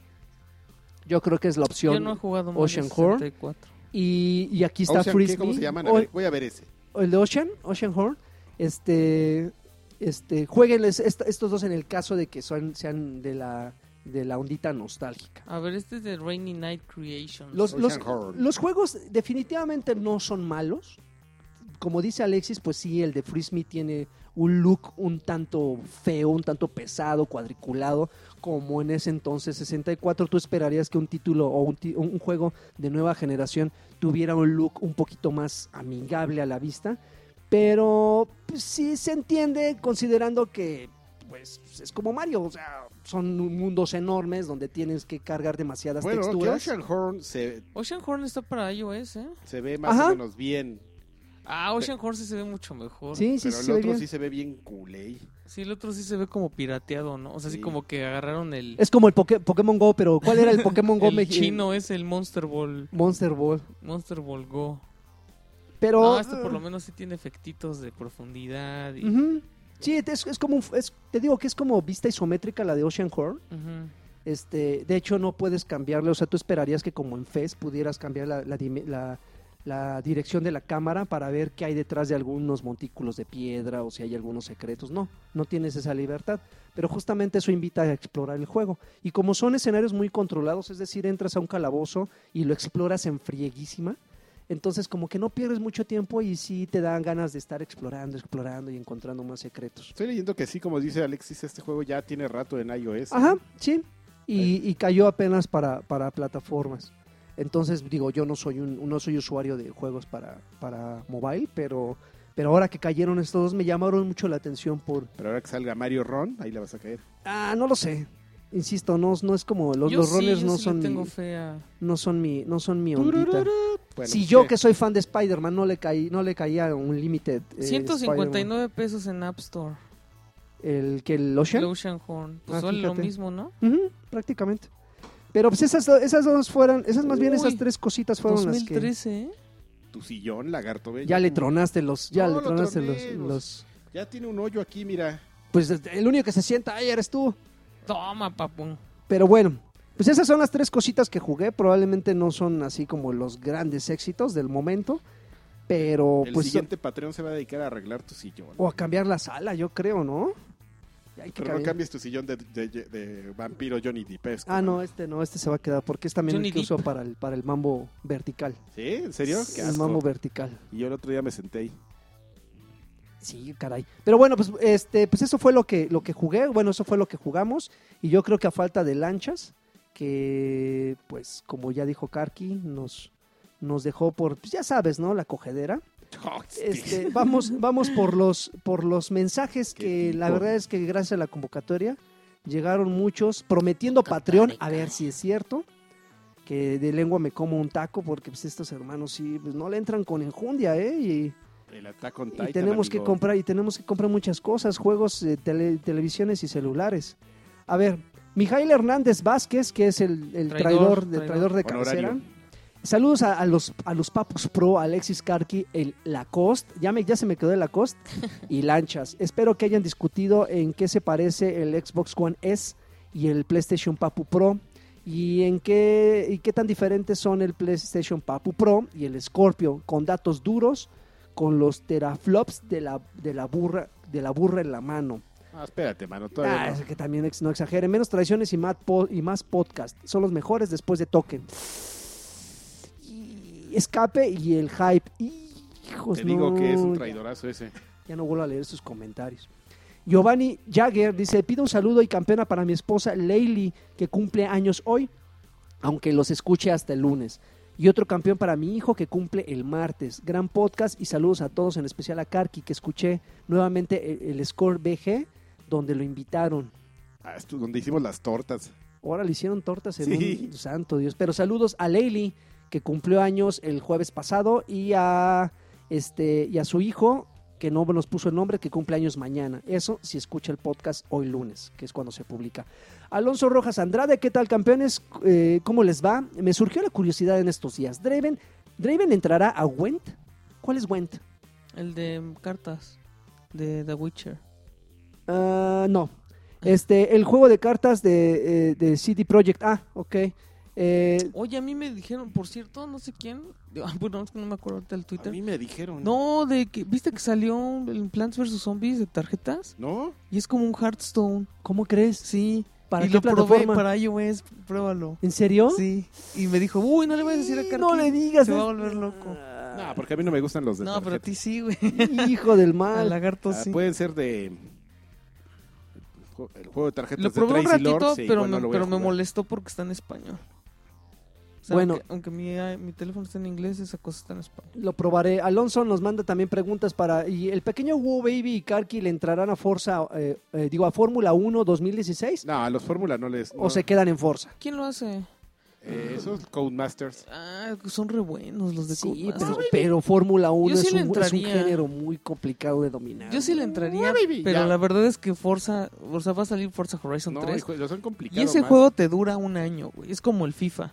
S2: yo creo que es la opción.
S3: Yo no he jugado Mario
S2: Ocean Horn.
S3: 64.
S2: Y, y aquí está
S1: Ocean, ¿qué?
S2: Frisbee.
S1: ¿Cómo se llaman? A
S2: O-
S1: ver, voy a ver ese.
S2: o el de Ocean, Ocean Horn, este, este, jueguenles est- estos dos en el caso de que son, sean de la, de la ondita nostálgica.
S3: A ver, este es de Rainy Night Creations.
S2: Los, los,
S1: Ocean Horn.
S2: los juegos definitivamente no son malos. Como dice Alexis, pues sí, el de Freeze Me tiene un look un tanto feo, un tanto pesado, cuadriculado, como en ese entonces 64. Tú esperarías que un título o un, ti- un juego de nueva generación tuviera un look un poquito más amigable a la vista. Pero pues, sí se entiende considerando que pues es como Mario, o sea, son mundos enormes donde tienes que cargar demasiadas
S1: Bueno, que
S2: texturas.
S1: Ocean Horn se,
S3: Ocean Horn está para iOS, ¿eh?
S1: se ve más
S2: Ajá.
S1: o menos bien.
S3: Ah, Ocean Horn sí se ve mucho mejor.
S2: Eh. Sí, sí,
S1: pero
S2: sí,
S1: el
S2: se ve
S1: otro
S2: bien.
S1: sí se ve bien culé.
S3: Sí, el otro sí se ve como pirateado, ¿no? O sea,
S1: Sí.
S3: así como que agarraron el,
S2: Es eh. como el Poké- Pokémon Go, pero ¿cuál era el Pokémon Go
S3: el
S2: mexi-
S3: chino, es el Monster Ball,
S2: Monster Ball.
S3: Monster Ball Go.
S2: Pero eh.
S3: este No, este por lo menos sí tiene efectitos de profundidad y
S2: Ujú. Sí, es, es como, un- es- te digo que es como vista isométrica la de Ocean Horn.
S3: Ujú.
S2: Este, de hecho, no puedes cambiarle. O sea, tú esperarías que como en FES pudieras cambiar la, la dime- la- la dirección de la cámara para ver qué hay detrás de algunos montículos de piedra o si hay algunos secretos. No, no tienes esa libertad. Pero justamente eso invita a explorar el juego. Y como son escenarios muy controlados, es decir, entras a un calabozo y lo exploras en frieguísima. Entonces, como que no pierdes mucho tiempo y sí te dan ganas de estar explorando, explorando y encontrando más secretos.
S1: Estoy leyendo que sí, como dice Alexis, este juego ya tiene rato en iOS. ¿eh?
S2: Ajá, sí. Y, y cayó apenas para, para plataformas. Entonces, digo, yo no soy un, no soy usuario de juegos para, para mobile, pero, pero ahora que cayeron estos dos me llamaron mucho la atención por...
S1: Pero ahora que salga Mario Ron, ahí la vas a caer.
S2: Ah, no lo sé. Insisto, no, no es como los,
S3: Yo
S2: los
S3: sí,
S2: rollers
S3: yo
S2: no,
S3: sí le
S2: son
S3: tengo
S2: mi,
S3: fe a-
S2: no son mi no son mi ondita.
S1: Bueno,
S2: si
S1: pues,
S2: yo
S1: ¿qué?
S2: que soy fan de Spider-Man no le caí no le caía a un limited eh,
S3: 159 pesos en App Store.
S2: Spider-Man. el que el Ocean.
S3: El Ocean Horn. Pues
S2: Ah,
S3: vale lo
S2: fíjate.
S3: mismo, ¿no?
S2: Ujú, prácticamente. Pero pues esas, do- esas dos fueron, esas más bien esas
S3: Uy,
S2: tres cositas fueron las que
S3: 2013, ¿eh?
S1: Tu sillón, lagarto bello.
S2: ya le tronaste los, ya
S1: No,
S2: le
S1: lo
S2: tronaste los,
S1: troné,
S2: los-
S1: Ya tiene un hoyo aquí, mira.
S2: pues el único que se sienta ahí eres tú.
S3: Toma, papón.
S2: Pero bueno, pues esas son las tres cositas que jugué, probablemente no son así como los grandes éxitos del momento, pero
S1: El
S2: pues Oh,
S1: siguiente Patreon se va a dedicar a arreglar tu sillón.
S2: o a cambiar la sala, yo creo, ¿no? Ya hay que
S1: Pero no
S2: cambiar.
S1: cambies tu sillón de, de- de vampiro Johnny Deepesco.
S2: Ah, no, este no, este se va a quedar porque es también
S3: Johnny
S2: el que
S3: Depp.
S2: uso para el, para el mambo vertical.
S1: ¿Sí? ¿En serio? Qué
S2: El
S1: asco.
S2: mambo vertical.
S1: Y yo el otro día me senté ahí.
S2: Sí, caray. Pero bueno, pues este, pues eso fue lo que, lo que jugué, bueno, eso fue lo que jugamos. Y yo creo que a falta de lanchas, que pues como ya dijo Karki, nos, nos dejó por, pues ya sabes, ¿no? La cogedera. Este, vamos, vamos por los, por los mensajes
S1: Qué
S2: que la
S1: tipo.
S2: verdad es que gracias a la convocatoria llegaron muchos prometiendo Patreon, a ver si es cierto, que de lengua me como un taco, porque pues estos hermanos sí, pues no le entran con enjundia, ¿eh? Y,
S1: El Attack on Titan,
S2: y tenemos que
S1: amigo.
S2: comprar y tenemos que comprar muchas cosas juegos eh, tele- televisiones y celulares a ver Mijail Hernández Vázquez que es el, el traidor,
S3: Traidor,
S2: de,
S3: traidor.
S2: traidor de
S1: Honorario.
S2: cabecera saludos a, a los a los papos pro Alexis Karki el Lacoste ya me ya se me quedó el Lacoste y lanchas espero que hayan discutido en qué se parece el Xbox One S y el PlayStation Papu Pro y en qué y qué tan diferentes son el PlayStation Papu Pro y el Scorpio con datos duros con los teraflops de la, de la burra de la burra en la mano.
S1: Ah, espérate, mano.
S2: Ah,
S1: Todavía no.
S2: es que también ex- no exageren. Menos traiciones y más, po- y más podcast. Son los mejores después de Token. Y- escape y el hype. Hijos,
S1: Te digo
S2: pues no,
S1: que es un
S2: ya-
S1: traidorazo ese.
S2: ya no vuelvo a leer sus comentarios. Giovanni Jagger dice, pido un saludo y campeona para mi esposa Leili, que cumple años hoy, aunque los escuche hasta el lunes. Y otro campeón para mi hijo que cumple el martes. Gran podcast y saludos a todos, en especial a Karki, que escuché nuevamente el, el Score BG, donde lo invitaron.
S1: Ah, esto- donde hicimos las tortas.
S2: Ahora le hicieron tortas en
S1: Sí.
S2: un santo Dios. Pero saludos a Leili, que cumplió años el jueves pasado, y a este y a su hijo, que no nos puso el nombre, que cumple años mañana. Eso si escucha el podcast hoy lunes, que es cuando se publica. Alonso Rojas Andrade, ¿qué tal campeones? Eh, ¿Cómo les va? Me surgió la curiosidad en estos días. Draven, ¿Draven entrará a Went? ¿Cuál es Went?
S3: El de mm, cartas. De The Witcher.
S2: Ah, no. Este, el juego de cartas de, eh, de CD Projekt. Ah, ok. Eh,
S3: Oye, a mí me dijeron, por cierto, no sé quién. de- ah, bueno, es que no me acuerdo ahorita del
S1: A
S3: Twitter.
S1: mí me dijeron.
S3: No, de que. ¿Viste que salió un- el Plants vs. Zombies de tarjetas?
S1: ¿No?
S3: Y es como un Hearthstone.
S2: ¿Cómo crees?
S3: Sí.
S2: ¿Para
S3: y
S2: qué
S3: lo probé
S2: plataforma?
S3: para iOS. Pruébalo.
S2: ¿En serio?
S3: Sí. Y me dijo, uy, no le voy a decir a Karki.
S2: No le digas.
S3: Se va a
S2: es-
S3: volver loco.
S2: Ah.
S1: No, porque a mí no me gustan los de
S3: No, pero a
S1: tarjeta.
S3: ti sí, güey.
S2: Hijo del
S3: Al
S2: mal.
S3: lagarto
S1: Ah,
S3: sí.
S1: Pueden ser de... el ju- El juego de tarjetas
S3: Lo
S1: de
S3: probé un
S1: pues, Tracy
S3: ratito,
S1: Lords e
S3: pero,
S1: igual no
S3: me,
S1: lo voy a
S3: pero me
S1: jugar.
S3: molestó porque está en español. O sea,
S2: Bueno.
S3: Aunque, aunque mi, ah, mi teléfono está en inglés, esa cosa está en español.
S2: Lo probaré. Alonso nos manda también preguntas para... ¿Y el pequeño Woo Baby y Karki le entrarán a Forza, eh, eh, digo, a Fórmula 1 2016?
S1: No, a los Fórmula no les...
S2: ¿O
S1: no.
S2: se quedan en Forza?
S3: ¿Quién lo hace?
S1: Eh, esos Codemasters.
S3: Ah, son re buenos los de Ah,
S2: Sí,
S3: Codemasters.
S2: Pues, pero, pero Fórmula 1
S3: pues, Yo sí
S2: es,
S3: le
S2: un, es un
S3: entraría.
S2: género muy complicado de dominar.
S3: Yo sí le entraría, pero
S1: Ya.
S3: la verdad es que Forza, o sea, va a salir Forza Horizon
S1: No,
S3: 3.
S1: hijo, los han
S3: Y
S1: complicado
S3: ese
S1: más.
S3: juego te dura un año, güey. Es como el FIFA.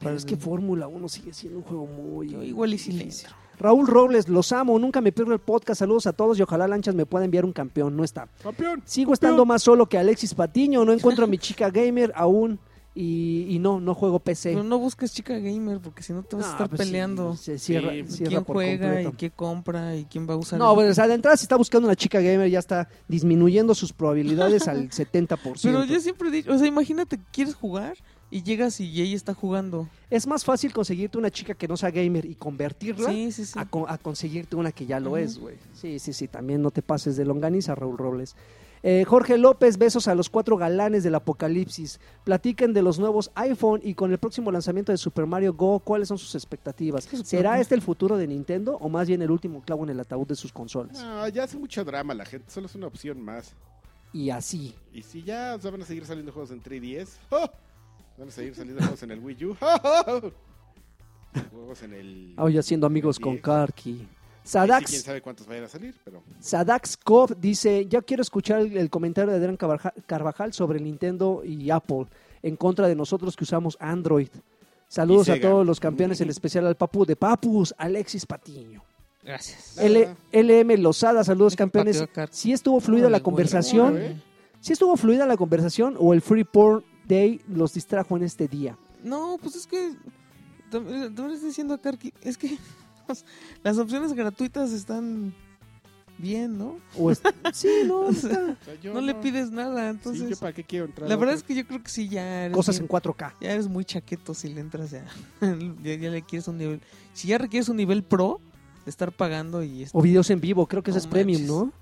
S2: Pero es que Fórmula 1 sigue siendo un juego muy.
S3: Yo igual y si le entro.
S2: Raúl Robles, los amo, nunca me pierdo el podcast. Saludos a todos y ojalá Lanchas me pueda enviar un campeón. No está.
S1: ¡Campeón!
S2: Sigo estando más solo que Alexis Patiño. No encuentro a mi chica gamer aún. Y, y no, no juego PC.
S3: Pero no busques chica gamer porque si no te vas a
S2: No,
S3: estar
S2: pues sí,
S3: peleando.
S2: se cierra,
S1: Sí,
S2: cierra
S3: ¿Quién
S2: por
S3: juega
S2: completo.
S3: y qué compra y quién va a usar?
S2: No,
S3: el-
S2: bueno, o sea, de entrada si está buscando una chica gamer ya está disminuyendo sus probabilidades al 70%.
S3: Pero yo siempre he dicho, o sea, imagínate que quieres jugar y llegas y ella está jugando.
S2: Es más fácil conseguirte una chica que no sea gamer y convertirla
S3: Sí, sí, sí.
S2: a, co- a conseguirte una que ya lo
S3: Ajá.
S2: es, güey. Sí, sí, sí, también no te pases de longaniza, Raúl Robles. Eh, Jorge López, besos a los cuatro galanes del apocalipsis. Platiquen de los nuevos iPhone y con el próximo lanzamiento de Super Mario Go, ¿cuáles son sus expectativas?
S3: que Super
S2: ¿Será
S3: Mario-
S2: este el futuro de Nintendo o más bien el último clavo en el ataúd de sus consolas?
S3: Ah.
S1: No, ya hace mucho drama la gente, solo es una opción más.
S2: Y así.
S1: Y si ya o sea, van a seguir saliendo juegos en 3DS, ¡oh! van a seguir saliendo juegos en el Wii U, ¡oh! juegos en el.
S3: Ah,
S2: Hoy haciendo amigos con
S1: Sí.
S2: Karki.
S1: Ahí sí, quién
S2: Sadax,
S1: sabe cuántos vayan a salir, pero.
S2: Sadax Cobb dice, ya quiero escuchar el, el comentario de Adrián Carvaja- Carvajal sobre Nintendo y Apple en contra de nosotros que usamos Android. Saludos
S1: Y
S2: a
S1: Sega.
S2: todos los campeones, en especial al papu de papus, Alexis Patiño.
S3: Gracias.
S1: Nada.
S2: L- LM Lozada, saludos
S3: Deja
S2: campeones.
S3: partido a Karki.
S2: Si estuvo fluida la
S3: Órale, güey.
S2: conversación,
S1: Órale. ¿eh?
S2: si estuvo fluida la conversación o el Free Porn Day los distrajo en este día.
S3: No, pues es que. También también le estoy diciendo a Karki. Es que las opciones gratuitas están bien, ¿no?
S2: O es- sí, no,
S3: O sea,
S2: está-
S1: O sea, yo
S3: no le pides nada,
S1: Sí,
S3: entonces.
S1: yo para qué quiero entrar.
S3: la
S1: a
S3: verdad es
S1: otro?
S3: que yo creo que sí, ya eres,
S2: cosas en
S3: bien-
S2: 4K.
S3: ya eres muy chaqueto si le entras ya. ya. ya le quieres un nivel. Si ya requieres un nivel pro, de estar pagando y. est-
S2: O videos en vivo, creo que ese
S3: No
S2: es premium,
S3: manches.
S2: ¿no?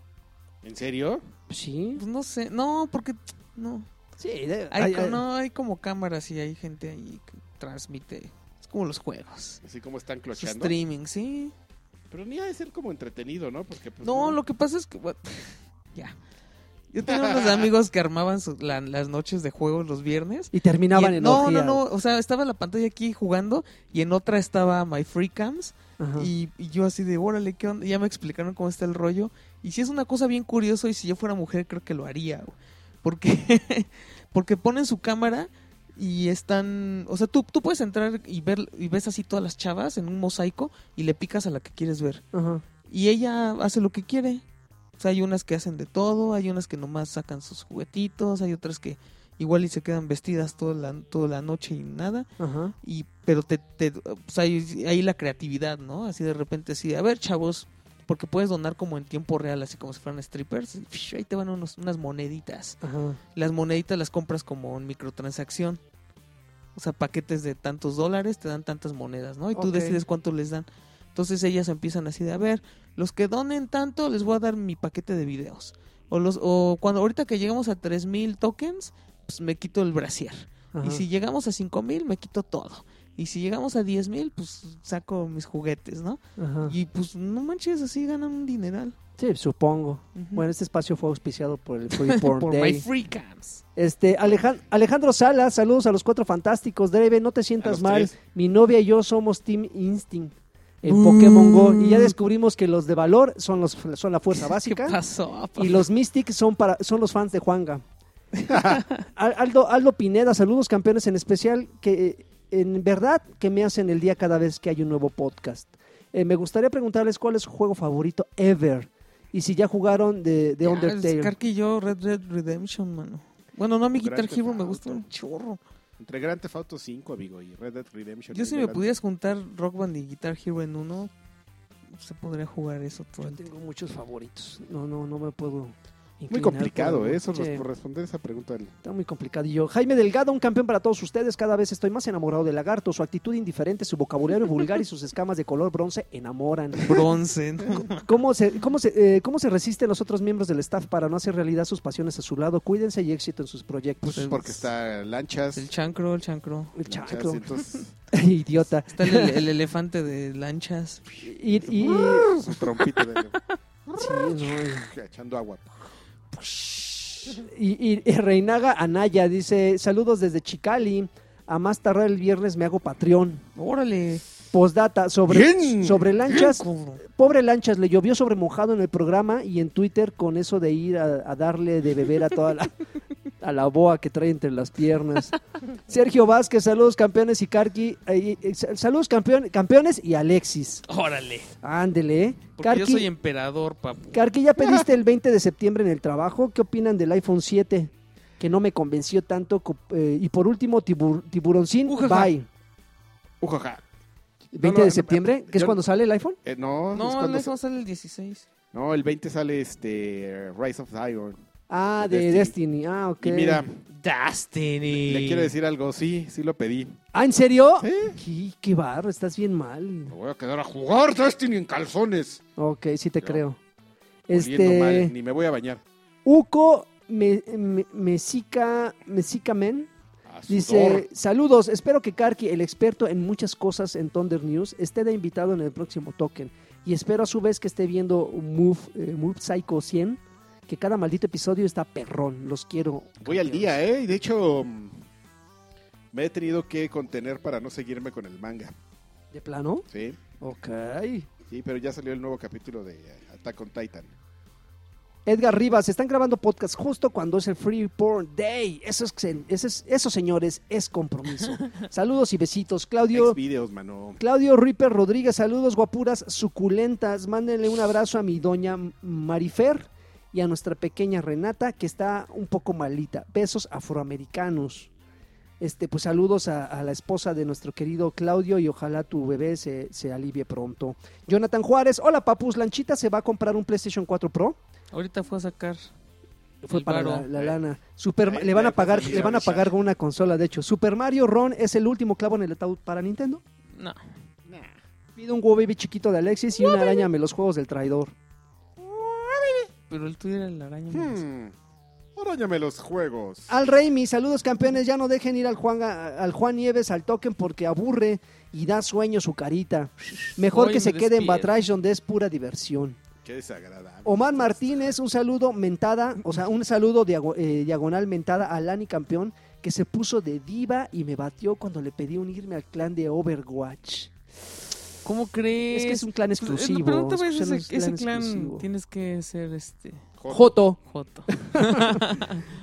S1: ¿En serio?
S2: Sí.
S3: Pues no sé, no, porque. No.
S2: Sí, de-
S3: Hay,
S2: ay,
S3: co-
S2: ay,
S3: no, hay como cámaras y hay gente ahí que transmite. Es como los juegos.
S1: Así como están
S3: Su
S1: clochando.
S3: streaming, sí.
S1: Pero ni ha de ser como entretenido, ¿no? Porque pues,
S3: No, lo que pasa es que. bueno, ya. Yo tenía unos amigos que armaban su- la- las noches de juegos los viernes.
S2: Y
S3: Y
S2: terminaban
S3: en-
S2: en
S3: no,
S2: orgía.
S3: no, no. O sea, estaba la pantalla aquí jugando y en otra estaba My Free Cams.
S2: Ajá.
S3: Y, y yo así de, órale, ¿qué onda? Ya me explicaron cómo está el rollo. Y si es una cosa bien curiosa y si yo fuera mujer creo que lo haría. güey. Porque, porque ponen su cámara y están... O sea, tú, tú puedes entrar y ver y ves así todas las chavas en un mosaico y le picas a la que quieres ver.
S2: Ajá.
S3: Y ella hace lo que quiere. O sea, hay unas que hacen de todo, hay unas que nomás sacan sus juguetitos, hay otras que igual y se quedan vestidas toda la, toda la noche y nada
S2: Ajá.
S3: y pero te, te pues ahí, ahí la creatividad, ¿no? Así de repente así, a ver, chavos, porque puedes donar como en tiempo real, así como si fueran strippers, y, fish, ahí te van unos- unas moneditas.
S2: Ajá.
S3: Las moneditas las compras como en microtransacción. O sea, paquetes de tantos dólares te dan tantas monedas, ¿no? Y tú
S2: Ok.
S3: decides cuánto les dan. Entonces ellas empiezan así de, a ver, los que donen tanto les voy a dar mi paquete de videos. O los o cuando ahorita que llegamos a 3000 tokens, pues me quito el brasier.
S2: ajá.
S3: Y si llegamos a 5 mil, me quito todo. Y si llegamos a 10 mil, pues saco mis juguetes, ¿no?
S2: Ajá.
S3: Y pues no manches, así ganan un dineral.
S2: Sí, supongo.
S3: Ujú.
S2: Bueno, este espacio fue auspiciado por el Free Porn
S3: por
S2: Day.
S3: my free cams.
S2: Este, Alejan- Alejandro Salas, saludos a los cuatro fantásticos. Dreve, no te
S1: A
S2: sientas
S1: los
S2: mal.
S1: tres.
S2: Mi novia y yo somos Team Instinct. El
S3: Mm.
S2: Pokémon Go. Y ya descubrimos que los de valor son, los, son la fuerza
S3: ¿Qué
S2: básica.
S3: pasó? papá?
S2: Y los Mystic son, para, son los fans de Juanga. Al- Aldo, Aldo Pineda, saludos campeones en especial, que eh, en verdad que me hacen el día cada vez que hay un nuevo podcast. Eh, me gustaría preguntarles cuál es su juego favorito ever y si ya jugaron de, de
S3: Ya,
S2: Undertale.
S3: es Karki y yo, Red Red Redemption, mano. Bueno, no, mi
S1: Grand
S3: Guitar Hero
S1: Theft
S3: me gusta
S1: Auto.
S3: un chorro.
S1: Entre Grand Theft Auto 5, amigo, y Red Dead Redemption.
S3: Yo
S1: ahí
S3: si me
S1: delante.
S3: pudieras juntar Rock Band y Guitar Hero en uno, se podría jugar eso todo
S2: Yo
S3: el
S2: tengo muchos favoritos. No, no, no me puedo.
S1: Muy
S2: inclinar
S1: complicado,
S2: por-
S1: ¿eh? Eso,
S2: Sí,
S1: res- por responder esa pregunta. del-
S2: Está muy complicado. Y yo, Jaime Delgado, un campeón para todos ustedes. Cada vez estoy más enamorado de Lagarto. Su actitud indiferente, su vocabulario vulgar y sus escamas de color bronce enamoran.
S3: bronce. ¿no?
S2: ¿Cómo se, cómo, se, eh, ¿Cómo se resisten los otros miembros del staff para no hacer realidad sus pasiones a su lado? Cuídense y éxito en sus proyectos.
S1: Pues porque está lanchas.
S3: Pues El chancro, el chancro.
S2: El
S1: lanchas,
S2: chancro.
S1: entonces,
S2: Idiota.
S3: Está el, el elefante de lanchas.
S2: Y, y-
S1: su trompita de-
S2: sí, no,
S1: echando agua.
S2: Y, y- y Reinaga Anaya dice: Saludos desde Chicali. A más tardar el viernes me hago Patreon.
S3: Órale.
S2: Postdata sobre,
S1: Bien.
S2: sobre lanchas.
S3: Cobro.
S2: Pobre lanchas, le llovió sobre mojado en el programa y en Twitter con eso de ir a, a darle de beber a toda la, a la boa que trae entre las piernas. Sergio Vázquez, saludos campeones y Karki. eh, eh, sal- saludos campeón- campeones y Alexis.
S3: Órale.
S2: Ándele. eh.
S3: Porque
S2: Karki,
S3: yo soy emperador, papu.
S2: Karki, ya pediste el 20 de septiembre en el trabajo. ¿Qué opinan del iPhone 7? Que no me convenció tanto. co- eh, y por último, tibur- Tiburoncín,
S3: Ujaja.
S2: bye.
S1: Ujaja.
S2: 20
S1: Uh, No, no,
S2: de
S1: no,
S2: septiembre, que es
S1: yo-
S2: cuando sale el iPhone.
S1: Eh, no, es
S3: No,
S1: cuando
S3: no,
S1: sa-
S3: no sale el 16.
S1: no, el 20 sale este Rise of Iron.
S2: Ah, de Destiny.
S1: Destiny.
S2: Ah, ok.
S1: Y mira,
S3: Destiny.
S1: le quiero decir algo. Sí, sí lo pedí.
S2: Ah, ¿en serio?
S1: ¿Eh?
S2: Qué, qué barro, estás bien mal.
S1: Me voy a quedar a jugar Destiny en calzones.
S2: Ok, sí te
S1: Yo-
S2: creo.
S1: Oliendo mal,
S2: Este,
S1: ni me voy a bañar.
S2: Uco me, me- Mexica, Mexica Men
S1: A sudor.
S2: dice, saludos, espero que Karki, el experto en muchas cosas en Thunder News, esté de invitado en el próximo token. Y espero a su vez que esté viendo Move, eh, Move Psycho 100, que cada maldito episodio está perrón. Los quiero.
S1: Voy al día, ¿eh? Y de hecho, mm, me he tenido que contener para no seguirme con el manga.
S2: ¿De plano?
S1: Sí,
S2: Ok.
S1: sí, pero ya salió el nuevo capítulo de eh, Attack on Titan.
S2: Edgar Rivas, están grabando podcast justo cuando es el Free Porn Day. Eso, es, eso es- eso, señores, es compromiso. Saludos y besitos. Claudio,
S1: videos, mano.
S2: Claudio Ripper Rodríguez, saludos guapuras suculentas. Mándenle un abrazo a mi doña Marifer y a nuestra pequeña Renata, que está un poco malita. Besos afroamericanos. Este, pues saludos a, a la esposa de nuestro querido Claudio y ojalá tu bebé se, se alivie pronto. Jonathan Juárez, hola papus, Lanchita se va a comprar un PlayStation 4 Pro.
S3: Ahorita fue a sacar.
S2: Fue
S3: el
S2: para
S3: varo. eh,
S2: la, la lana. Super,
S1: Ahí
S2: le van a
S1: está, pues,
S2: pagar,
S1: ahí
S2: le van a
S1: avisar.
S2: pagar con una consola, de hecho. Super Mario Ron es el último clavo en el ataúd para Nintendo.
S3: No.
S2: Pide un Wo Baby chiquito de Alexis y una araña me los juegos del traidor.
S3: Pero el tuyo era la araña. menos.
S1: Hmm. Arañame los juegos.
S2: Al Rey, mis saludos campeones, ya no dejen ir al Juan, al Juan Nieves al token porque aburre y da sueño su carita. Mejor
S3: Hoy
S2: que
S3: me
S2: se quede en
S3: despierto.
S2: Batrash donde es pura diversión.
S1: Qué desagradable.
S2: Omar Martínez, un saludo mentada, o sea, un saludo diago- eh, diagonal mentada a Lani Campeón, que se puso de diva y me batió cuando le pedí unirme al clan de Overwatch.
S3: ¿Cómo crees?
S2: Es que es un clan
S3: Pues, eh, no,
S2: exclusivo.
S3: Pero no te vayas a
S2: escucharon, es
S3: ese, ese
S2: clan
S3: clan.
S2: exclusivo.
S3: Tienes que ser este.
S1: Joder.
S2: Joto.
S3: Joto.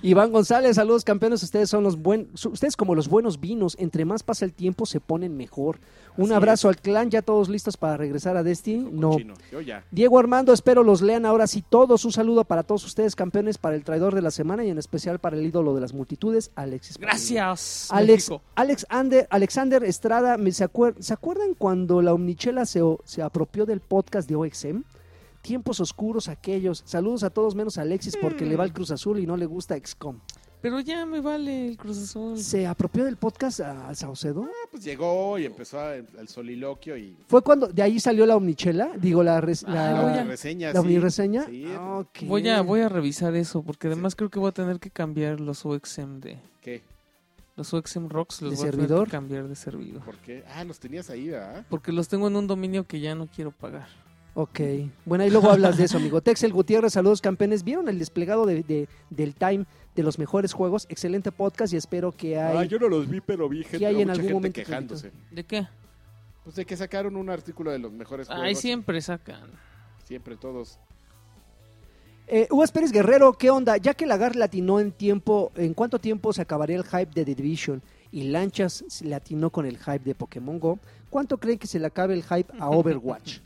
S2: Iván González, saludos campeones, ustedes son los buenos, ustedes como los buenos vinos, entre más pasa el tiempo se ponen mejor. Un
S1: Así
S2: abrazo al clan, ya todos listos para regresar a Destiny.
S1: Hijo
S2: No,
S1: cochino. Yo ya.
S2: Diego Armando, espero los lean ahora sí todos. Un saludo para todos ustedes, campeones, para el traidor de la semana y en especial para el ídolo de las multitudes, Alexis. Padilla.
S3: Gracias.
S2: Alex,
S3: México.
S2: Alex Ander- Alexander Estrada, ¿me se, acuer- ¿se acuerdan cuando la Omnichela se, o- se apropió del podcast de OXM? Tiempos oscuros aquellos. Saludos a todos menos a Alexis porque le va al Cruz Azul y no le gusta XCOM.
S3: Pero ya me vale el Cruz Azul.
S2: ¿Se apropió del podcast a- al Saucedo?
S1: Ah, pues llegó y empezó a- el soliloquio y
S2: ¿Fue cuando de ahí salió la Omnichela? Digo, la, res-
S1: la,
S2: la,
S3: voy a-
S1: reseña.
S2: Ah, la
S1: sí.
S2: omnireseña.
S1: Sí.
S2: Ok.
S3: Voy a, voy a revisar eso, porque además creo que voy a tener que cambiar los UXM de.
S1: ¿Qué?
S3: Los UXM Rocks los
S2: ¿De
S3: voy a tener
S2: servidor?
S3: que cambiar de servidor.
S1: ¿Por qué? Ah, los tenías ahí, ¿verdad?
S3: Porque los tengo en un dominio que ya no quiero pagar.
S2: Ok, bueno, ahí luego hablas de eso, amigo. Texel Gutiérrez, saludos campeones. ¿Vieron el desplegado de, de- del Time de los mejores juegos? Excelente podcast y espero que hay...
S1: Ah, yo no los vi, pero vi gente,
S2: hay en
S1: mucha
S2: algún
S1: gente
S2: momento que
S1: quejándose.
S3: ¿De qué?
S1: Pues de que sacaron un artículo de los mejores juegos.
S3: Ahí siempre sacan.
S1: Siempre todos.
S2: Eh, Uvas Pérez Guerrero, ¿qué onda? Ya que Lagar latinó en tiempo, ¿en cuánto tiempo se acabaría el hype de The Division? Y Lanchas se latinó con el hype de Pokémon Go. ¿Cuánto creen que se le acabe el hype a Overwatch?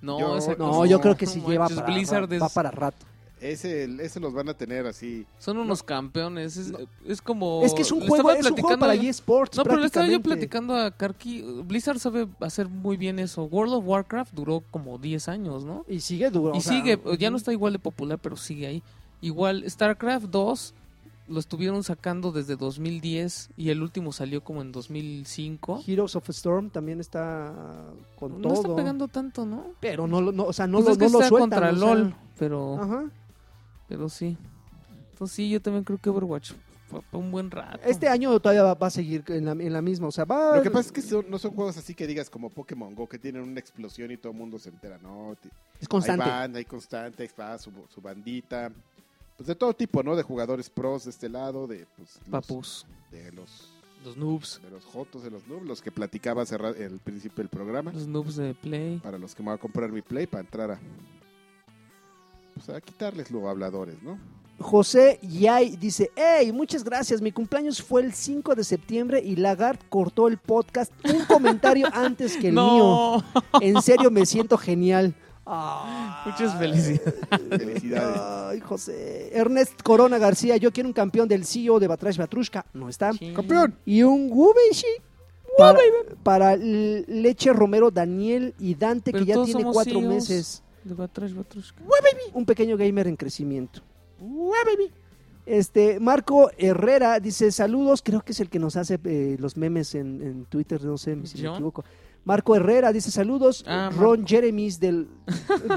S3: No,
S1: Yo-
S3: esa
S2: No,
S3: cosa-
S2: yo creo que sí
S3: no
S2: lleva
S3: manches,
S2: para,
S3: Blizzard es-
S2: va para rato.
S1: Ese, ese los van a tener así.
S3: Son unos campeones. Es, es como.
S2: Es que es un
S3: le
S2: juego,
S3: Oh, estaba
S2: es un juego
S3: platicando
S2: para
S3: yo-
S2: eSports
S3: No, pero le estaba yo
S2: prácticamente.
S3: platicando a Karki. Blizzard sabe hacer muy bien eso. World of Warcraft duró como 10 años, ¿no?
S2: Y sigue duro.
S3: Y
S2: o sea,
S3: sigue, pues, ya no
S2: ujú.
S3: está igual de popular, pero sigue ahí. Igual, StarCraft 2 lo estuvieron sacando desde 2010 y el último salió como en 2005.
S2: Heroes of Storm también está con
S3: No
S2: todo.
S3: está pegando tanto, ¿no?
S2: Pero no, lo- no, o sea, no
S3: Pues
S2: lo,
S3: es que
S2: no lo
S3: está
S2: sueltan,
S3: contra
S2: o sea,
S3: LOL, pero,
S2: ajá.
S3: pero sí. Entonces sí, yo también creo que Overwatch fue pa' un buen rato.
S2: Este año todavía va, va a seguir en la, en la misma, o sea, va...
S1: Lo que pasa es que son- no son juegos así que digas como Pokémon Go, que tienen una explosión y todo el mundo se entera. No, Ti-
S2: es constante.
S1: Hay banda, hay constante, ahí va su, su bandita. Pues de todo tipo, ¿no? De jugadores pros de este lado, de, pues, los-
S3: Papus,
S1: de los
S3: los noobs,
S1: de los jotos, de los noobs, los que platicaba hace ra- el principio del programa.
S3: los noobs de Play.
S1: Para los que me voy a comprar mi play para entrar a. Pues a quitarles los habladores, ¿no?
S2: José Yay dice, hey, muchas gracias, mi cumpleaños fue el 5 de septiembre y Lagart cortó el podcast un comentario antes que el mío.
S3: no,
S2: En serio, me siento genial. Ah.
S3: muchas felicidades.
S1: Felicidades.
S2: Ay, José. Ernest Corona García, yo quiero un campeón del CEO de Batrash Batrushka. No está.
S1: Campeón.
S2: Y un Gubenshi para, para L- Leche Romero, Daniel y Dante,
S3: Pero
S2: que ya
S3: todos
S2: tiene
S3: somos E
S2: cuatro
S3: CEOs.
S2: meses.
S3: De Batrash, Batrushka.
S2: Un pequeño gamer en crecimiento. Este, Marco Herrera dice, saludos, creo que es el que nos hace eh, los memes en, en Twitter, no sé si me
S3: ¿John?
S2: equivoco. Marco Herrera dice, saludos,
S3: Ah,
S2: Ron Jeremies del,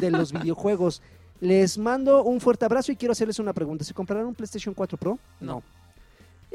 S2: de los videojuegos. Les mando un fuerte abrazo y quiero hacerles una pregunta. ¿Se comprarán un PlayStation 4 Pro?
S3: No.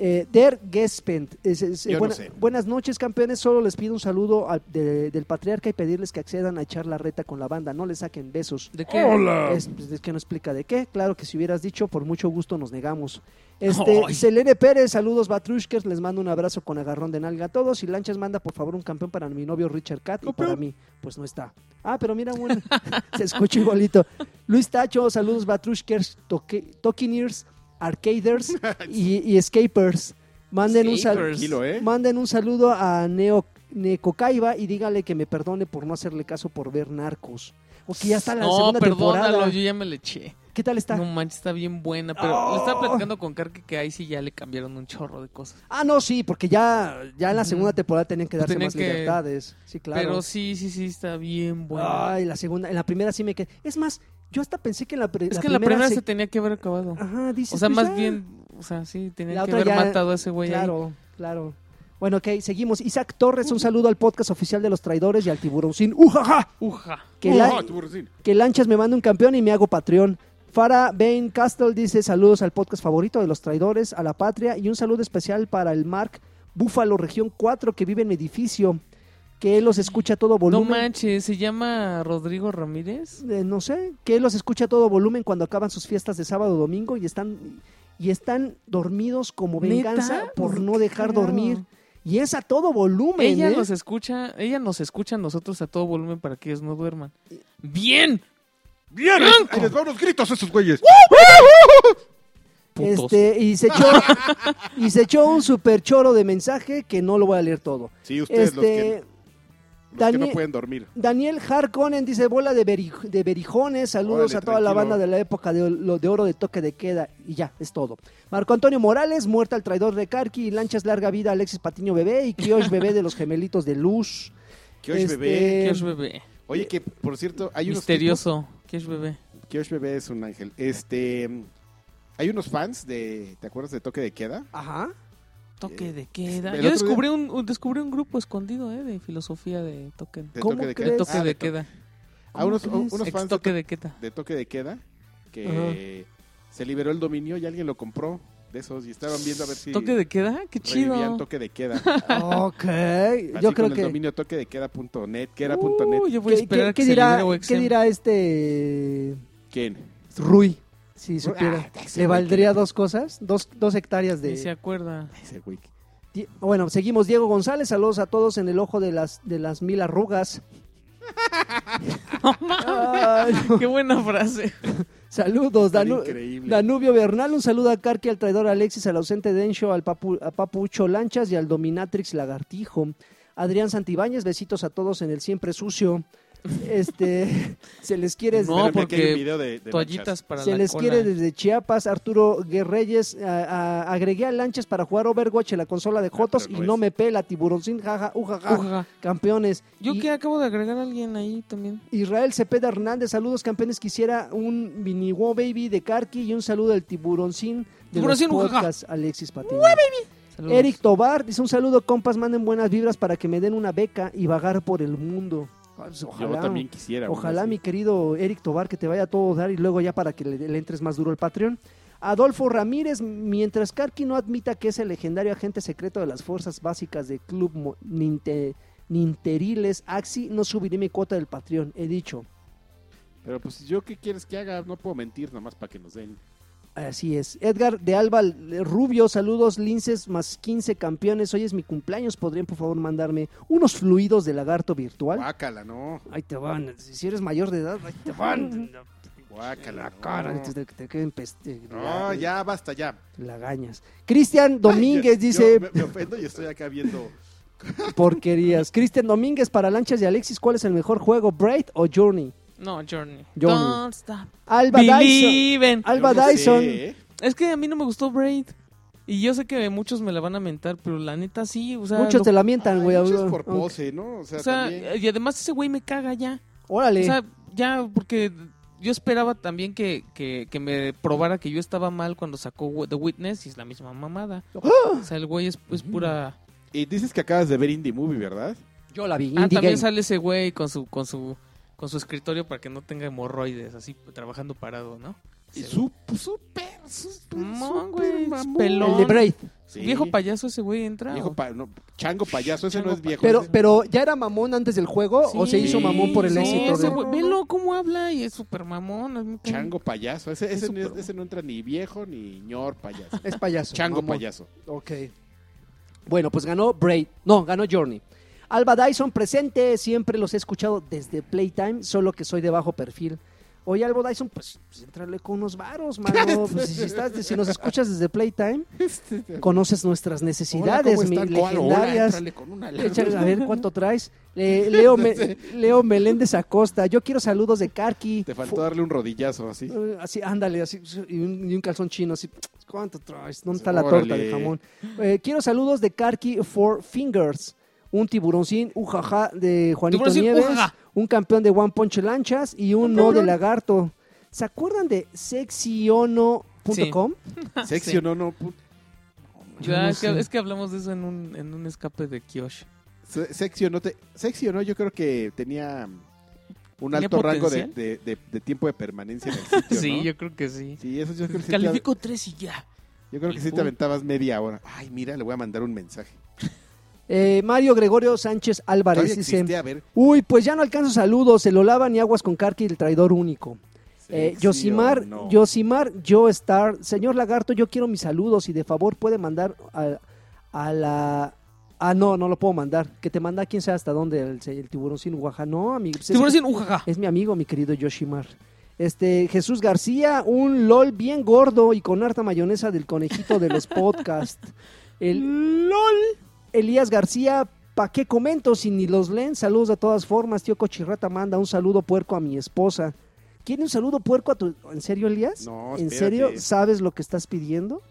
S2: Eh, Der Gespent. es- es-
S1: Yo no
S2: buena-
S1: sé.
S2: Buenas noches, campeones. Solo les pido un saludo al- de- del patriarca y pedirles que accedan a echar la reta con la banda. No les saquen besos.
S3: ¿De qué?
S1: Hola.
S2: Es, pues, es que no explica de qué. Claro que si hubieras dicho, por mucho gusto nos negamos. Este,
S3: Ay.
S2: Selene Pérez, saludos Batrushkers, les mando un abrazo con agarrón de nalga a todos. Y Lanchas manda, por favor, un campeón para mi novio Richard Cat y para mí. Pues no está. Ah, pero mira, bueno, se escucha igualito. Luis Tacho, saludos Batrushkers, toque- Tokineers, Arcaders y, y Escapers. Manden un, sal-
S3: Escapers.
S1: Tranquilo, ¿eh?
S2: Manden un saludo a Neo Necocaiba y dígale que me perdone por no hacerle caso por ver Narcos. O que ya está la
S3: No,
S2: segunda
S3: perdónalo,
S2: temporada.
S3: yo ya me le eché.
S2: ¿Qué tal está?
S3: No manches, está bien buena, pero
S2: Oh.
S3: le estaba platicando con Karke que ahí sí ya le cambiaron un chorro de cosas.
S2: Ah, no, sí, porque ya, ya en la segunda
S3: Ujú. Pues
S2: temporada tenían que darse
S3: Tenían
S2: más
S3: que-
S2: libertades. Sí, claro.
S3: Pero sí, sí, sí, está bien buena.
S2: Ay, la segunda, en la primera sí me quedé. Es más, yo hasta pensé que en la, pri-
S3: es que en la primera se...
S2: se-
S3: tenía que haber acabado.
S2: Ajá, dices,
S3: o sea,
S2: pues
S3: más
S2: ya.
S3: bien, o sea, sí,
S2: La
S3: tenía que
S2: otra
S3: haber
S2: ya-
S3: matado a ese güey ahí.
S2: Claro, claro. Bueno, ok, seguimos. Isaac Torres, un saludo al podcast oficial de los traidores y al tiburón sin ujaja.
S3: Uja.
S2: Que, la-
S1: Ah, tiburón.
S2: que lanchas me manda un campeón y me hago Patreon. Farah Bain Castle dice saludos al podcast favorito de los traidores, a la patria y un saludo especial para el Mark Búfalo Región 4 que vive en mi edificio, que él los escucha a todo
S3: No
S2: volumen.
S3: manches, se llama Rodrigo Ramírez.
S2: Eh, no sé, que él los escucha a todo volumen cuando acaban sus fiestas de sábado o domingo y están y están dormidos como
S3: ¿Neta?
S2: venganza por no
S3: Qué
S2: dejar
S3: cagado.
S2: dormir y es a todo volumen.
S3: Ella
S2: ¿eh?
S3: nos escucha, ella nos escucha a nosotros a todo volumen para que ellos no duerman. ¡Bien!
S1: Bien,
S3: Blanco.
S1: ahí les van unos gritos a esos güeyes.
S3: Putos.
S2: Este, y se echó y se echó un super choro de mensaje que no lo voy a leer todo.
S1: Sí, ustedes los,
S2: Este,
S1: que, los que
S2: Daniel-
S1: no pueden dormir.
S2: Daniel Harkonnen dice bola de, berij- de berijones, saludos
S1: Órale,
S2: a toda la
S1: tranquilo.
S2: banda de la época de, lo de oro de toque de queda y ya, es todo. Marco Antonio Morales, muerta al traidor de Karki, y lanchas larga vida Alexis Patiño Bebé y Kiosh Bebé de los gemelitos de luz.
S1: Kiosh
S2: Este,
S1: bebé.
S3: ¿Qué es bebé?
S1: Oye, que por cierto, hay unos
S3: Misterioso. ¿Qué es bebé?
S1: tipos- Kiosh bebé es un ángel. Este, hay unos fans de, ¿te acuerdas de Toque de Queda?
S2: Ajá.
S3: Toque
S1: Eh,
S3: de queda.
S1: el
S3: Yo
S1: otro
S3: descubrí un, un- descubrí un grupo escondido eh, de filosofía de toque de,
S1: De
S2: ¿Cómo
S1: toque de
S2: crees?
S1: queda.
S3: toque
S1: Ah,
S3: de
S1: to-
S3: queda.
S1: A unos,
S2: ¿Cómo crees?
S1: unos
S3: Ex
S1: fans de,
S3: toque
S1: to-
S3: de queda.
S1: de Toque de Queda que se liberó el dominio y alguien lo compró de esos y estaban viendo a ver si
S3: ¿Toque de queda? ah, ¡Qué
S1: revivían
S3: chido!
S1: Toque de Queda.
S2: Ok.
S1: Así
S2: Yo creo
S1: con el
S2: que...
S1: dominio toque de queda.net, que
S3: Uh,
S1: era.net.
S3: yo voy a
S2: ¿Qué-
S3: esperar
S2: qué- qué
S3: que se
S2: dirá,
S3: libere
S2: ¿Qué
S3: Wexen.
S2: dirá este
S1: ¿Quién?
S2: Rui? Si supiera.
S1: Ah, ese
S2: ¿Le
S1: güey
S2: valdría dos cosas? Dos, dos hectáreas de...
S3: Ni se acuerda.
S1: que- ese güey.
S2: Di- Bueno, seguimos. Diego González, saludos a todos en el ojo de las, de las mil arrugas. Ay, no.
S3: ¡Qué buena frase!
S2: Saludos,
S1: Tan
S2: Danu-
S1: increíble.
S2: Danubio Bernal. Un saludo a Carqui, al traidor Alexis, al ausente Dencho, al Papu, a Papucho Lanchas y al Dominatrix Lagartijo. Adrián Santibáñez, besitos a todos en el siempre sucio. Este, se les quiere
S3: No,
S1: Espérame,
S3: porque
S1: aquí hay un video de- de
S3: Toallitas
S1: manchas.
S3: para
S2: Se
S3: la
S2: les
S3: cola.
S2: quiere desde Chiapas, Arturo Guerreyes. a- a- agregué a lanchas para jugar Overwatch en la consola de Jotos
S1: Ah, pero no
S2: y no
S1: es.
S2: me pela, tiburoncín, jaja, ujaja,
S3: Ujaja.
S2: campeones.
S3: Yo
S2: Y-
S3: que acabo de agregar a alguien ahí también.
S2: Israel Cepeda Hernández, saludos campeones. Quisiera un mini wow baby de Karki y un saludo del tiburoncín de
S3: Tiburoncín,
S2: los
S3: ujaja.
S2: podcasts, Alexis Patiño.
S3: Saludos.
S2: Eric Tobar dice un saludo, compas, manden buenas vibras para que me den una beca y vagar por el mundo. Ah, pues,
S1: Yo
S2: Ojalá,
S1: también quisiera. una
S2: ojalá
S1: pues, así.
S2: mi querido Eric Tobar, que te vaya a todo dar y luego ya para que le, le entres más duro el Patreon. Adolfo Ramírez, mientras Karki no admita que es el legendario agente secreto de las fuerzas básicas de Club Mo- Ninte- Ninteriles Axi, no subiré mi cuota del Patreon, he dicho.
S1: Pero pues, ¿yo qué quieres que haga? No puedo mentir, nomás para que nos den.
S2: Así es. Edgar de Alba L- Rubio, saludos, linces más 15 campeones. Hoy es mi cumpleaños. ¿Podrían, por favor, mandarme unos fluidos de lagarto virtual?
S1: Guácala, ¿no?
S2: Ahí te van. Si eres mayor de edad, ahí te van.
S1: Guácala.
S2: La Ah, cara, antes de que te queden peste-
S1: No,
S2: la-
S1: ya, basta, ya.
S2: Lagañas. Cristian Domínguez
S1: Yo-
S2: dice
S1: yo me, me ofendo y estoy acá viendo.
S2: porquerías. Cristian Domínguez para lanchas de Alexis, ¿cuál es el mejor juego, Braid o Journey?
S3: No, Journey.
S2: Journey.
S3: Don't stop.
S2: Alba Dyson.
S3: Believe in.
S2: Alba
S1: Yo no sé,
S2: Dyson.
S1: ¿eh?
S3: Es que a mí no me gustó Braid. Y yo sé que muchos me la van a mentar, pero la neta sí. O sea,
S2: Muchos
S3: lo-
S2: te lamentan,
S1: Ay,
S2: güey.
S1: muchos
S2: aunque-
S1: por pose, ¿no? O sea,
S3: o sea, eh,
S1: también.
S3: y además ese güey me caga ya.
S2: Órale.
S3: O sea, ya, porque yo esperaba también que, que, que me probara que yo estaba mal cuando sacó The Witness y es la misma mamada.
S2: ¡Ah!
S3: O sea, el güey es, es pura.
S2: Mm.
S1: Y dices que acabas de ver Indie Movie, ¿verdad?
S2: yo la vi.
S3: Ah,
S2: Indie
S3: también
S2: Game.
S3: sale ese güey con su, con su, con su escritorio para que no tenga hemorroides, así trabajando parado, ¿no?
S1: Y
S3: Ese
S1: su- súper, súper,
S3: Mamón,
S1: súper
S3: güey, es
S1: mamón.
S3: pelón.
S2: El de Braid.
S1: Sí.
S3: Viejo payaso ese güey entra.
S1: Viejo
S3: o-
S1: pa- no, chango payaso, ese
S3: Chango
S1: no es viejo.
S2: Pero,
S1: ese-
S2: pero ya era mamón antes del juego o se
S3: Sí,
S2: hizo mamón por el
S3: sí,
S2: éxito.
S3: ese
S2: de-
S3: güey- Velo cómo habla y es súper mamón. es muy-
S1: chango payaso, ese,
S3: Es
S1: ese, no, es-
S3: súper-
S1: ese no entra ni viejo ni ñor payaso.
S2: Es payaso.
S1: chango
S2: mamón.
S1: payaso.
S2: Ok. Bueno, pues ganó Braid. No, ganó Journey. Alba Dyson presente, siempre los he escuchado desde Playtime, solo que soy de bajo perfil. Oye, Alba Dyson, pues, pues, entrarle con unos varos, mano. Pues, si, estás, si nos escuchas desde Playtime, conoces nuestras
S1: Este, Hola,
S2: necesidades
S1: ¿cómo
S2: mi-
S1: están? ¿Cuál? Hola,
S2: legendarias.
S1: éntrale con una
S2: Échale,
S1: lana.
S2: a ver cuánto traes. Le- Leo, Me- Leo Meléndez Acosta, yo quiero saludos de Karki.
S1: Te
S2: Fu-
S1: faltó darle un rodillazo así.
S2: eh, Así, ándale, así, y un, y un calzón chino, así. ¿Cuánto traes? ¿Dónde está la
S1: Órale.
S2: torta de jamón? Eh, quiero saludos de Karki Four Fingers, un tiburoncín, ujaja de Juanito
S3: Tiburoncín,
S2: Nieves,
S3: ujaja.
S2: un campeón de One Punch Lanchas y un no de lagarto. ¿Se acuerdan de sexyono.com?
S1: Sexy
S3: Sí.
S1: o no, no. pu-
S2: Yo
S3: Ya,
S2: no
S3: es, que,
S2: sé.
S3: es que hablamos de eso en un, en un escape de Kiosh.
S1: se- Sexy o no, te- sexy o no, yo creo que tenía un
S3: ¿Tenía
S1: alto rango de,
S3: potencial?
S1: de- de- de tiempo de permanencia en el sitio,
S3: sí,
S1: ¿no?
S3: yo creo que sí.
S1: Sí, eso yo creo que sí te-
S3: Califico tres y ya.
S1: Yo creo que sí te aventabas media hora. Ay, mira, le voy a mandar un mensaje.
S2: Eh, Mario Gregorio Sánchez
S1: Todavía
S2: Álvarez dice...
S1: existe, a ver.
S2: Uy, pues ya no alcanzo saludos, se lo lavan y aguas con Karki, el traidor único. Eh,
S1: Sexy
S2: Yosimar,
S1: o no.
S2: Yosimar, Joe Star, señor Lagarto, yo quiero mis saludos y de favor puede mandar a, a la... Ah, no, no lo puedo mandar. Que te manda quién sabe hasta dónde, el, el tiburoncín Oaxaca. No, amigo. pues es
S3: Tiburoncín, ujaja.
S2: que- Es mi amigo, mi querido Yoshimar. Este, Jesús García, un LOL bien gordo y con harta mayonesa del conejito de los podcasts. El LOL. Elías García, ¿pa' qué comento si ni los leen? Saludos de todas formas. Tío Cochirrata manda un saludo puerco a mi esposa. ¿Quiere un saludo puerco a tu... ¿En serio, Elías?
S1: No,
S2: ¿En
S1: espérate.
S2: serio sabes lo que estás pidiendo?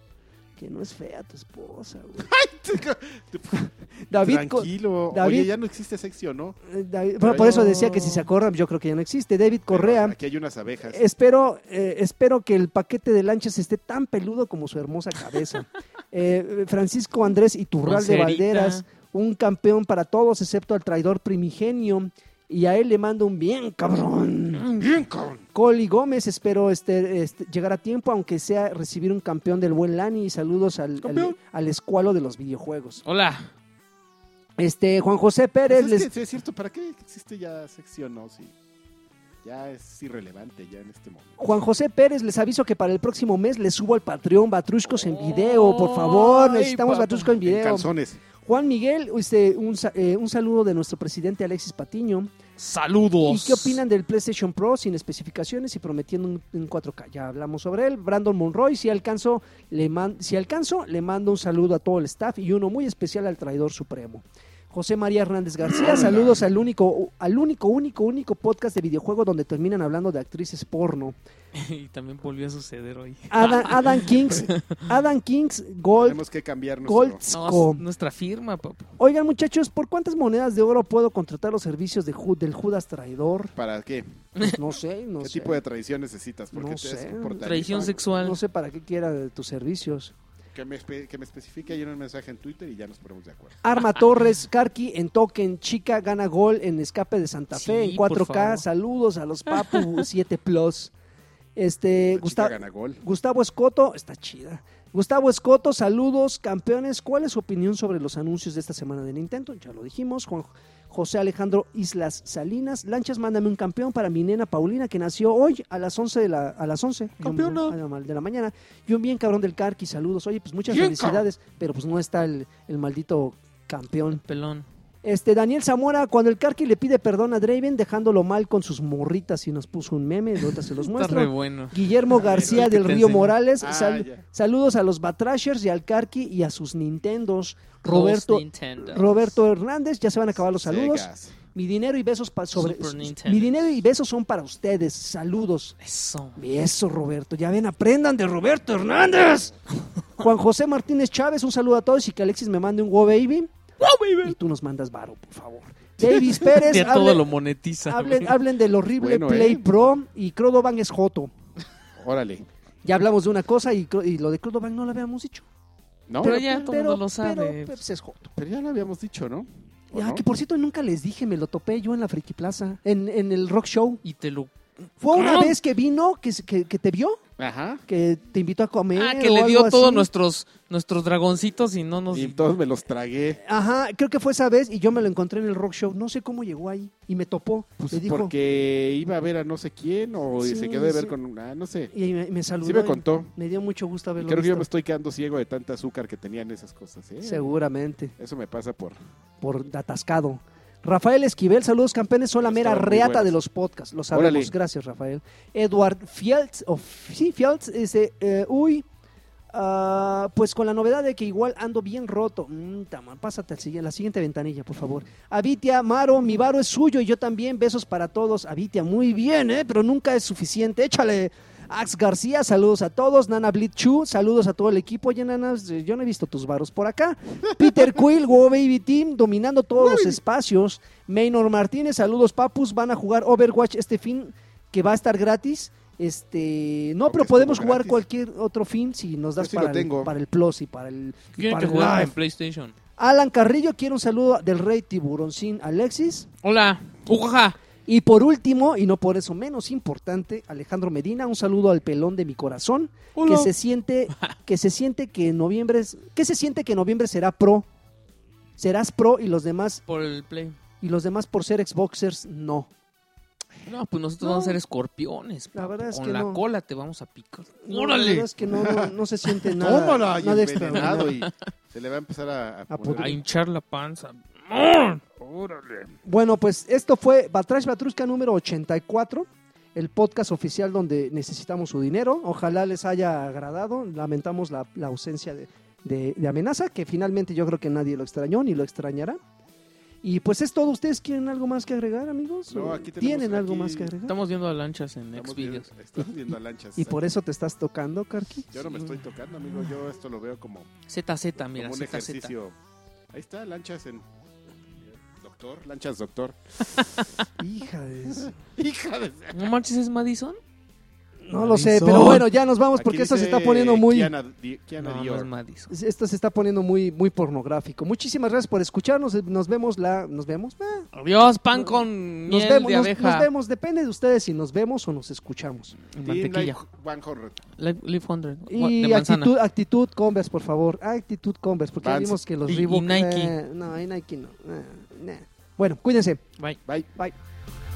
S2: Que no es fea tu esposa, güey. David, Co-
S1: Tranquilo.
S2: David-
S1: Oye, ya no existe sexy o no.
S2: eh, David- bueno, por eso decía que si se acuerdan, yo creo que ya no existe. David Correa.
S1: Pero Aquí hay unas abejas.
S2: Espero, eh, espero que el paquete de lanchas esté tan peludo como su hermosa cabeza. Eh, Francisco Andrés Iturralde
S3: Con cerita.
S2: Valderas, un campeón para todos excepto al traidor primigenio. Y a él le mando un bien cabrón.
S1: Bien, cabrón.
S2: Coli Gómez, espero este, este, llegar a tiempo, aunque sea recibir un campeón del buen Lani. Y saludos al, al,
S1: Campeón.
S2: al escualo de los videojuegos.
S3: Hola.
S2: Este, Juan José Pérez,
S1: Pues
S2: les-
S1: es, que, sí, es cierto, ¿para qué existe ya sexy o no? Sí. Ya es irrelevante ya en este momento.
S2: Juan José Pérez, les aviso que para el próximo mes les subo al Patreon Batruscos en video, por favor,
S3: Ay,
S2: necesitamos
S3: papá.
S2: Batrusco en
S1: En
S2: video.
S1: calzones.
S2: Juan Miguel, este, un, sa- eh, un saludo de nuestro presidente Alexis Patiño.
S3: Saludos.
S2: ¿Y qué opinan del PlayStation Pro sin especificaciones y prometiendo un, un 4K? Ya hablamos sobre él. Brandon Monroy, si alcanzo, le man- si alcanzo, le mando un saludo a todo el staff y uno muy especial al traidor supremo. José María Hernández García, saludos al único, al único, único, único podcast de videojuego donde terminan hablando de actrices porno.
S3: y también volvió a suceder hoy.
S2: Adam, Adam Kings, Adam Kings Gold,
S1: Tenemos que cambiar nuestro-
S3: No,
S2: Goldsko.
S3: es nuestra firma, papá.
S2: Oigan muchachos, ¿por cuántas monedas de oro puedo contratar los servicios de Ju- del Judas traidor?
S1: ¿Para qué?
S2: Pues no sé, no
S1: ¿Qué
S2: sé.
S1: tipo de traición necesitas? Porque
S2: No
S1: te es
S2: sé.
S1: por tarifa.
S3: Traición sexual.
S2: No sé para qué quiera de tus servicios.
S1: Que me, espe- que me especifique ahí en un mensaje en Twitter y ya nos ponemos de acuerdo.
S2: Arma Torres, Karki en token, chica gana gol en escape de Santa Fe
S3: Sí,
S2: en
S3: por
S2: 4K.
S3: favor.
S2: Saludos a los Papu 7 Plus. Este,
S1: La chica
S2: Gustavo,
S1: gana gol.
S2: Gustavo Escoto, está chida. Gustavo Escoto, saludos, campeones. ¿Cuál es su opinión sobre los anuncios de esta semana de Nintendo? Ya lo dijimos. Juan José Alejandro Islas Salinas. Lanchas, mándame un campeón para mi nena Paulina, que nació hoy a las 11 de la, a las 11 y un-
S3: Campeona.
S2: a la- de la mañana. Y un bien cabrón del Carqui, saludos. Oye, pues muchas
S1: Bien
S2: felicidades, pero pues no está el, el maldito campeón.
S3: Pelón.
S2: Este, Daniel Zamora, cuando el Karki le pide perdón a Draven, dejándolo mal con sus morritas y nos puso un meme, de ahorita se los
S3: Está re
S2: muestro.
S3: bueno.
S2: Guillermo
S1: Ah,
S2: García
S3: el que
S2: del
S3: te
S2: Río
S3: enseñó.
S2: Morales,
S1: Ah,
S2: sal-
S1: ya.
S2: saludos a los Batrashers y al Karki y a sus Nintendos. Roberto,
S3: Los Nintendo.
S2: Roberto Hernández, ya se van a acabar los saludos.
S1: Segas.
S2: Mi dinero y besos pa- sobre
S3: Super Nintendo.
S2: Mi dinero y besos son para ustedes. Saludos.
S3: Eso.
S2: Eso, Roberto. Ya ven, aprendan de Roberto Hernández. Juan José Martínez Chávez, un saludo a todos y que Alexis me mande un Go Baby. Y tú nos mandas varo, por favor. Davis Pérez,
S3: Ya todo
S2: hablen,
S3: lo monetiza.
S2: hablen-
S3: güey.
S2: hablen del horrible
S1: Bueno,
S2: Play
S1: eh.
S2: Pro y Crodoban es Joto.
S1: Órale.
S2: Ya hablamos de una cosa y, cro- y lo de Crodoban no lo habíamos dicho.
S1: ¿No?
S3: Pero
S1: Pero,
S3: ya todo mundo lo sabe.
S2: pero, pues, es Joto.
S1: ya lo habíamos dicho, ¿no? ¿O
S2: Ah,
S1: no?
S2: que por cierto nunca les dije, me lo topé yo en la Friki Plaza, en, en el Rock Show.
S3: Y te lo.
S2: Fue una
S3: Ah.
S2: vez que vino, que, se- que, que te vio,
S1: Ajá.
S2: que te invitó a comer.
S3: Ah, que
S2: o
S3: le
S2: algo
S3: dio
S2: así.
S3: todos nuestros, nuestros dragoncitos y no nos.
S1: Y todos me los tragué.
S2: Ajá, creo que fue esa vez y yo me lo encontré en el rock show. No sé cómo llegó ahí y me topó.
S1: Pues
S2: me dijo,
S1: porque iba a ver a no sé quién o
S2: Sí,
S1: se quedó de ver
S2: sí.
S1: con... Ah, no sé.
S2: Y me, me saludó.
S1: Sí me
S2: y
S1: contó.
S2: me dio mucho gusto
S1: Y
S2: verlo.
S1: Creo que yo me estoy quedando ciego de tanta azúcar que tenían esas cosas, ¿eh?
S2: Seguramente,
S1: Eso me pasa por...
S2: por atascado. Rafael Esquivel, saludos campeones, son la mera
S1: Estaban muy
S2: reata
S1: buenas.
S2: de los podcasts. Lo sabemos,
S1: Órale.
S2: gracias Rafael. Edward Fields, o F- sí, Fields, dice, eh, uy, ah, pues con la novedad de que igual ando bien roto. Mm, tama, pásate al siguiente- la siguiente ventanilla, por favor. Avitia, Maro, mi varo es suyo y yo también. Besos para todos. Avitia, muy bien, ¿eh? pero nunca es suficiente. Échale. Ax García, saludos a todos. Nana Blitchu, saludos a todo el equipo. Oye, nanas, eh, yo no he visto tus varos por acá. Peter Quill, Wow Baby Team, dominando todos los espacios. Maynor Martínez, saludos, papus. Van a jugar Overwatch este fin que va a estar gratis. Este, no,
S1: Aunque
S2: pero
S1: estuvo
S2: podemos jugar
S1: gratis.
S2: cualquier otro fin si nos das
S1: Yo sí
S2: para,
S1: lo
S2: el,
S1: tengo.
S2: para el Plus y para el. y
S3: Tienen
S2: para
S3: que
S2: el
S3: jugar en
S2: Live.
S3: PlayStation.
S2: Alan Carrillo, quiero un saludo del Rey Tiburoncín Alexis.
S3: Hola. Ujaja.
S2: Y por último, y no por eso menos importante, Alejandro Medina, un saludo al pelón de mi corazón, que
S3: Hola.
S2: se siente que se siente que en noviembre es- que se siente que en noviembre será pro. Serás pro y los demás
S3: Por el Play.
S2: y los demás por ser Xboxers no.
S3: No, pues nosotros
S2: No.
S3: vamos a ser escorpiones.
S2: La
S3: papi.
S2: verdad es
S3: Con
S2: que
S3: la
S2: no.
S3: cola te vamos a picar.
S2: No, la
S3: ¡Órale!
S2: verdad es que no, no- no se siente nada.
S1: Tómala, y envenenado
S2: nada extraordinario.
S1: y se le va a empezar a, a poner-
S3: A
S2: pudrir.
S3: hinchar la panza.
S2: ¿Eh?
S1: Órale.
S2: Bueno, pues esto fue Batrash Batrusca número 84, el podcast oficial donde necesitamos su dinero. Ojalá les haya agradado. Lamentamos la, la ausencia de, de- de amenaza, que finalmente yo creo que nadie lo extrañó ni lo extrañará. Y pues es todo. ¿Ustedes quieren algo más que agregar, amigos?
S1: No,
S2: ¿O
S1: aquí tenemos-
S2: ¿Tienen algo
S1: aquí
S2: más que agregar?
S3: Estamos viendo a lanchas en
S1: Estamos
S3: Xvideos.
S1: viendo- estamos viendo a lanchas.
S2: ¿Y por eso te estás tocando, Karki?
S1: Yo no me estoy tocando, amigo. Yo esto lo veo como,
S3: ZZ, mira,
S1: como un
S3: ZZ.
S1: ejercicio. Ahí está, lanchas en. Doctor, lanchas doctor.
S2: Hija de eso.
S1: Hija de.
S3: ¿No manches es Madison?
S2: No lo sé,
S3: Eso.
S2: pero bueno, ya nos vamos
S1: Aquí
S2: porque esto se
S1: dice
S2: está poniendo muy...
S1: Kiana, Di- Kiana
S3: No, no
S1: Dior.
S3: es Madison.
S2: Esto Pues se está poniendo muy, muy pornográfico. Muchísimas gracias por escucharnos. Eh, Nos vemos la, nos vemos. Ah,
S3: Adiós, pan con
S2: nos
S3: miel
S2: vemos,
S3: de
S2: nos,
S3: abeja.
S2: nos vemos. Depende de ustedes si nos vemos o nos escuchamos.
S3: Y
S1: Teen
S3: Mantequilla.
S1: Life 100.
S3: Live, Live 100. Gua-
S2: Y
S3: de manzana.
S2: actitud, actitud Converse, por favor. Actitud Converse, porque ya
S1: Vans.
S2: vimos que los
S3: Y- y
S2: Reebok.
S3: Nike.
S2: eh, no, y Nike no. Ah, nah. Eh, Bueno, cuídense.
S3: Bye.
S1: Bye.
S2: Bye.